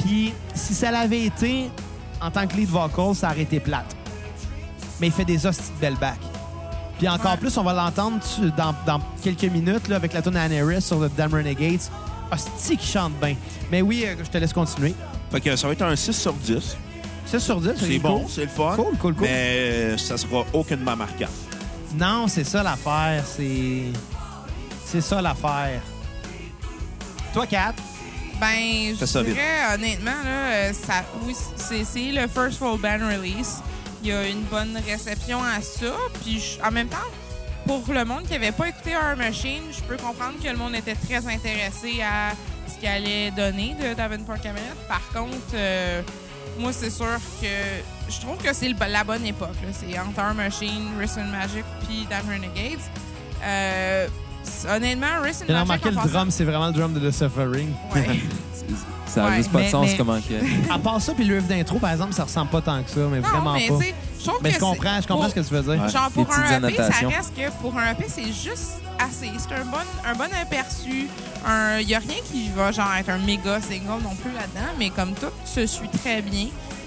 A: Puis, si ça l'avait été en tant que lead vocal, ça aurait été plate. Mais il fait des hosties de belle back. Puis encore
D: Ouais.
A: plus, on va l'entendre tu- dans, dans quelques minutes là, avec la tune Anaris sur le Damn Renegades. Hostie qui chante bien. Mais oui, euh, je te laisse continuer.
B: Fait que ça va être un 6 sur 10.
A: 6 sur 10,
B: C'est bon, c'est le fun.
A: Cool, cool, cool.
B: Mais euh, ça sera aucunement marquant.
A: Non, c'est ça l'affaire. C'est. C'est ça l'affaire. Toi, Kat.
D: Ben,
B: Fais
D: je
B: ça vite.
D: dirais, honnêtement, là, euh, ça, oui, c'est c'est le first full band release. Il y a une bonne réception à ça. Puis je- en même temps, pour le monde qui n'avait pas écouté Our Machine, je peux comprendre que le monde était très intéressé à ce qu'il allait donner de Davenport Camelot. Par contre, euh, moi, c'est sûr que je trouve que c'est le- la bonne époque. là. C'est entre Our Machine, Wrist and Magic, puis Damn Renegades. Euh, honnêtement, Wrist and
A: J'ai
D: Magic.
A: remarqué
D: en
A: le
D: passant-
A: drum, c'est vraiment le drum de The Suffering. *laughs*
D: Ouais.
C: Ça a
D: Ouais.
C: juste pas de
A: Mais-
C: sens
A: mais-
C: comment que.
A: à part ça, puis le riff d'intro, par exemple, ça ressemble pas tant que ça, mais vraiment
D: non, mais
A: pas.
D: tu sais, je trouve
A: Mais
D: que
A: je comprends, je comprends ce que tu veux dire.
C: Ouais.
D: Genre,
C: Des
D: pour un
C: petites
D: EP, ça
C: annotations.
D: reste que pour un EP, c'est juste assez. C'est un bon, un bon aperçu. Un- Il n'y a rien qui va genre être un méga single non plus là-dedans, mais comme tout se suit très bien.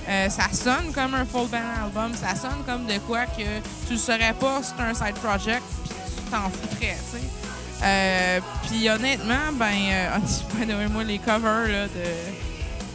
D: Euh, ça sonne comme un full band album, ça sonne comme de quoi que tu ne saurais pas c'est un side project, puis tu t'en foutrais, tu sais. Euh, puis honnêtement, ben, euh, *laughs* by the way, moi, les covers là,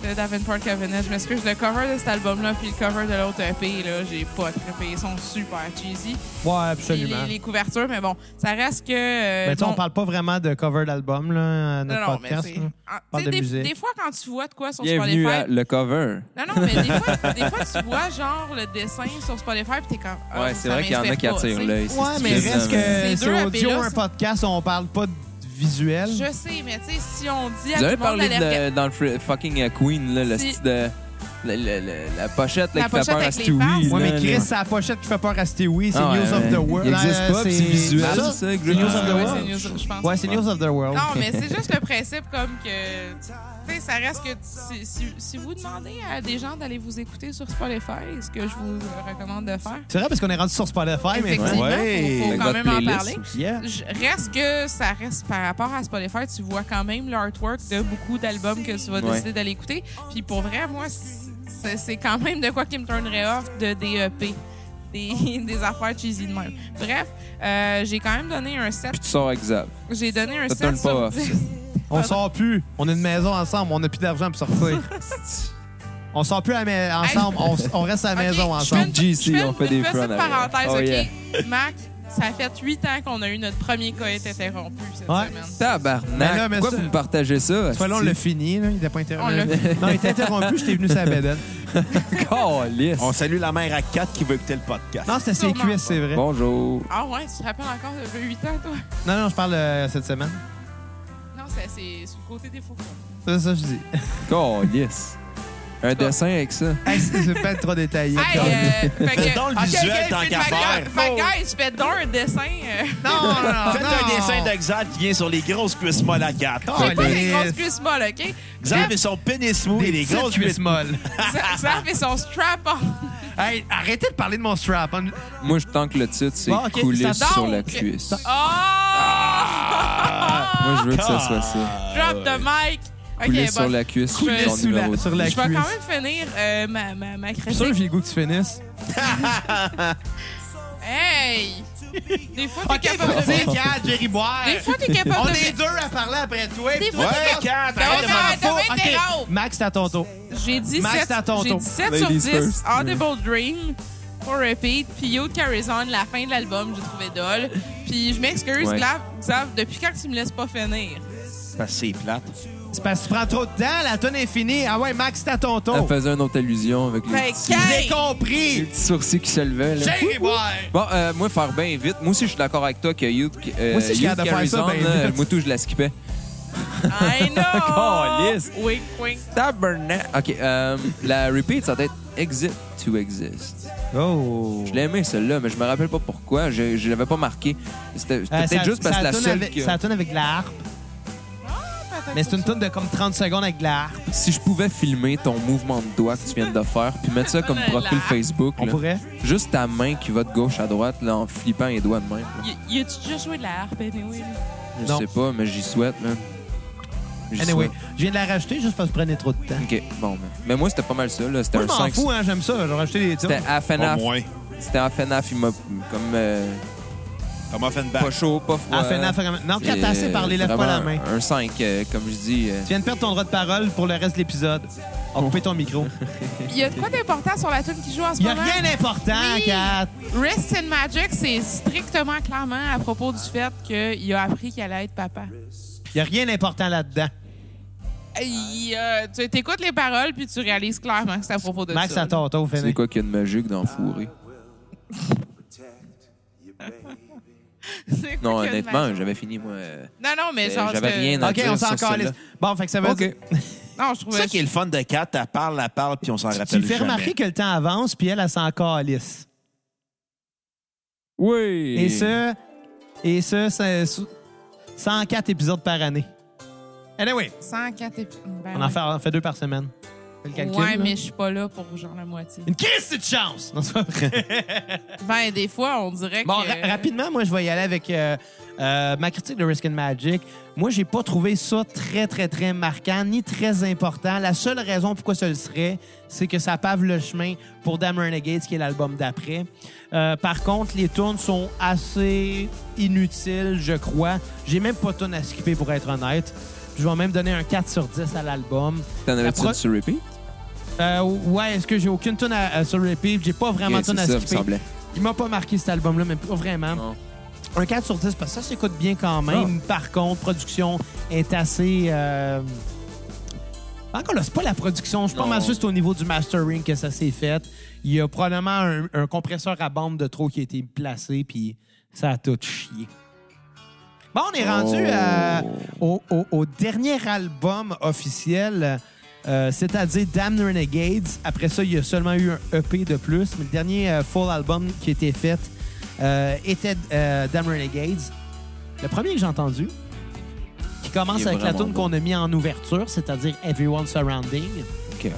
D: de, de Davenport Cabinet, je m'excuse, le cover de cet album-là, puis le cover de l'autre EP, là, j'ai pas trippé. Ils sont super cheesy.
A: Ouais,
D: Puis
A: absolument.
D: les, les couvertures, mais bon, ça reste que. euh,
A: Mais tu sais, on
D: bon,
A: parle pas vraiment de cover d'album, là, à notre
D: non, non,
A: podcast.
D: mais
A: là.
D: c'est- ah,
A: parle
D: tu sais,
A: de
D: des,
A: musique.
D: des fois, quand tu vois de quoi sur
C: Bienvenue à
D: Spotify.
C: le cover.
D: Non, non, mais des fois, des fois, tu vois genre le dessin sur Spotify, puis t'es comme. ah,
C: Ouais,
D: ça
C: c'est vrai qu'il y en a
D: m'inspire
C: qui
D: pas, tu
C: attirent
D: sais.
C: l'œil. c'est
A: Ouais,
C: ce
A: mais
C: qu'ils disent,
A: reste que
D: Ces deux
A: c'est audio,
D: appels-là,
A: un
D: ça-
A: podcast, on parle pas de visuel.
D: Je sais, mais tu sais, si on dit à
C: Vous
D: tout
C: avez
D: le monde
C: parlé
D: d'aller regarder-
C: de, dans le fr- fucking euh, Queen, là, le
D: Si.
C: style de. le- le- le- la pochette là,
D: La
C: qui fait
D: pochette
C: peur à
D: avec les
C: Stewie.
D: faces.
C: là,
A: Ouais, mais
C: là.
A: Chris, c'est la pochette qui fait peur à Stewie. C'est
C: Ah ouais,
A: News of
C: ouais.
A: the World.
C: Il existe
A: Euh,
C: pas, puis c'est visuel,
A: ça.
C: ça,
A: C'est
C: Green
A: News of the
D: Ouais,
A: World.
D: c'est News- je pense.
A: Ouais, c'est News of the World.
D: Non, mais c'est juste le principe comme que. Tu sais, ça reste que si, si- si vous demandez à des gens d'aller vous écouter sur Spotify, ce que je vous recommande de faire,
A: C'est vrai parce qu'on est rendu sur Spotify maintenant.
D: effectivement,
B: Ouais.
D: faut, faut
B: Avec
D: quand
C: votre
D: même en
C: playlist
D: parler.
C: aussi.
A: Yeah.
D: Je- reste que ça reste par rapport à Spotify, tu vois quand même l'artwork de beaucoup d'albums que tu vas
C: Ouais.
D: décider d'aller écouter. Puis pour vrai, moi, c'est c'est quand même de quoi qui me tournerait off de DEP. Des, *laughs* des affaires cheesy de même. Bref, euh, j'ai quand même donné un 7.
C: Puis tu sors avec
D: *laughs*
C: Zab.
D: J'ai donné un
C: Ça
D: 7
C: tourne pas
D: sur
C: off,
D: 10.
C: ça.
A: On sort plus. On a une maison ensemble. On a plus d'argent pour
D: *laughs*
A: sortir. on sort plus à la mai- ensemble. On, s- on reste à la
D: Ok,
A: maison
D: je fais
A: ensemble.
D: une-
C: GC,
D: je fais
C: on fait
D: une
C: des
D: petite
C: fronts avec.
D: parenthèse,
C: Oh,
D: OK?
C: yeah.
D: Mac, ça fait huit ans qu'on a eu notre premier coït interrompu cette
A: Ouais.
D: semaine.
C: Tabarnak.
A: Mais là, mais ça-
C: Pourquoi vous me partagez ça?
A: Soit là, on l'a fini. Là. Il n'était pas
D: On
A: interrompu. *laughs*
D: l'a fini.
A: Non, il était interrompu. J'étais venu sur la bédaine.
C: Calisse.
B: On salue la mère à 4 qui veut écouter le podcast.
A: Non, c'était ses
D: Sûrement.
A: cuisses, c'est vrai.
C: Bonjour.
D: Ah ouais, tu te rappelles encore de 8 ans, toi?
A: Non, non, je parle euh, cette semaine.
D: Non, ça, c'est sur le côté des faux
A: C'est ça que je dis.
C: Calisse. Un dessin avec ça.
A: Hey, *laughs* c'est c'est pas trop détaillé.
D: Hey,
A: Tom.
D: euh, fait
B: Faites
D: que-
B: donc le
A: Ok,
B: visuel
A: ok,
B: tant
A: c'est
B: qu'à
A: ma
B: faire.
A: gueule.
D: Fait que, guys, faites donc un dessin. euh,
A: Non, non, non.
B: Faites un dessin d'Exal qui vient sur les grosses cuisses molles à quatre.
D: J'ai pas des
A: Yes.
D: grosses cuisses molles, OK?
B: Oh, Xav et son pénis mou et les grosses cuisses molles.
A: molles.
D: Ça, ça fait son strap-on.
A: Hey, arrêtez de parler de mon strap. hein. on-
C: Moi, je tente que le titre, c'est
A: Bon, ok,
C: Couler
D: ça
C: sur
D: donc.
C: la cuisse.
D: Oh!
C: Moi, je veux que ça soit ça.
D: Drop the mic.
C: Couler
D: Ah! OK,
C: sur
D: bon.
C: la cuisse,
D: Couler
C: c'est ton
A: sous la-
C: numéro
A: sur la
C: dix.
D: Je vais quand
A: cuisse.
D: même finir euh, ma, ma, ma
A: Je suis sûr que
D: critique.
A: j'ai le goût que tu finisses.
D: Hey! Des fois,
A: OK,
D: t'es
A: bah,
D: capable de
A: vas-y,
D: me-
A: Kat, Jerry Boire.
D: Des fois, t'es capable
A: On
D: de
A: est
D: me-
A: deux à parler après toi.
D: Des
A: puis
D: fois,
A: toi,
D: t'es
A: tu
D: capable- Ah,
B: Kat,
D: Non,
B: arrête de
D: non,
B: m'en
A: t'en
D: demain,
A: fous.
D: t'es
A: OK,
D: rare.
A: Max, c'est à ton tour.
D: J'ai 17,
A: Max, c'est à ton
D: j'ai
A: tour.
D: 17 sur
C: Ladies
D: 10.
C: first.
D: Audible Dream pour Repeat. Puis Yo de Carazon, la fin de l'album, j'ai trouvé dolle. Puis je m'excuse,
C: Ouais.
D: Xav, Xav, depuis quand tu me laisses pas finir?
B: Parce que c'est plate.
A: C'est parce que tu prends trop de temps, la tonne est finie. Ah ouais, Max, c'est à ton
C: Elle
A: tour.
C: faisait une autre allusion avec les
D: Ben,
C: petits,
D: quatre.
A: J'ai
D: Hey.
C: les
A: compris.
C: petits sourcils qui se levaient. là.
A: Jerry Boire.
C: Bon, euh, moi, faire bien vite. Moi aussi, je suis d'accord avec toi que Youth, euh,
A: Moi aussi, je suis
C: Youth
A: capable de faire ça
C: Garrison,
A: bien
C: euh,
A: vite.
C: moi, tout, je la skippais.
A: *laughs*
D: I know!
C: Calisse.
D: Wink, wink.
C: Tabernacle. OK, euh, la repeat, ça doit être Exit to Exist.
A: Oh.
C: Je l'aimais, celle-là, mais je me rappelle pas pourquoi. Je, je l'avais pas marqué. C'était c'était
A: Euh,
C: peut-être
A: ça-
C: juste parce
A: ça
C: que la
A: tourne
C: seule
A: avec-
C: que-
A: Ça tourne avec de la harpe. Mais c'est une tonne de comme 30 secondes avec de la harpe.
C: Si je pouvais filmer ton mouvement de doigt que tu viens de faire, puis mettre ça comme
D: Là.
C: profil Facebook,
A: On
C: là.
A: pourrait.
C: juste ta main qui va de gauche à droite là, en flippant les doigts de même. là.
D: Y- Y a-tu déjà joué de la harpe,
A: *laughs*
D: anyway? là?
C: Je
A: Non.
C: sais pas, mais j'y souhaite. Là. J'y
A: Anyway,
C: souhaite.
A: je viens de la rajouter juste parce que je prenais trop de temps.
C: OK, bon. Mais, mais moi, c'était pas mal ça. là. C'était
A: Moi,
C: un
A: je m'en
C: 5.
A: fous, hein, j'aime ça. J'ai rajouté des tunes.
C: C'était half and
B: Au
C: half.
B: moins.
C: C'était half and half. Il m'a comme euh,
B: Comme Offenbach.
C: pas chaud, pas froid.
A: Ah, fais na- fais comme- Non, quand
C: Et,
A: t'as assez parlé, lève pas
C: Euh, vraiment
A: la main.
C: Un, 5, comme je dis. euh,
A: Tu viens de perdre ton droit de parole pour le reste de l'épisode. On couper ton
C: *laughs*
A: micro.
D: Y a de quoi d'important sur la tune qui joue en ce
A: Il n'y a
D: moment?
A: rien d'important,
D: Oui.
A: Kat.
D: Rest in Magic, c'est strictement clairement à propos du fait qu'il a appris qu'il allait être papa.
A: Il n'y a rien d'important là-dedans.
D: Il, euh, tu écoutes les paroles puis tu réalises clairement que c'est à propos de
A: Max,
D: ça.
A: à ton tour,
C: c'est
A: Fennec.
C: quoi qu'il y a de magique dans fourrer?
D: *laughs* C'est
C: Non,
D: quoi qu'il y a de
C: honnêtement,
D: magique?
C: j'avais fini, moi. euh,
D: Non, non, mais
C: Euh,
D: genre.
C: j'avais
D: c'est-
C: rien à-
A: OK, on
C: Sur
A: s'en calisse.
C: celle-là.
A: Bon, fait que ça veut dire...
C: OK.
D: Non, je
B: C'est
D: trouvais.
B: ça qui est le fun de Kat. Elle parle, elle parle, puis on s'en rappelle
A: Tu lui fais
B: jamais.
A: remarquer que le temps avance, puis elle, elle s'en calisse.
C: Oui!
A: Et ce, et ce, c'est sou- 104 épisodes par année. Anyway,
D: 104 épisodes. Ben,
A: on en fait, on en fait deux par semaine. Fais le calcul.
D: Ouais,
A: là.
D: mais je suis pas là pour genre la moitié.
A: Une crise de chance! Non, c'est pas vrai.
D: Ben, des fois, on dirait
A: Bon,
D: que.
C: Euh.
A: ra- rapidement, moi, je vais y aller avec euh, euh, ma critique de Risk and Magic. Moi, j'ai pas trouvé ça très, très, très marquant ni très important. La seule raison pourquoi ce le serait, c'est que ça pave le chemin pour Damn Renegades, qui est l'album d'après. Euh, par contre, les tunes sont assez inutiles, je crois. J'ai même pas de tunes à skipper, pour être honnête. Je vais même donner un 4 sur 10 à l'album.
C: T'en avais-tu
A: pro-
C: une sur repeat?
A: Euh, ouais, est-ce que j'ai aucune tune à, à- sur repeat? J'ai pas vraiment
C: Ok,
A: de tune
C: c'est
A: à
C: ça, me
A: skipper.
C: semblait.
A: Il m'a pas marqué cet album-là, mais pas vraiment.
C: Non.
A: Un 4 sur 10, parce que ça s'écoute bien quand même. Par contre, production est assez. euh, Encore là, Hein, c'est pas la production. Je suis pas
C: Non.
A: mal sûr que c'est au niveau du mastering que ça s'est fait. Il y a probablement un, un compresseur à bande de trop qui a été placé, puis ça a tout chié. Bon, on est rendu à- au, au- au dernier album officiel, euh, c'est-à-dire Damn Renegades. Après ça, il y a seulement eu un EP de plus, mais le dernier euh, full album qui a été fait euh, était euh, Damn Renegades. Le premier que j'ai entendu, qui
C: Il
A: commence
C: est
A: avec la
C: vraiment
A: tune
C: beau.
A: qu'on a mis en ouverture, c'est-à-dire Everyone Surrounding.
C: OK.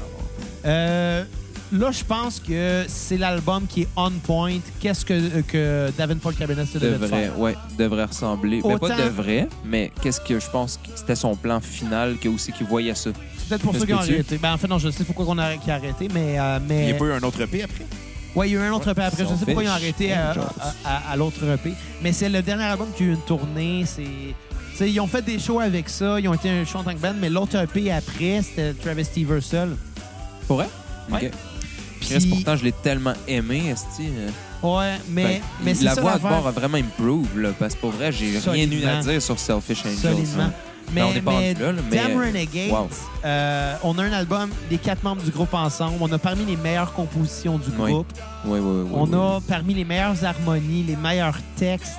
A: Euh, là, je pense que c'est l'album qui est on point. Qu'est-ce que, euh, que Davenport Cabernet se devait de
C: Devrait,
A: faire?
C: ouais, devrait ressembler. Mais pas
A: Autant-
C: devrait, mais qu'est-ce que je pense que c'était son plan final que aussi qu'il voyait ça.
A: C'est peut-être pour
C: Ça
A: ça
C: se
A: qu'ils ont
C: peut-tu?
A: arrêté. Ben, en fait, non, je sais pourquoi on a, qu'ils ont arrêté, mais. euh, mais...
B: Il n'y a pas eu un autre EP après.
A: Ouais, il y a eu un autre EP après.
C: Ils
A: Je
C: ont
A: sais pourquoi
C: fait
A: ils ont arrêté à,
C: Jones.
A: à- à- à l'autre EP. Mais c'est le dernier album qui a eu une tournée. C'est. tu sais, ils ont fait des shows avec ça, ils ont été un show en tant que band, mais l'autre EP après, c'était Travis Stever seul.
C: Pour vrai?
A: Ouais.
C: OK. Chris,
A: Puis-
C: pourtant, je l'ai tellement aimé, Esti. euh.
A: Ouais, mais,
C: Ben,
A: mais c'est
C: la
A: ça
C: voix de
A: l'affaire.
C: bord a vraiment improve, là, parce que pour vrai, j'ai rien eu
A: Solidement.
C: à dire sur Selfish Angels.
A: Solidement.
C: hein. Ben, on est pas rendu là, là, mais,
A: Damn
C: euh,
A: Renegades,
C: wow.
A: euh, on a un album des quatre membres du groupe ensemble. On a parmi les meilleures compositions du
C: Oui.
A: groupe.
C: Ouais, ouais, ouais, ouais,
A: on
C: ouais.
A: a parmi les meilleures harmonies, les meilleurs textes.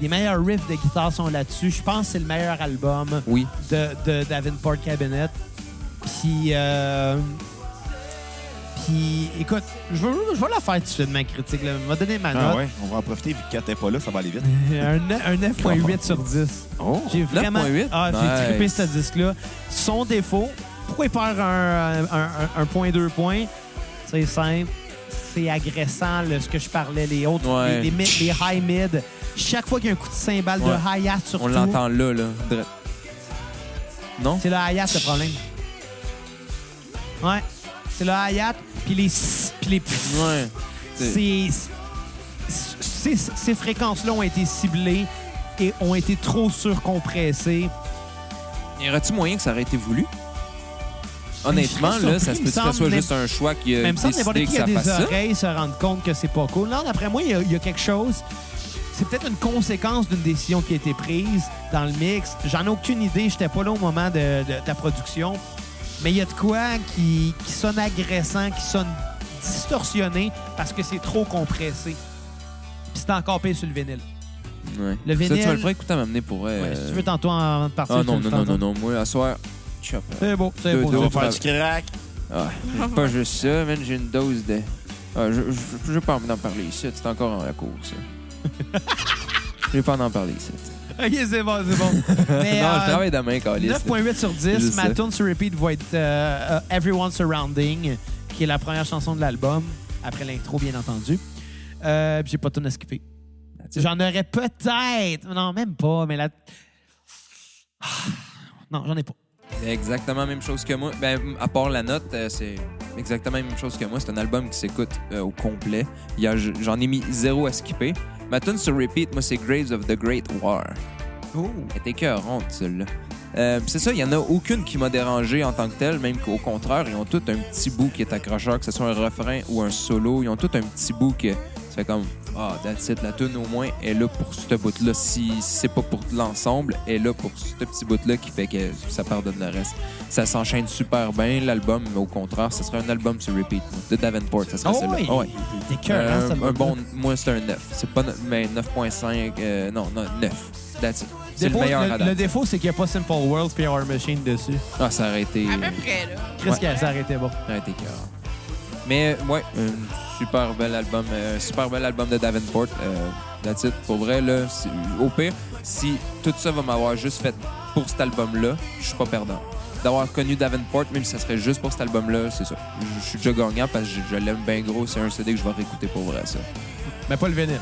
A: Les meilleurs riffs de guitare sont là-dessus. Je pense que c'est le meilleur album
C: Oui.
A: de, de Davenport Cabinet. Puis Puis, euh, puis écoute, je vais, je vais la faire tout de suite, ma critique. Là. M'a donné ma
B: Ah
A: note.
B: ouais, on va en profiter vu que Kat n'est pas là, ça va aller vite.
A: Un, ne- un 9.8 sur 10.
B: Oh!
A: J'ai vraiment.
C: 9.8?
A: Ah, j'ai
C: Nice.
A: trippé ce disque-là. Son défaut, pourquoi il perd un, un, un- un point, deux points? C'est simple. C'est agressant, là, ce que je parlais, les autres, les,
C: Ouais.
A: les mid- les high mid. Chaque fois qu'il y a un coup de cymbale
C: Ouais.
A: de hi-hat surtout,
C: On l'entend là, là. Dre- Non?
A: c'est le hi-hat le problème. Ouais. C'est le hi-hat, puis les sss, puis les pfff.
C: Ouais. C'est-
A: Ces, ces- ces fréquences-là ont été ciblées et ont été trop surcompressées.
C: Y aurait-tu moyen que ça aurait été voulu? Honnêtement,
A: serais
C: là,
A: surpris,
C: ça se
A: il
C: peut que
A: me
C: ce soit
A: semble,
C: juste un choix qui a
A: Même ça, n'importe
C: décidé
A: qui
C: que
A: qui a
C: ça fasse
A: des
C: ça.
A: oreilles se rendre compte que c'est pas cool. Non, d'après moi, il y a- il y, a quelque chose. C'est peut-être une conséquence d'une décision qui a été prise dans le mix. J'en ai aucune idée. J'étais pas là au moment de, de- de la production. Mais il y a de quoi qui, qui sonne agressant, qui sonne distorsionné parce que c'est trop compressé. Puis c'est encore pire sur le vinyle.
C: Ouais.
A: Le
C: Ça, tu
A: vinyle-
C: vas le faire écouter à m'amener pour... euh,
A: Ouais, si tu veux tantôt avant de partir.
C: Ah
A: tu
C: non,
A: le
C: non,
A: fais
C: non,
A: tantôt.
C: non, non. Moi, à soir, chop.
A: C'est beau, c'est
C: Deux-
A: beau.
C: deux-
A: c'est
B: On
A: beau.
B: va faire du crack. Euh,
C: Ah, c'est pas juste ça, man. J'ai une dose de... Ah, je- je- je- j'ai pas envie d'en parler ici. C'est encore en la course.
A: *laughs*
C: j'ai pas envie d'en parler ici.
A: *laughs* Ok, c'est bon, c'est
C: *laughs*
A: bon. Mais,
C: non,
A: euh,
C: je travaille demain, Calis.
A: 9.8 sur
C: Je
A: 10. Ma
C: sais.
A: tune sur repeat va être euh, euh, Everyone Surrounding, qui est la première chanson de l'album, après l'intro, bien entendu. Euh, puis j'ai pas de tune à skipper. J'en aurais peut-être. Non, même pas, mais la. Ah, Non, j'en ai pas.
C: C'est Exactement la même chose que moi. Ben, à part la note, euh, c'est exactement la même chose que moi. C'est un album qui s'écoute euh, au complet. Il y a- J'en ai mis zéro à skipper. Ma tune sur repeat, moi, c'est Graves of the Great War. Elle était écœurante, celle-là. Euh, pis c'est ça, il n'y en a aucune qui m'a dérangé en tant que telle, même qu'au contraire, ils ont tout un petit bout qui est accrocheur, que ce soit un refrain ou un solo. Ils ont tout un petit bout que tu fais comme Ah, that's it, la tune au moins est là pour ce bout-là. Si c'est pas pour l'ensemble, elle est là pour ce petit bout-là qui fait que ça pardonne le reste. Ça s'enchaîne super bien, l'album, mais au contraire, ce serait un album sur repeat moi, de Davenport. Ça serait
A: Ah
C: celle-là.
A: oui?
C: Ah ouais.
A: T'es cœur, hein,
C: Euh,
A: ça
C: un,
A: va.
C: bon, moi, c'est un 9. C'est pas no- mais 9.5, euh, non, non, 9. That's it. C'est le
A: Défaut-
C: meilleur à
A: le,
C: date.
A: le défaut, c'est qu'il n'y a pas Simple World puis Our Machine dessus.
C: Ah, ça aurait été.
D: À peu près, là.
A: Chris,
C: Ouais.
A: qu'elle s'est arrêtée, bon.
C: Ça aurait été cœur. Mais, euh, ouais, un super bel album. euh, super bel album de Davenport. Euh, that's it. Pour vrai, là, c'est- au pire, si tout ça va m'avoir juste fait pour cet album-là, je suis pas perdant. D'avoir connu Davenport, même si ça serait juste pour cet album-là, c'est ça. Je- Je suis déjà gagnant parce que je, je l'aime bien gros. C'est un CD que je vais réécouter pour vrai, ça.
A: Mais pas le vinyle.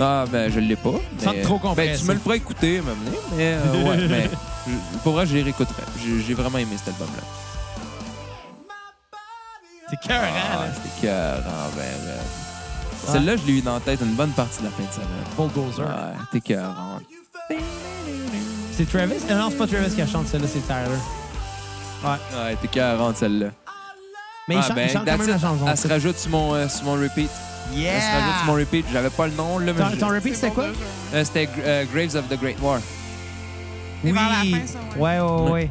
C: Ah, ben, je l'ai pas.
A: Sans
C: mais-
A: trop compressé.
C: Ben, tu me le feras écouter, m'amener, mais euh,
A: *laughs*
C: ouais, mais je- pour vrai, je les réécouterai. J'ai j'ai vraiment aimé cet album-là.
A: C'est cœur,
C: Ah,
A: hein, là.
C: c'était cœur, ben, ben. Celle-là, je l'ai eu dans la tête une bonne partie de la fin de semaine.
A: Bulldozer.
C: Ouais, t'es cœur.
A: C'est Travis? Euh, non, c'est pas Travis qui chante celle-là, c'est Tyler.
C: Ouais, t'es cœur, celle-là.
A: Mais il
C: ah,
A: chante,
C: ben,
A: il chante quand
C: that's
A: même la
C: it.
A: chanson.
C: Elle se rajoute sur mon, euh, sur mon repeat. Elle se rajoute sur mon repeat. J'avais pas le nom, là, mais.
A: Ton,
C: je-
A: ton repeat, c'était quoi?
C: Euh, C'était euh, Graves of the Great War.
D: C'est vers la fin, ça,
A: ouais,
D: ouais.
A: ouais, ouais.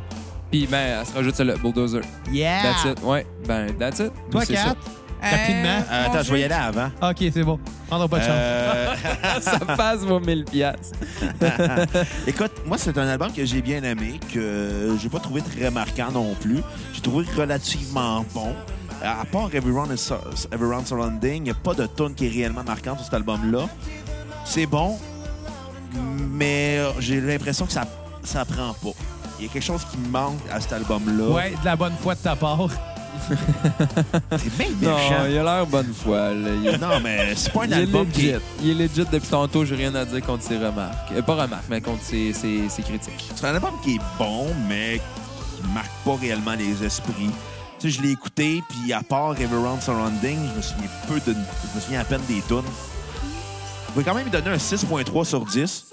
C: Puis, ben, elle se rajoute celle-là, Bulldozer.
A: Yeah!
C: That's it. Ouais, ben, that's it.
A: Ah. Toi,
C: C'est ça.
A: Kat? Rapidement.
D: Euh,
B: attends, je vais y aller avant.
A: OK, c'est bon. Prendra Ah, pas de chance.
B: Euh,
C: *laughs* ça passe vos 1000 piastres.
B: écoute, moi, c'est un album que j'ai bien aimé, que j'ai pas trouvé très marquant non plus. J'ai trouvé relativement bon. À part Everyone, is- Everyone Surrounding, il n'y a pas de tune qui est réellement marquante sur cet album-là. C'est bon, mais j'ai l'impression que ça, ça prend pas. Il y a quelque chose qui manque à cet album-là.
A: ouais, de la bonne foi de ta part.
B: T'es bien
C: Non,
B: méchant.
C: il a l'air bonne foi. là. *laughs* Il,
B: Non, mais c'est pas un
C: il est
B: album qui
C: legit. Il est legit depuis tantôt. J'ai rien à dire contre ses remarques. Euh, pas remarques, mais contre ses, ses- ses critiques.
B: C'est un album qui est bon, mais qui marque pas réellement les esprits. Tu sais, je l'ai écouté, puis à part Everyone Surrounding, je me souviens peu de... Je me souviens à peine des tunes. Je vais quand même lui donner un 6.3 sur 10.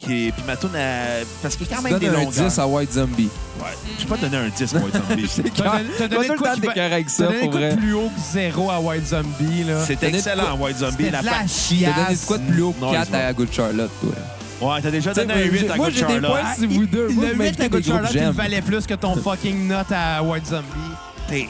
B: Qui est... Puis ma tune, à... parce qu'il y a quand
C: Tu
B: même des
C: donnes un
B: longueurs.
C: 10 à White Zombie.
B: Ouais. Je vais pas donner un 10, moi,
C: *laughs*
B: Zombie.
A: T'as donné- t'as
C: Pas
A: donné
C: tout
A: de
C: le
A: quoi
C: temps
A: qui
C: t'es
A: va-
C: correct avec
A: T'as
C: ça,
A: donné
C: pour
A: de quoi
C: vrai.
A: de plus haut que zéro à White Zombie, là.
B: C'est
C: T'as donné
B: excellent,
C: de
B: White Zombie.
A: C'était
B: La
A: de la
B: part-
C: T'as
A: chiasse.
C: donné de quoi de plus haut que
B: Non,
C: 4
B: je vois.
C: à Good Charlotte, toi?
B: Ouais, t'as déjà donné un
C: T'sais,
B: 8 à
C: moi,
B: Good
C: j'ai des
B: Charlotte.
C: points si vous deux.
A: Le 8 à
C: mais j'étais
A: Good
C: des groupes
A: Charlotte, il
C: j'aime.
A: valait plus que ton fucking note à White Zombie.
B: pire.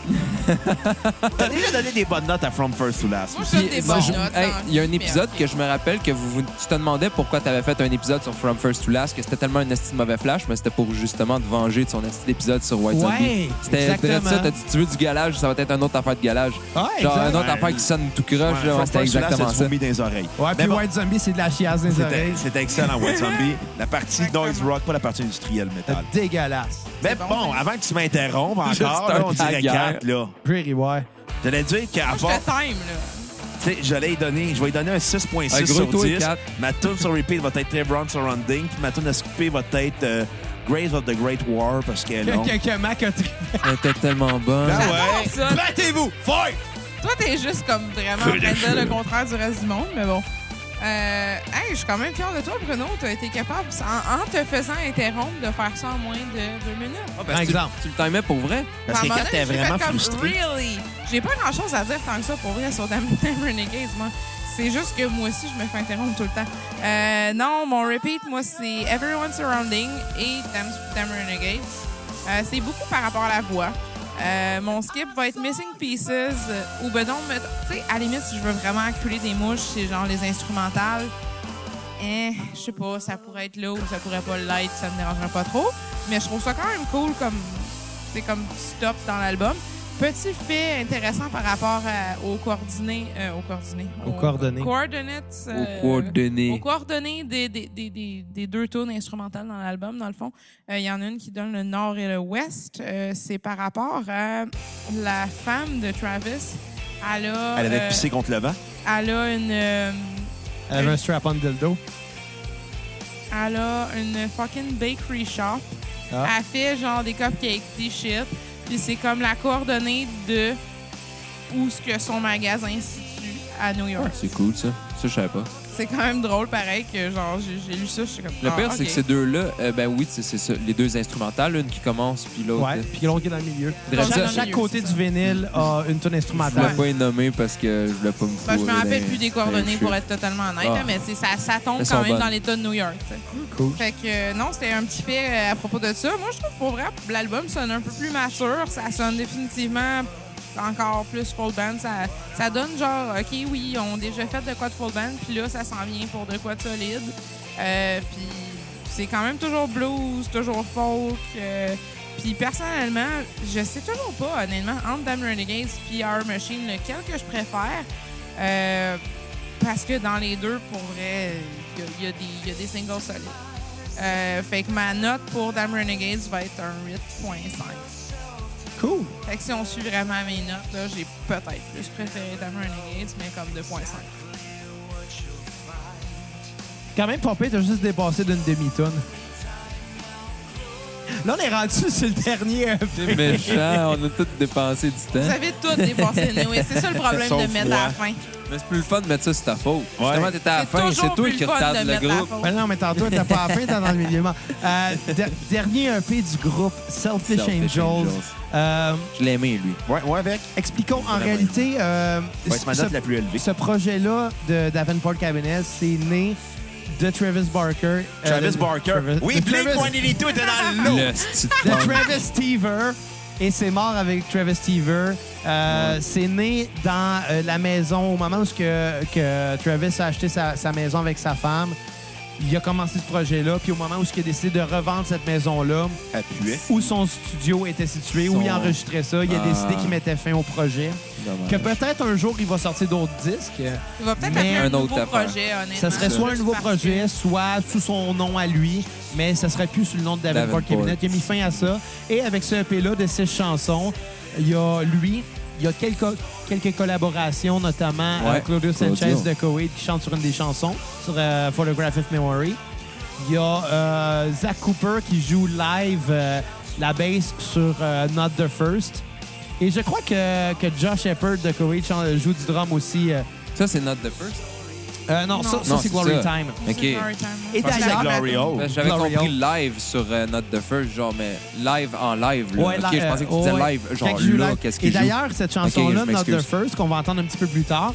B: T'as déjà donné des bonnes notes à From First to Last.
D: Moi,
B: aussi.
D: je donne
C: Puis,
D: des
C: bon,
D: bonnes
C: je-
D: notes.
C: hey,
D: hein.
C: Il y a un épisode
D: Merde.
C: que je me rappelle que vous, vous- tu te demandais pourquoi tu avais fait un épisode sur From First to Last, que c'était tellement un esti de mauvais flash, mais c'était pour justement te venger de son esti d'épisode sur White
A: Ouais,
C: Zombie. C'était
A: exactement.
C: direct ça, t'as dit tu veux du galage, ça va être un autre affaire de galage.
A: Ouais,
C: Genre
A: exact.
C: un autre
B: Ouais.
C: affaire qui sonne tout croche,
B: Ouais,
C: là,
B: From
C: c'était
B: First to Last,
C: exactement
B: c'est
C: ça.
B: du vomi dans les oreilles.
A: Ouais, puis
B: Mais bon,
A: White Zombie, c'est de la chiasse des
B: c'était-
A: oreilles.
B: C'était excellent, White Zombie. La partie
D: Exactement.
B: noise rock, pas la partie industrielle métal.
A: C'est dégueulasse.
B: Mais bon, avant que tu m'interrompes encore,
C: Juste
B: là, on
C: un
B: dirait
C: tagueur.
B: 4, là.
A: Jerry, ouais.
B: J'allais dire qu'à
D: Moi, je
B: part...
D: le time, là.
B: Tu sais, j'allais y donner, je vais lui donner un 6.6
C: Un gros
B: sur
C: taux et
B: 10.
C: quatre.
B: Ma tune sur repeat va être Trevor Surrounding, puis ma tune à skipper va être euh, Grace of the Great War parce qu'elle est
A: *laughs*
B: longue.
A: Que, que, que Mac a tri-
C: Elle était tellement bonne.
B: Ah
D: J'adore
B: ouais?
D: ça.
A: Battez-vous! Fight!
D: Toi, t'es juste comme vraiment en train de dire le contraire du reste du monde, mais bon. Euh, hey, je suis quand même fière de toi, Bruno. T'as été capable, en, en te faisant interrompre, de faire ça en moins de deux minutes.
C: Ah, ben,
A: Par
C: tu-
A: exemple.
C: Tu, le timais pour vrai?
B: Parce que
D: Par
B: quand
D: moment
B: t'es
D: donné, j'ai
B: vraiment
D: fait comme,
B: frustré,
D: Really? J'ai pas grand chose à dire tant que ça pour vrai sur Damn Time *laughs* Renegades, moi. C'est juste que moi aussi, je me fais interrompre tout le temps. Euh, non, mon repeat, moi, c'est Everyone Surrounding et Damn, Damn Renegades. Euh, c'est beaucoup par rapport à la voix. Euh, mon skip va être Missing Pieces euh, ou ben non, mais tu sais, à la limite, si je veux vraiment acculer des mouches, c'est genre les instrumentales. Eh, je sais pas, ça pourrait être là ou ça pourrait pas l'être, ça me dérangerait pas trop. Mais je trouve ça quand même cool comme c'est comme stop dans l'album. Petit fait intéressant par rapport à- aux coordonnées, euh, aux coordonnées,
A: Aux coordonnées.
D: coordinates, euh,
C: Aux coordonnées.
D: aux coordonnées des, des, des, des, des deux tunes instrumentales dans l'album, dans le fond. Euh, Il y en a une qui donne le nord et le ouest. Euh, c'est par rapport à la femme de Travis. Elle a,
B: elle avait
D: euh,
B: pissé contre le vent.
D: elle a une, euh,
A: Elle avait un strap-on dildo.
D: elle a une fucking bakery shop.
A: Ah.
D: Elle fait genre des cupcakes, des shit. Puis c'est comme la coordonnée de où ce que son magasin se situe à New York.
C: C'est cool, ça. Ça, je savais pas.
D: C'est quand même drôle, pareil, que genre, j'ai j'ai lu ça, je suis comme...
C: Le
D: ah,
C: pire, c'est
D: ok.
C: que ces deux-là, euh, ben oui, c'est c'est ça. Les deux instrumentales, une qui commence, puis l'autre.
A: Ouais,
C: euh,
A: puis l'autre qui est dans le milieu.
C: Dans
A: Chaque-
C: le milieu,
A: Chaque côté
D: c'est
A: du
D: ça.
A: vinyle a une tonne
C: Je voulais
A: instrumentale.
C: pas les nommer parce que je voulais pas me
D: Ben, je me
C: fourrer
D: rappelle
C: dans-
D: plus des
C: dans les
D: coordonnées pour
C: cheveux.
D: être totalement honnête,
C: Ah.
D: là, mais c'est- ça, ça tombe
C: Elles sont
D: quand même
C: bonnes.
D: dans l'État de New York. tu sais.
A: Cool.
D: Fait que euh, non, c'était un petit fait euh, à propos de ça. Moi, je trouve pour vrai, l'album sonne un peu plus mature. Ça sonne définitivement encore plus full band. Ça, ça donne genre, OK, oui, on a déjà fait de quoi de full band, puis là, ça s'en vient pour de quoi de solide. Euh, puis c'est quand même toujours blues, toujours folk. euh, puis personnellement, je sais toujours pas, honnêtement, entre Damn Renegades puis Our Machine, lequel que je préfère. Euh, parce que dans les deux, pour vrai, il y a- il y, a des- il y a des singles solides. Euh, fait que ma note pour Damn Renegades va être un 8.5.
A: Cool.
D: Fait que si on suit vraiment mes notes, là, j'ai peut-être plus préféré Damn Renegades, mais comme 2.5.
A: Quand même, Popé, t'as juste dépassé d'une demi-tonne. Là, on est rendu *laughs* sur le dernier E EP.
C: Méchant, on a tous dépensé du temps.
D: Vous avez tout dépensé, oui. C'est ça le problème
B: Sauf
D: de mettre à la
B: moi.
D: fin.
C: Mais c'est plus le fun de mettre ça sur ta faute. Justement, t'étais à la
D: C'est
C: fin,
D: toujours
C: c'est toi
D: plus
C: qui
D: le fun
C: retarde
D: de
C: le
D: mettre la
C: groupe.
D: faute.
A: Ben non, mais tantôt, t'as pas la fin, t'es dans le milieu. Euh, de- dernier EP du groupe, Selfish,
C: Selfish
A: Angels.
C: Angels.
A: Euh,
C: Je l'aimais, lui.
B: Ouais, ouais, avec.
A: expliquons, en
B: Vraiment.
A: réalité, euh,
B: Va être ma note
A: ce-
B: la plus élevée.
A: ce projet-là de Davenport Cabinet, c'est né de Travis Barker. euh,
B: Travis
A: de-
B: Barker.
A: Travis-
B: oui,
A: de
B: Blake
A: Travis-
B: 182 était dans le lot.
C: Le style
A: de Travis Teever. Et c'est mort avec Travis Teever. Euh, C'est né dans euh, la maison au moment où ce que, que Travis a acheté sa, sa maison avec sa femme. Il a commencé ce projet-là, puis au moment où ce qu'il a décidé de revendre cette maison-là,
B: Elle puait.
A: où son studio était situé, où il
C: Son-
A: enregistrait ça, il a
C: Ah.
A: décidé qu'il mettait fin au projet. Que peut-être un jour, il va sortir d'autres disques.
D: Il va peut-être
A: Mais
D: appeler un,
C: un
D: nouveau
C: autre affaire.
D: projet, honnêtement.
A: Ça serait
C: Ça.
A: soit un nouveau
D: Parce que-
A: projet, soit sous son nom à lui, mais ça serait plus sous le nom de Davenport
C: Davenport.
A: Cabinet. Il a mis fin à ça. Et avec ce EP-là de six chansons, il y a lui, il y a quelques, quelques collaborations, notamment
C: Ouais,
A: euh, Claudio Sanchez
C: Claudio.
A: de Koweït qui chante sur une des chansons, sur euh, Photographic Memory. Il y a euh, Zach Cooper qui joue live euh, la bass sur euh, Not the First. Et je crois que, que Josh Shepard de Koweït chan- joue du drum aussi. euh.
C: Ça, c'est not the first.
A: Euh, non, ça,
D: Non.
A: ça,
C: Non,
A: c'est
C: c'est
A: Glory
C: ça.
A: Time.
D: C'est
C: Ok.
D: Glory Time, hein.
A: Et
B: Parce que
A: d'ailleurs-
B: c'est Glory Hole.
C: Ben, J'avais
A: Glory
C: compris
A: Hole.
C: live sur euh, not the first, genre, mais live en live. Là.
A: Ouais,
C: ok,
A: là,
C: je pensais que tu disais
A: euh, ouais.
C: live,
A: Quand
C: genre
A: il joue
C: là,
A: live.
C: qu'est-ce
A: Et
C: qu'il joue.
A: d'ailleurs, cette chanson-là,
C: Ok, je
A: Not the
C: m'excuse.
A: First, qu'on va entendre un petit peu plus tard,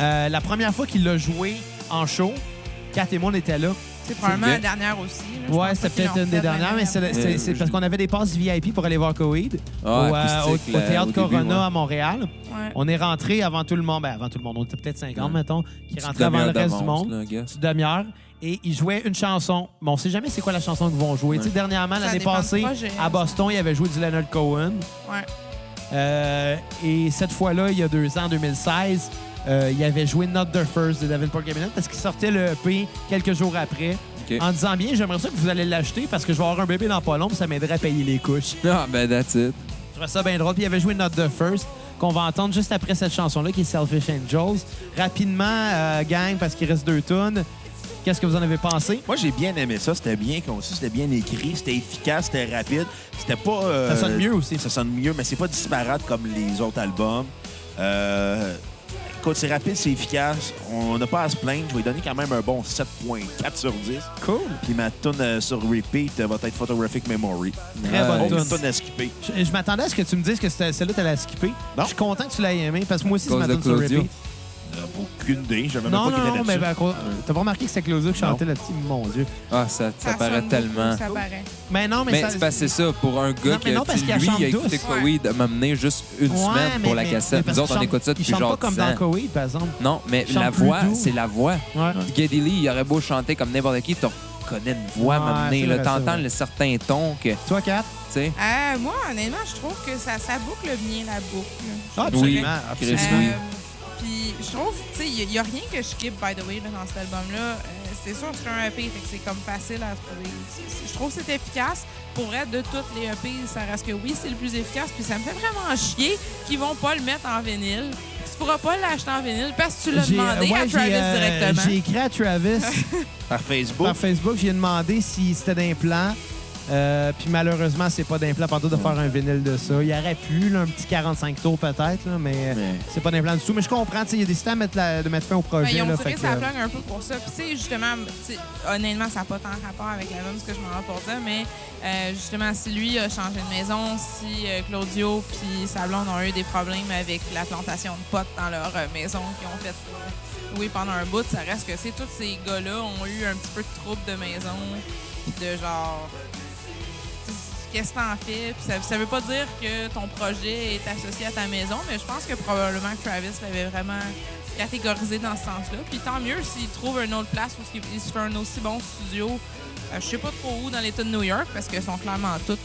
A: euh, la première fois qu'il l'a jouée en show, Kat et moi, on était là.
D: C'est probablement
C: vrai.
D: la dernière aussi. là. Je
A: Ouais,
D: pense pas
A: c'était
D: qu'ils l'ont
A: peut-être une des
D: fait la
A: dernières, mais c'est la-
C: dernière.
A: c'est c'est parce qu'on avait des passes VIP pour aller voir Coheed
C: Ah,
A: au, euh, au,
C: acoustique,
A: au
C: là,
A: Théâtre
C: au début,
A: Corona
C: ouais.
A: à Montréal.
D: Ouais.
A: On est rentré avant tout le monde, ben avant tout le monde, on était peut-être 50,
C: Ouais.
A: mettons, qui rentrait avant le reste du monde. petite demi-heure. Et ils jouaient une chanson. Mais on sait jamais c'est quoi la chanson qu'ils vont jouer. Tu sais, dernièrement,
D: Ça
A: l'année
D: dépend du
A: passée,
D: projet,
A: à
D: ça.
A: Boston, ils avaient joué du Leonard Cohen.
D: Ouais.
A: Euh, et cette fois-là, il y a deux ans, en 2016, euh, ils avaient joué Not the First de Davenport Cabinet parce qu'ils sortaient le EP quelques jours après
C: Ok.
A: en disant bien, j'aimerais ça que vous allez l'acheter parce que je vais avoir un bébé dans pas long, puis ça m'aiderait à payer les couches.
C: Ah, ben, that's it.
A: Je trouvais ça bien drôle. Puis il avait joué Not the First, qu'on va entendre juste après cette chanson-là, qui est Selfish Angels. Rapidement, euh, gang, parce qu'il reste deux tunes. Qu'est-ce que vous en avez pensé?
B: Moi, j'ai bien aimé ça. C'était bien conçu, c'était bien écrit, c'était efficace, c'était rapide. C'était pas. euh,
A: Ça sonne mieux aussi.
B: Ça sonne mieux, mais c'est pas disparate comme les autres albums. Euh, écoute, c'est rapide, c'est efficace. On n'a pas à se plaindre. Je vais lui donner quand même un bon 7,4 sur 10.
A: Cool.
B: Puis ma tune euh, sur repeat euh, va être Photographic Memory.
C: Euh,
A: Très bonne
B: Aucune
A: tune.
B: tune à skipper.
A: Je, je m'attendais à ce que tu me dises que c'était- celle-là, t'allais la skipper.
B: Non.
A: Je suis content que tu l'aies aimé parce que moi aussi,
C: Cause
A: c'est ma
C: de
A: tune sur
C: Claudio.
A: repeat.
B: Euh, aucune idée. Je même
A: Non,
B: pas
A: non,
B: qu'il
A: non, mais
B: était
A: ben, à
B: là-dessus.
A: cause- t'as pas remarqué que c'est Claudio qui chantait là-dessus? Mon Dieu.
C: Ah, ça, ça, paraît
D: sonne
C: tellement.
D: beaucoup, Ça paraît.
A: Mais non, mais,
C: Mais
A: ça...
C: c'est parce que c'est ça, pour un gars
A: Non, mais
C: qui
A: non, parce
C: qui,
A: qu'il
C: lui,
A: chante
C: il a écouté
A: douce.
C: Coweed, m'a mené juste une
A: Ouais,
C: semaine
A: mais-
C: pour la
A: mais- mais
C: cassette.
A: parce
C: Nous autres,
A: qu'il
C: on
A: chante-
C: écoute ça depuis
A: Il chante
C: genre
A: pas comme
C: 10
A: dans
C: ans.
A: Koweïd, par exemple.
C: Non, mais
A: Il chante
C: la
A: plus
C: voix,
A: doux.
C: c'est la voix.
A: Ouais.
C: Geddy Lee, il aurait beau chanter comme n'importe qui, t'en reconnais une voix
A: Ouais,
C: m'amener.
A: c'est
C: là.
A: vrai, c'est
C: T'entends
A: vrai.
C: le certain ton que, tu
A: Toi, Kat? Ah,
C: sais,
D: Euh, moi, honnêtement, je trouve que ça, ça boucle bien la boucle.
A: Ah,
C: Oui,
A: absolument.
C: Chris,
A: absolument.
C: oui.
D: Euh, Puis je trouve, tu sais, il n'y a, rien que je skip, by the way, là, dans cet album-là. Euh, c'est sûr que c'est un EP, fait que c'est comme facile à trouver. C'est- c'est- Je trouve que c'est efficace. Pour être de toutes les EP, ça reste que oui, c'est le plus efficace. Puis ça me fait vraiment chier qu'ils vont pas le mettre en vinyle. Tu pourras pas l'acheter en vinyle parce que tu l'as
A: J'ai-
D: demandé
A: ouais,
D: à
A: j'ai,
D: Travis
A: euh,
D: directement.
A: J'ai écrit à Travis...
C: *laughs*
B: Par Facebook.
A: Par Facebook, j'ai demandé si c'était d'un plan. Euh, puis malheureusement, c'est pas d'un plan partout de faire un vinyle de ça. Il aurait pu, là, un petit 45 tours peut-être, là, mais
B: Mais-
A: c'est pas d'un plan du tout. Mais je comprends, tu sais, il a décidé à mettre la- de mettre fin au
D: Ben,
A: projet.
D: ils
A: là,
D: ont
A: fait
D: tiré
A: que,
D: sa
A: euh,
D: plug un peu pour ça. Puis, tu sais, justement, tu sais, honnêtement, ça n'a pas tant rapport avec l'album, ce que je m'en vais pour dire, mais euh, justement, si lui a changé de maison, si euh, Claudio puis sa blonde ont eu des problèmes avec la plantation de potes dans leur euh, maison qu'ils ont fait euh, louer pendant un bout, ça reste que c'est tous ces gars-là ont eu un petit peu de trouble de maison, puis de genre. tu sais, Qu'est-ce que t'en fais? Puis ça, ça veut pas dire que ton projet est associé à ta maison, mais je pense que probablement que Travis l'avait vraiment catégorisé dans ce sens-là. Puis tant mieux s'il trouve une autre place où il se fait un aussi bon studio. euh, je sais pas trop où dans l'État de New York parce qu'ils sont clairement toutes.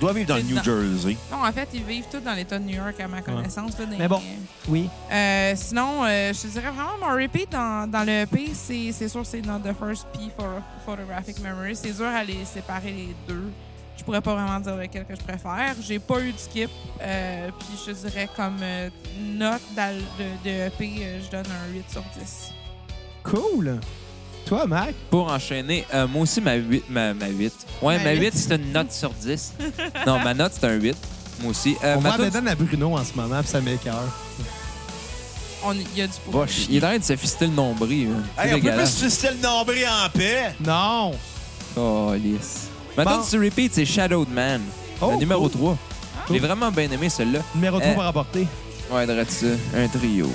B: doit vivre dans le New
D: dans-
B: Jersey.
D: Non, en fait, ils vivent tous dans l'État de New York à ma connaissance. là, dans
A: Mais bon.
D: les-
A: Oui.
D: Euh, sinon, euh, je te dirais vraiment mon repeat dans, dans le EP, c'est c'est sûr c'est Not the First P for Photographic Memory. C'est dur à les séparer les deux. Je pourrais pas vraiment dire lequel que je préfère. J'ai pas eu de skip. euh, puis je te dirais comme euh, note d'al- de, de EP, euh, je donne un 8 sur 10.
A: Cool. Toi, Mac?
C: pour enchaîner, euh, moi aussi, ma 8. Ma, ma 8. Ouais,
D: Ma
C: ma 8,
D: huit.
C: c'est une note sur
A: *laughs*
C: 10. non, ma note, c'est un 8. Moi aussi. Euh,
A: On
C: ma
A: va
C: tune-
A: la donne à Bruno en ce moment, puis ça
D: *laughs*
A: m'écœure.
D: On- Il y a du pour.
B: Va chier.
C: Il est en train de se fister le nombril. hein. C'est
B: Hey, on peut pas
C: dégueulasse.
B: se fister le nombril en paix.
A: Non!
C: Oh, lisse. Maintenant,
A: Bon.
C: tu repeat, c'est Shadowed Man.
A: Oh,
C: le numéro
A: cool.
C: 3. J'ai vraiment bien aimé celui-là.
A: Numéro 3
C: Euh,
A: pour rapporter.
C: Ouais, de ça. Un trio.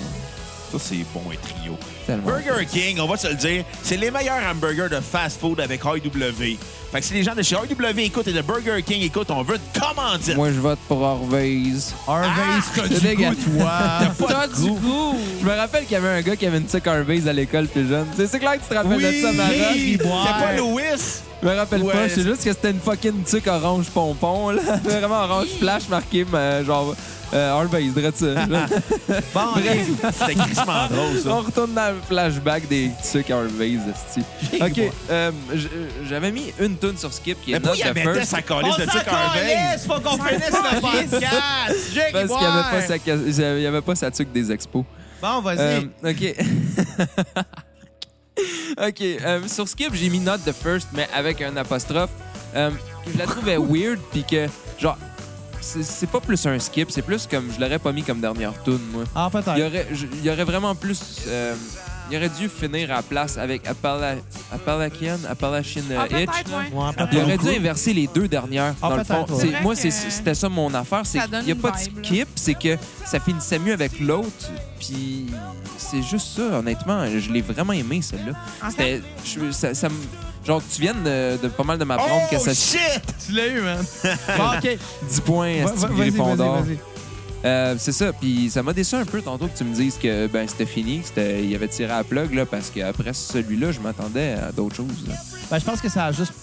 B: Ça, c'est bon, un trio.
C: Tellement.
B: Burger King, on va se le dire, c'est les meilleurs hamburgers de fast-food avec IW. Fait que si les gens de chez IW écoutent et de Burger King écoutent, on veut de commandite.
C: Moi, je vote pour Harvey's. Ah!
A: Harvey,
B: c'est
A: du
C: dégueu.
A: goût,
C: *laughs*
A: toi!
D: T'as du goût!
C: Je me rappelle qu'il y avait un gars qui avait une tuque Harvey's à l'école plus jeune. C'est c'est clair que tu te rappelles de ça, Maroc.
A: oui. Riboire.
B: c'est pas Louis.
C: Je me rappelle
B: Ouais.
C: pas. Je sais juste que c'était une fucking tuque orange pompon. Là. *laughs* Vraiment orange flash marqué, mais genre euh, Harvey's, dirais ça.
A: Bon, allez.
B: C'était crissement drôle,
C: On
B: ça.
C: retourne dans le flashback des tuques Harvey's. esti. OK, euh, j- j'avais mis une toune sur Skip qui
B: Mais
C: est
B: *laughs* pourquoi
C: Not
B: il y
C: the
B: avait
C: First.
B: sa
A: On
B: calice de
A: s'en
B: Tuck Harvey?
A: calisse! Faut
C: *laughs*
A: qu'on finisse le podcast! Jake
C: Parce qu'il n'y avait, pas
A: Boire.
C: sa ca- il y avait pas sa tuque des expos.
A: Bon, vas-y.
C: Euh, OK. *laughs* OK. euh, sur Skip, j'ai mis Not the First, mais avec un apostrophe. Euh, que je
B: *laughs*
C: la trouvais weird, puis que, genre, c'est c'est pas plus un skip, c'est plus comme je l'aurais pas mis comme dernière tune, moi.
A: ah,
C: Il y
A: peut-être.
C: aurait, je- il y aurait vraiment plus. euh, Il aurait dû finir à la place avec Appala... Appalachian, Appalachian euh,
D: Ah,
C: Itch.
D: peut-être,
C: là.
D: ouais.
A: Ouais,
D: Ça
A: peut-être.
C: Il
D: donne-
C: aurait dû inverser les deux dernières.
A: Ah,
C: dans le fond,
A: peut-être, ouais.
C: C'est-
D: C'est vrai
C: moi,
D: que-
C: c'est- c'était ça mon affaire. C'est
D: Ça
C: qu'il
D: donne
C: n'y a
D: une
C: pas de
D: vibe, là.
C: skip, c'est que ça finissait mieux avec l'autre. Puis c'est juste ça, honnêtement. Je l'ai vraiment aimé, celle-là.
D: En fait,
C: C'était. je- ça- ça me- Genre, que tu viennes de, de pas mal de ma blonde que
B: Oh,
C: ça.
B: shit!
A: Tu l'as eu,
C: *laughs*
A: man. Bon, OK.
C: 10 points, à
A: Va- va- Vas-y, vas-y, vas-y.
C: Euh, c'est ça, puis ça m'a déçu un peu tantôt que tu me dises que ben c'était fini, que c'était- il avait tiré à la plug là, parce qu'après celui-là, je m'attendais à d'autres choses. là.
A: Ben, je pense que ça a juste...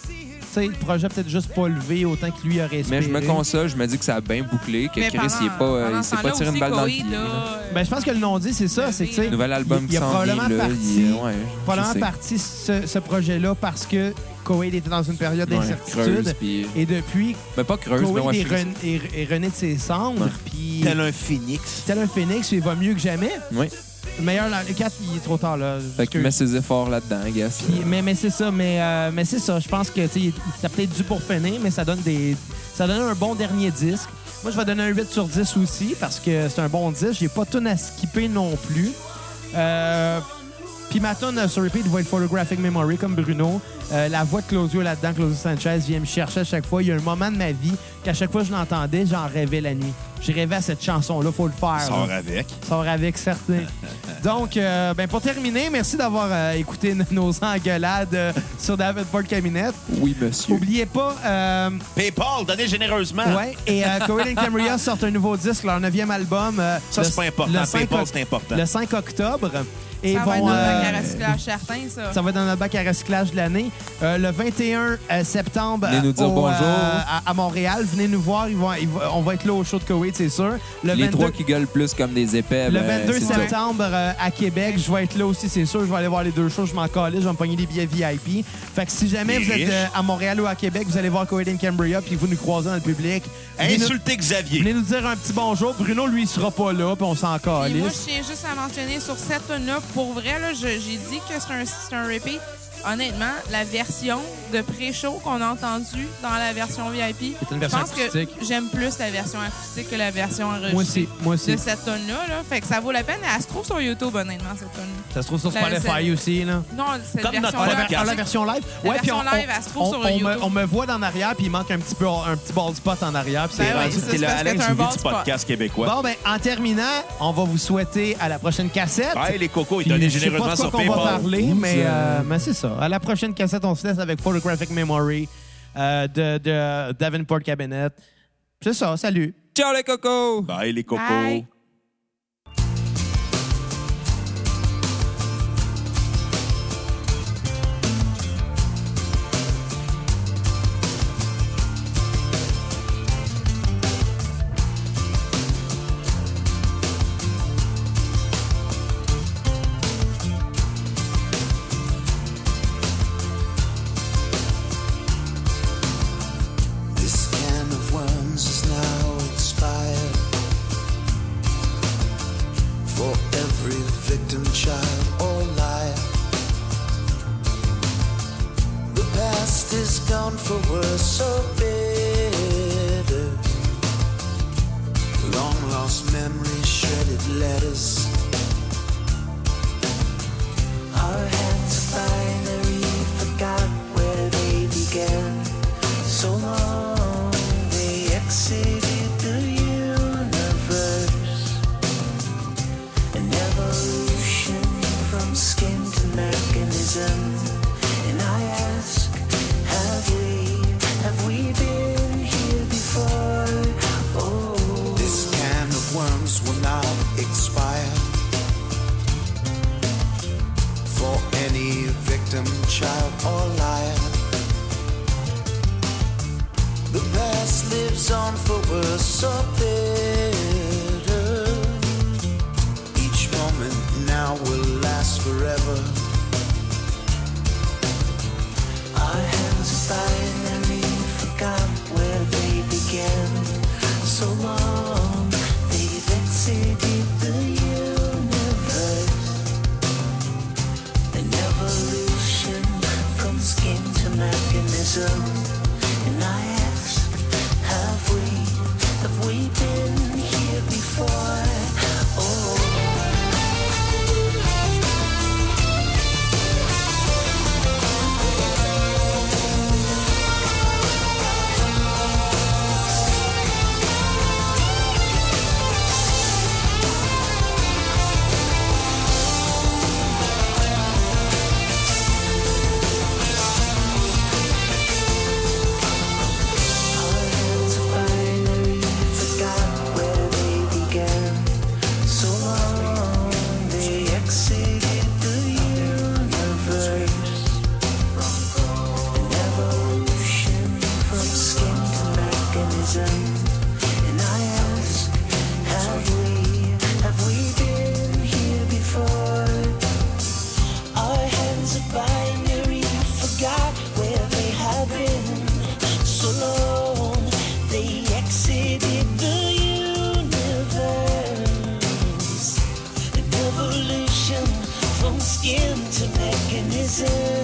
A: Tu sais, le projet a peut-être juste pas levé autant que lui aurait espéré.
C: Mais je me console, je me dis que ça a bien bouclé, que
D: mais
C: Chris il est
D: pendant-
C: pas, euh,
D: pendant
C: il
D: ce
C: s'est pas
D: temps-là
C: tiré une
D: aussi,
C: balle dans le pied.
D: Covid, là,
C: là.
D: euh,
A: Ben, je pense que le non-dit, c'est ça. C'est que, tu sais,
C: Nouvel album
A: il-
C: qui
A: il a
C: s'en vient,
A: probablement
C: là,
A: parti-
C: il- ouais,
A: probablement
C: je sais.
A: parti ce, ce projet-là parce que Koweïd était dans une période
C: Ouais, creuse,
A: d'incertitude.
C: puis-
A: Et depuis,
C: Mais pas creuse, mais
A: Koweïd
C: ouais,
A: est,
C: je sais.
A: ren- est- est rené de ses cendres.
C: Ouais.
A: Puis
B: Tel un phoenix.
A: tel un phénix, il va mieux que jamais.
C: Oui.
A: Le meilleur, le 4, il est trop tard. Là.
C: Fait qu'il met ses efforts là-dedans, I guess.
A: Puis- mais mais c'est ça, mais, euh, mais c'est ça. Je pense que tu sais, il- ça a peut-être dû pour finir, mais ça donne des. Ça donne un bon dernier disque. Moi, je vais donner un 8 sur 10 aussi parce que c'est un bon disque. J'ai pas tout à skipper non plus. Euh, Puis ma tonne euh, sur repeat va être Photographic Memory comme Bruno. Euh, la voix de Claudio là-dedans, Claudio Sanchez, vient me chercher à chaque fois. Il y a un moment de ma vie qu'à chaque fois que je l'entendais, j'en rêvais la nuit. J'ai rêvé à cette chanson-là, faut le faire. là
B: Sors avec.
A: sort avec certains. Donc, euh, ben pour terminer, merci d'avoir euh, écouté *laughs* n- nos engueulades euh, sur David Port Cabinet.
C: Oui, monsieur.
A: Oubliez pas, euh,
B: PayPal, donnez généreusement.
C: Ah.
A: ouais, et euh, Cohen and Cambria sortent un nouveau disque, leur neuvième album. euh,
B: Ça,
A: le-
B: c'est pas important.
A: le 5
B: PayPal,
A: oc-
B: c'est important.
A: Le 5 octobre. Et
D: ça va être
A: vont,
D: dans
A: euh,
D: la recyclage certain, ça.
A: ça va être dans notre bac à recyclage de l'année. Euh, le 21 euh, septembre
C: Venez nous dire
A: au, euh,
C: bonjour.
A: à, à Montréal, venez nous voir. Ils vont, ils vont- on va être là au show de Koweït, c'est sûr. Le
C: Les
A: 22
C: trois qui gueulent plus comme des épais.
A: Le
C: ben,
A: 22
C: c'est ça.
A: septembre euh, à Québec, je vais être là aussi, c'est sûr. Je vais aller voir les deux shows, je m'en calais, je vais me pogner des billets VIP. Fait que si jamais
B: Les
A: vous êtes
B: riches.
A: euh, à Montréal ou à Québec, vous allez voir Coed in Cambria puis vous nous croisez dans le public. Venez nous,
B: Insultez Xavier.
A: venez nous dire un petit bonjour. Bruno, lui, il sera pas là, puis on s'en
D: Puis moi,
A: calisse.
D: je tiens juste à mentionner sur cette tune-là, pour vrai, là, je- j'ai dit que c'est un, c'est un repeat. Honnêtement, la version de pré-show qu'on a entendue dans la version VIP,
A: C'est une version
D: je pense
A: acoustique.
D: que j'aime plus la version acoustique que la version enregistrée
A: Moi aussi, moi aussi.
D: de cette tune-là. Là. Fait que ça vaut la peine. Elle se trouve sur YouTube, honnêtement, cette tune.
A: Ça se trouve sur
D: La-
A: Spotify
D: c'est-
A: aussi, là.
D: Non, cette
B: Comme notre
A: Ah,
D: version
B: Ouais,
A: la,
B: podcast.
A: ah, la version live?
D: La
A: puis
D: version live, elle se trouve sur
A: on, me,
D: YouTube.
A: on me voit d'en arrière, puis il manque un petit peu un petit ball spot en arrière. puis c'est
D: Ben oui,
A: rendu-
D: c'est ça,
B: T'es le
D: parce que
B: Alain
D: t'as un
B: Dubuis
D: bon
B: du
D: spot.
B: podcast québécois.
A: Bon, ben, en terminant, on va vous souhaiter à la prochaine cassette.
B: Bye, les cocos, ils
A: Puis,
B: donnaient
A: je sais pas
B: généreusement
A: de quoi
B: sur
A: qu'on va
B: PayPal.
A: parler,
C: Oui,
A: mais,
C: ça-
A: euh, mais c'est ça. À la prochaine cassette, on se laisse avec Photographic Memory euh, de, de Davenport Cabinet. C'est ça, salut.
C: Ciao les cocos!
B: Bye, les cocos.
D: Bye.
E: This can of worms is now expired. For every victim, child, or liar, the past is gone for worse or bitter. Long lost memories, shredded letters. Our hands finally forgot where they began. So long they exited the universe. An evolution from skin to mechanism. And I ask, have we, have we been here before? Oh, this can of worms will not expire. For any victim, child, or liar. The past lives on for worse or better. Each moment now will last forever. Our hands finally forgot where they began. So long they've exceeded the universe. An evolution from skin to mechanism. And I ask, have we, have we been here before? Oh. mechanism.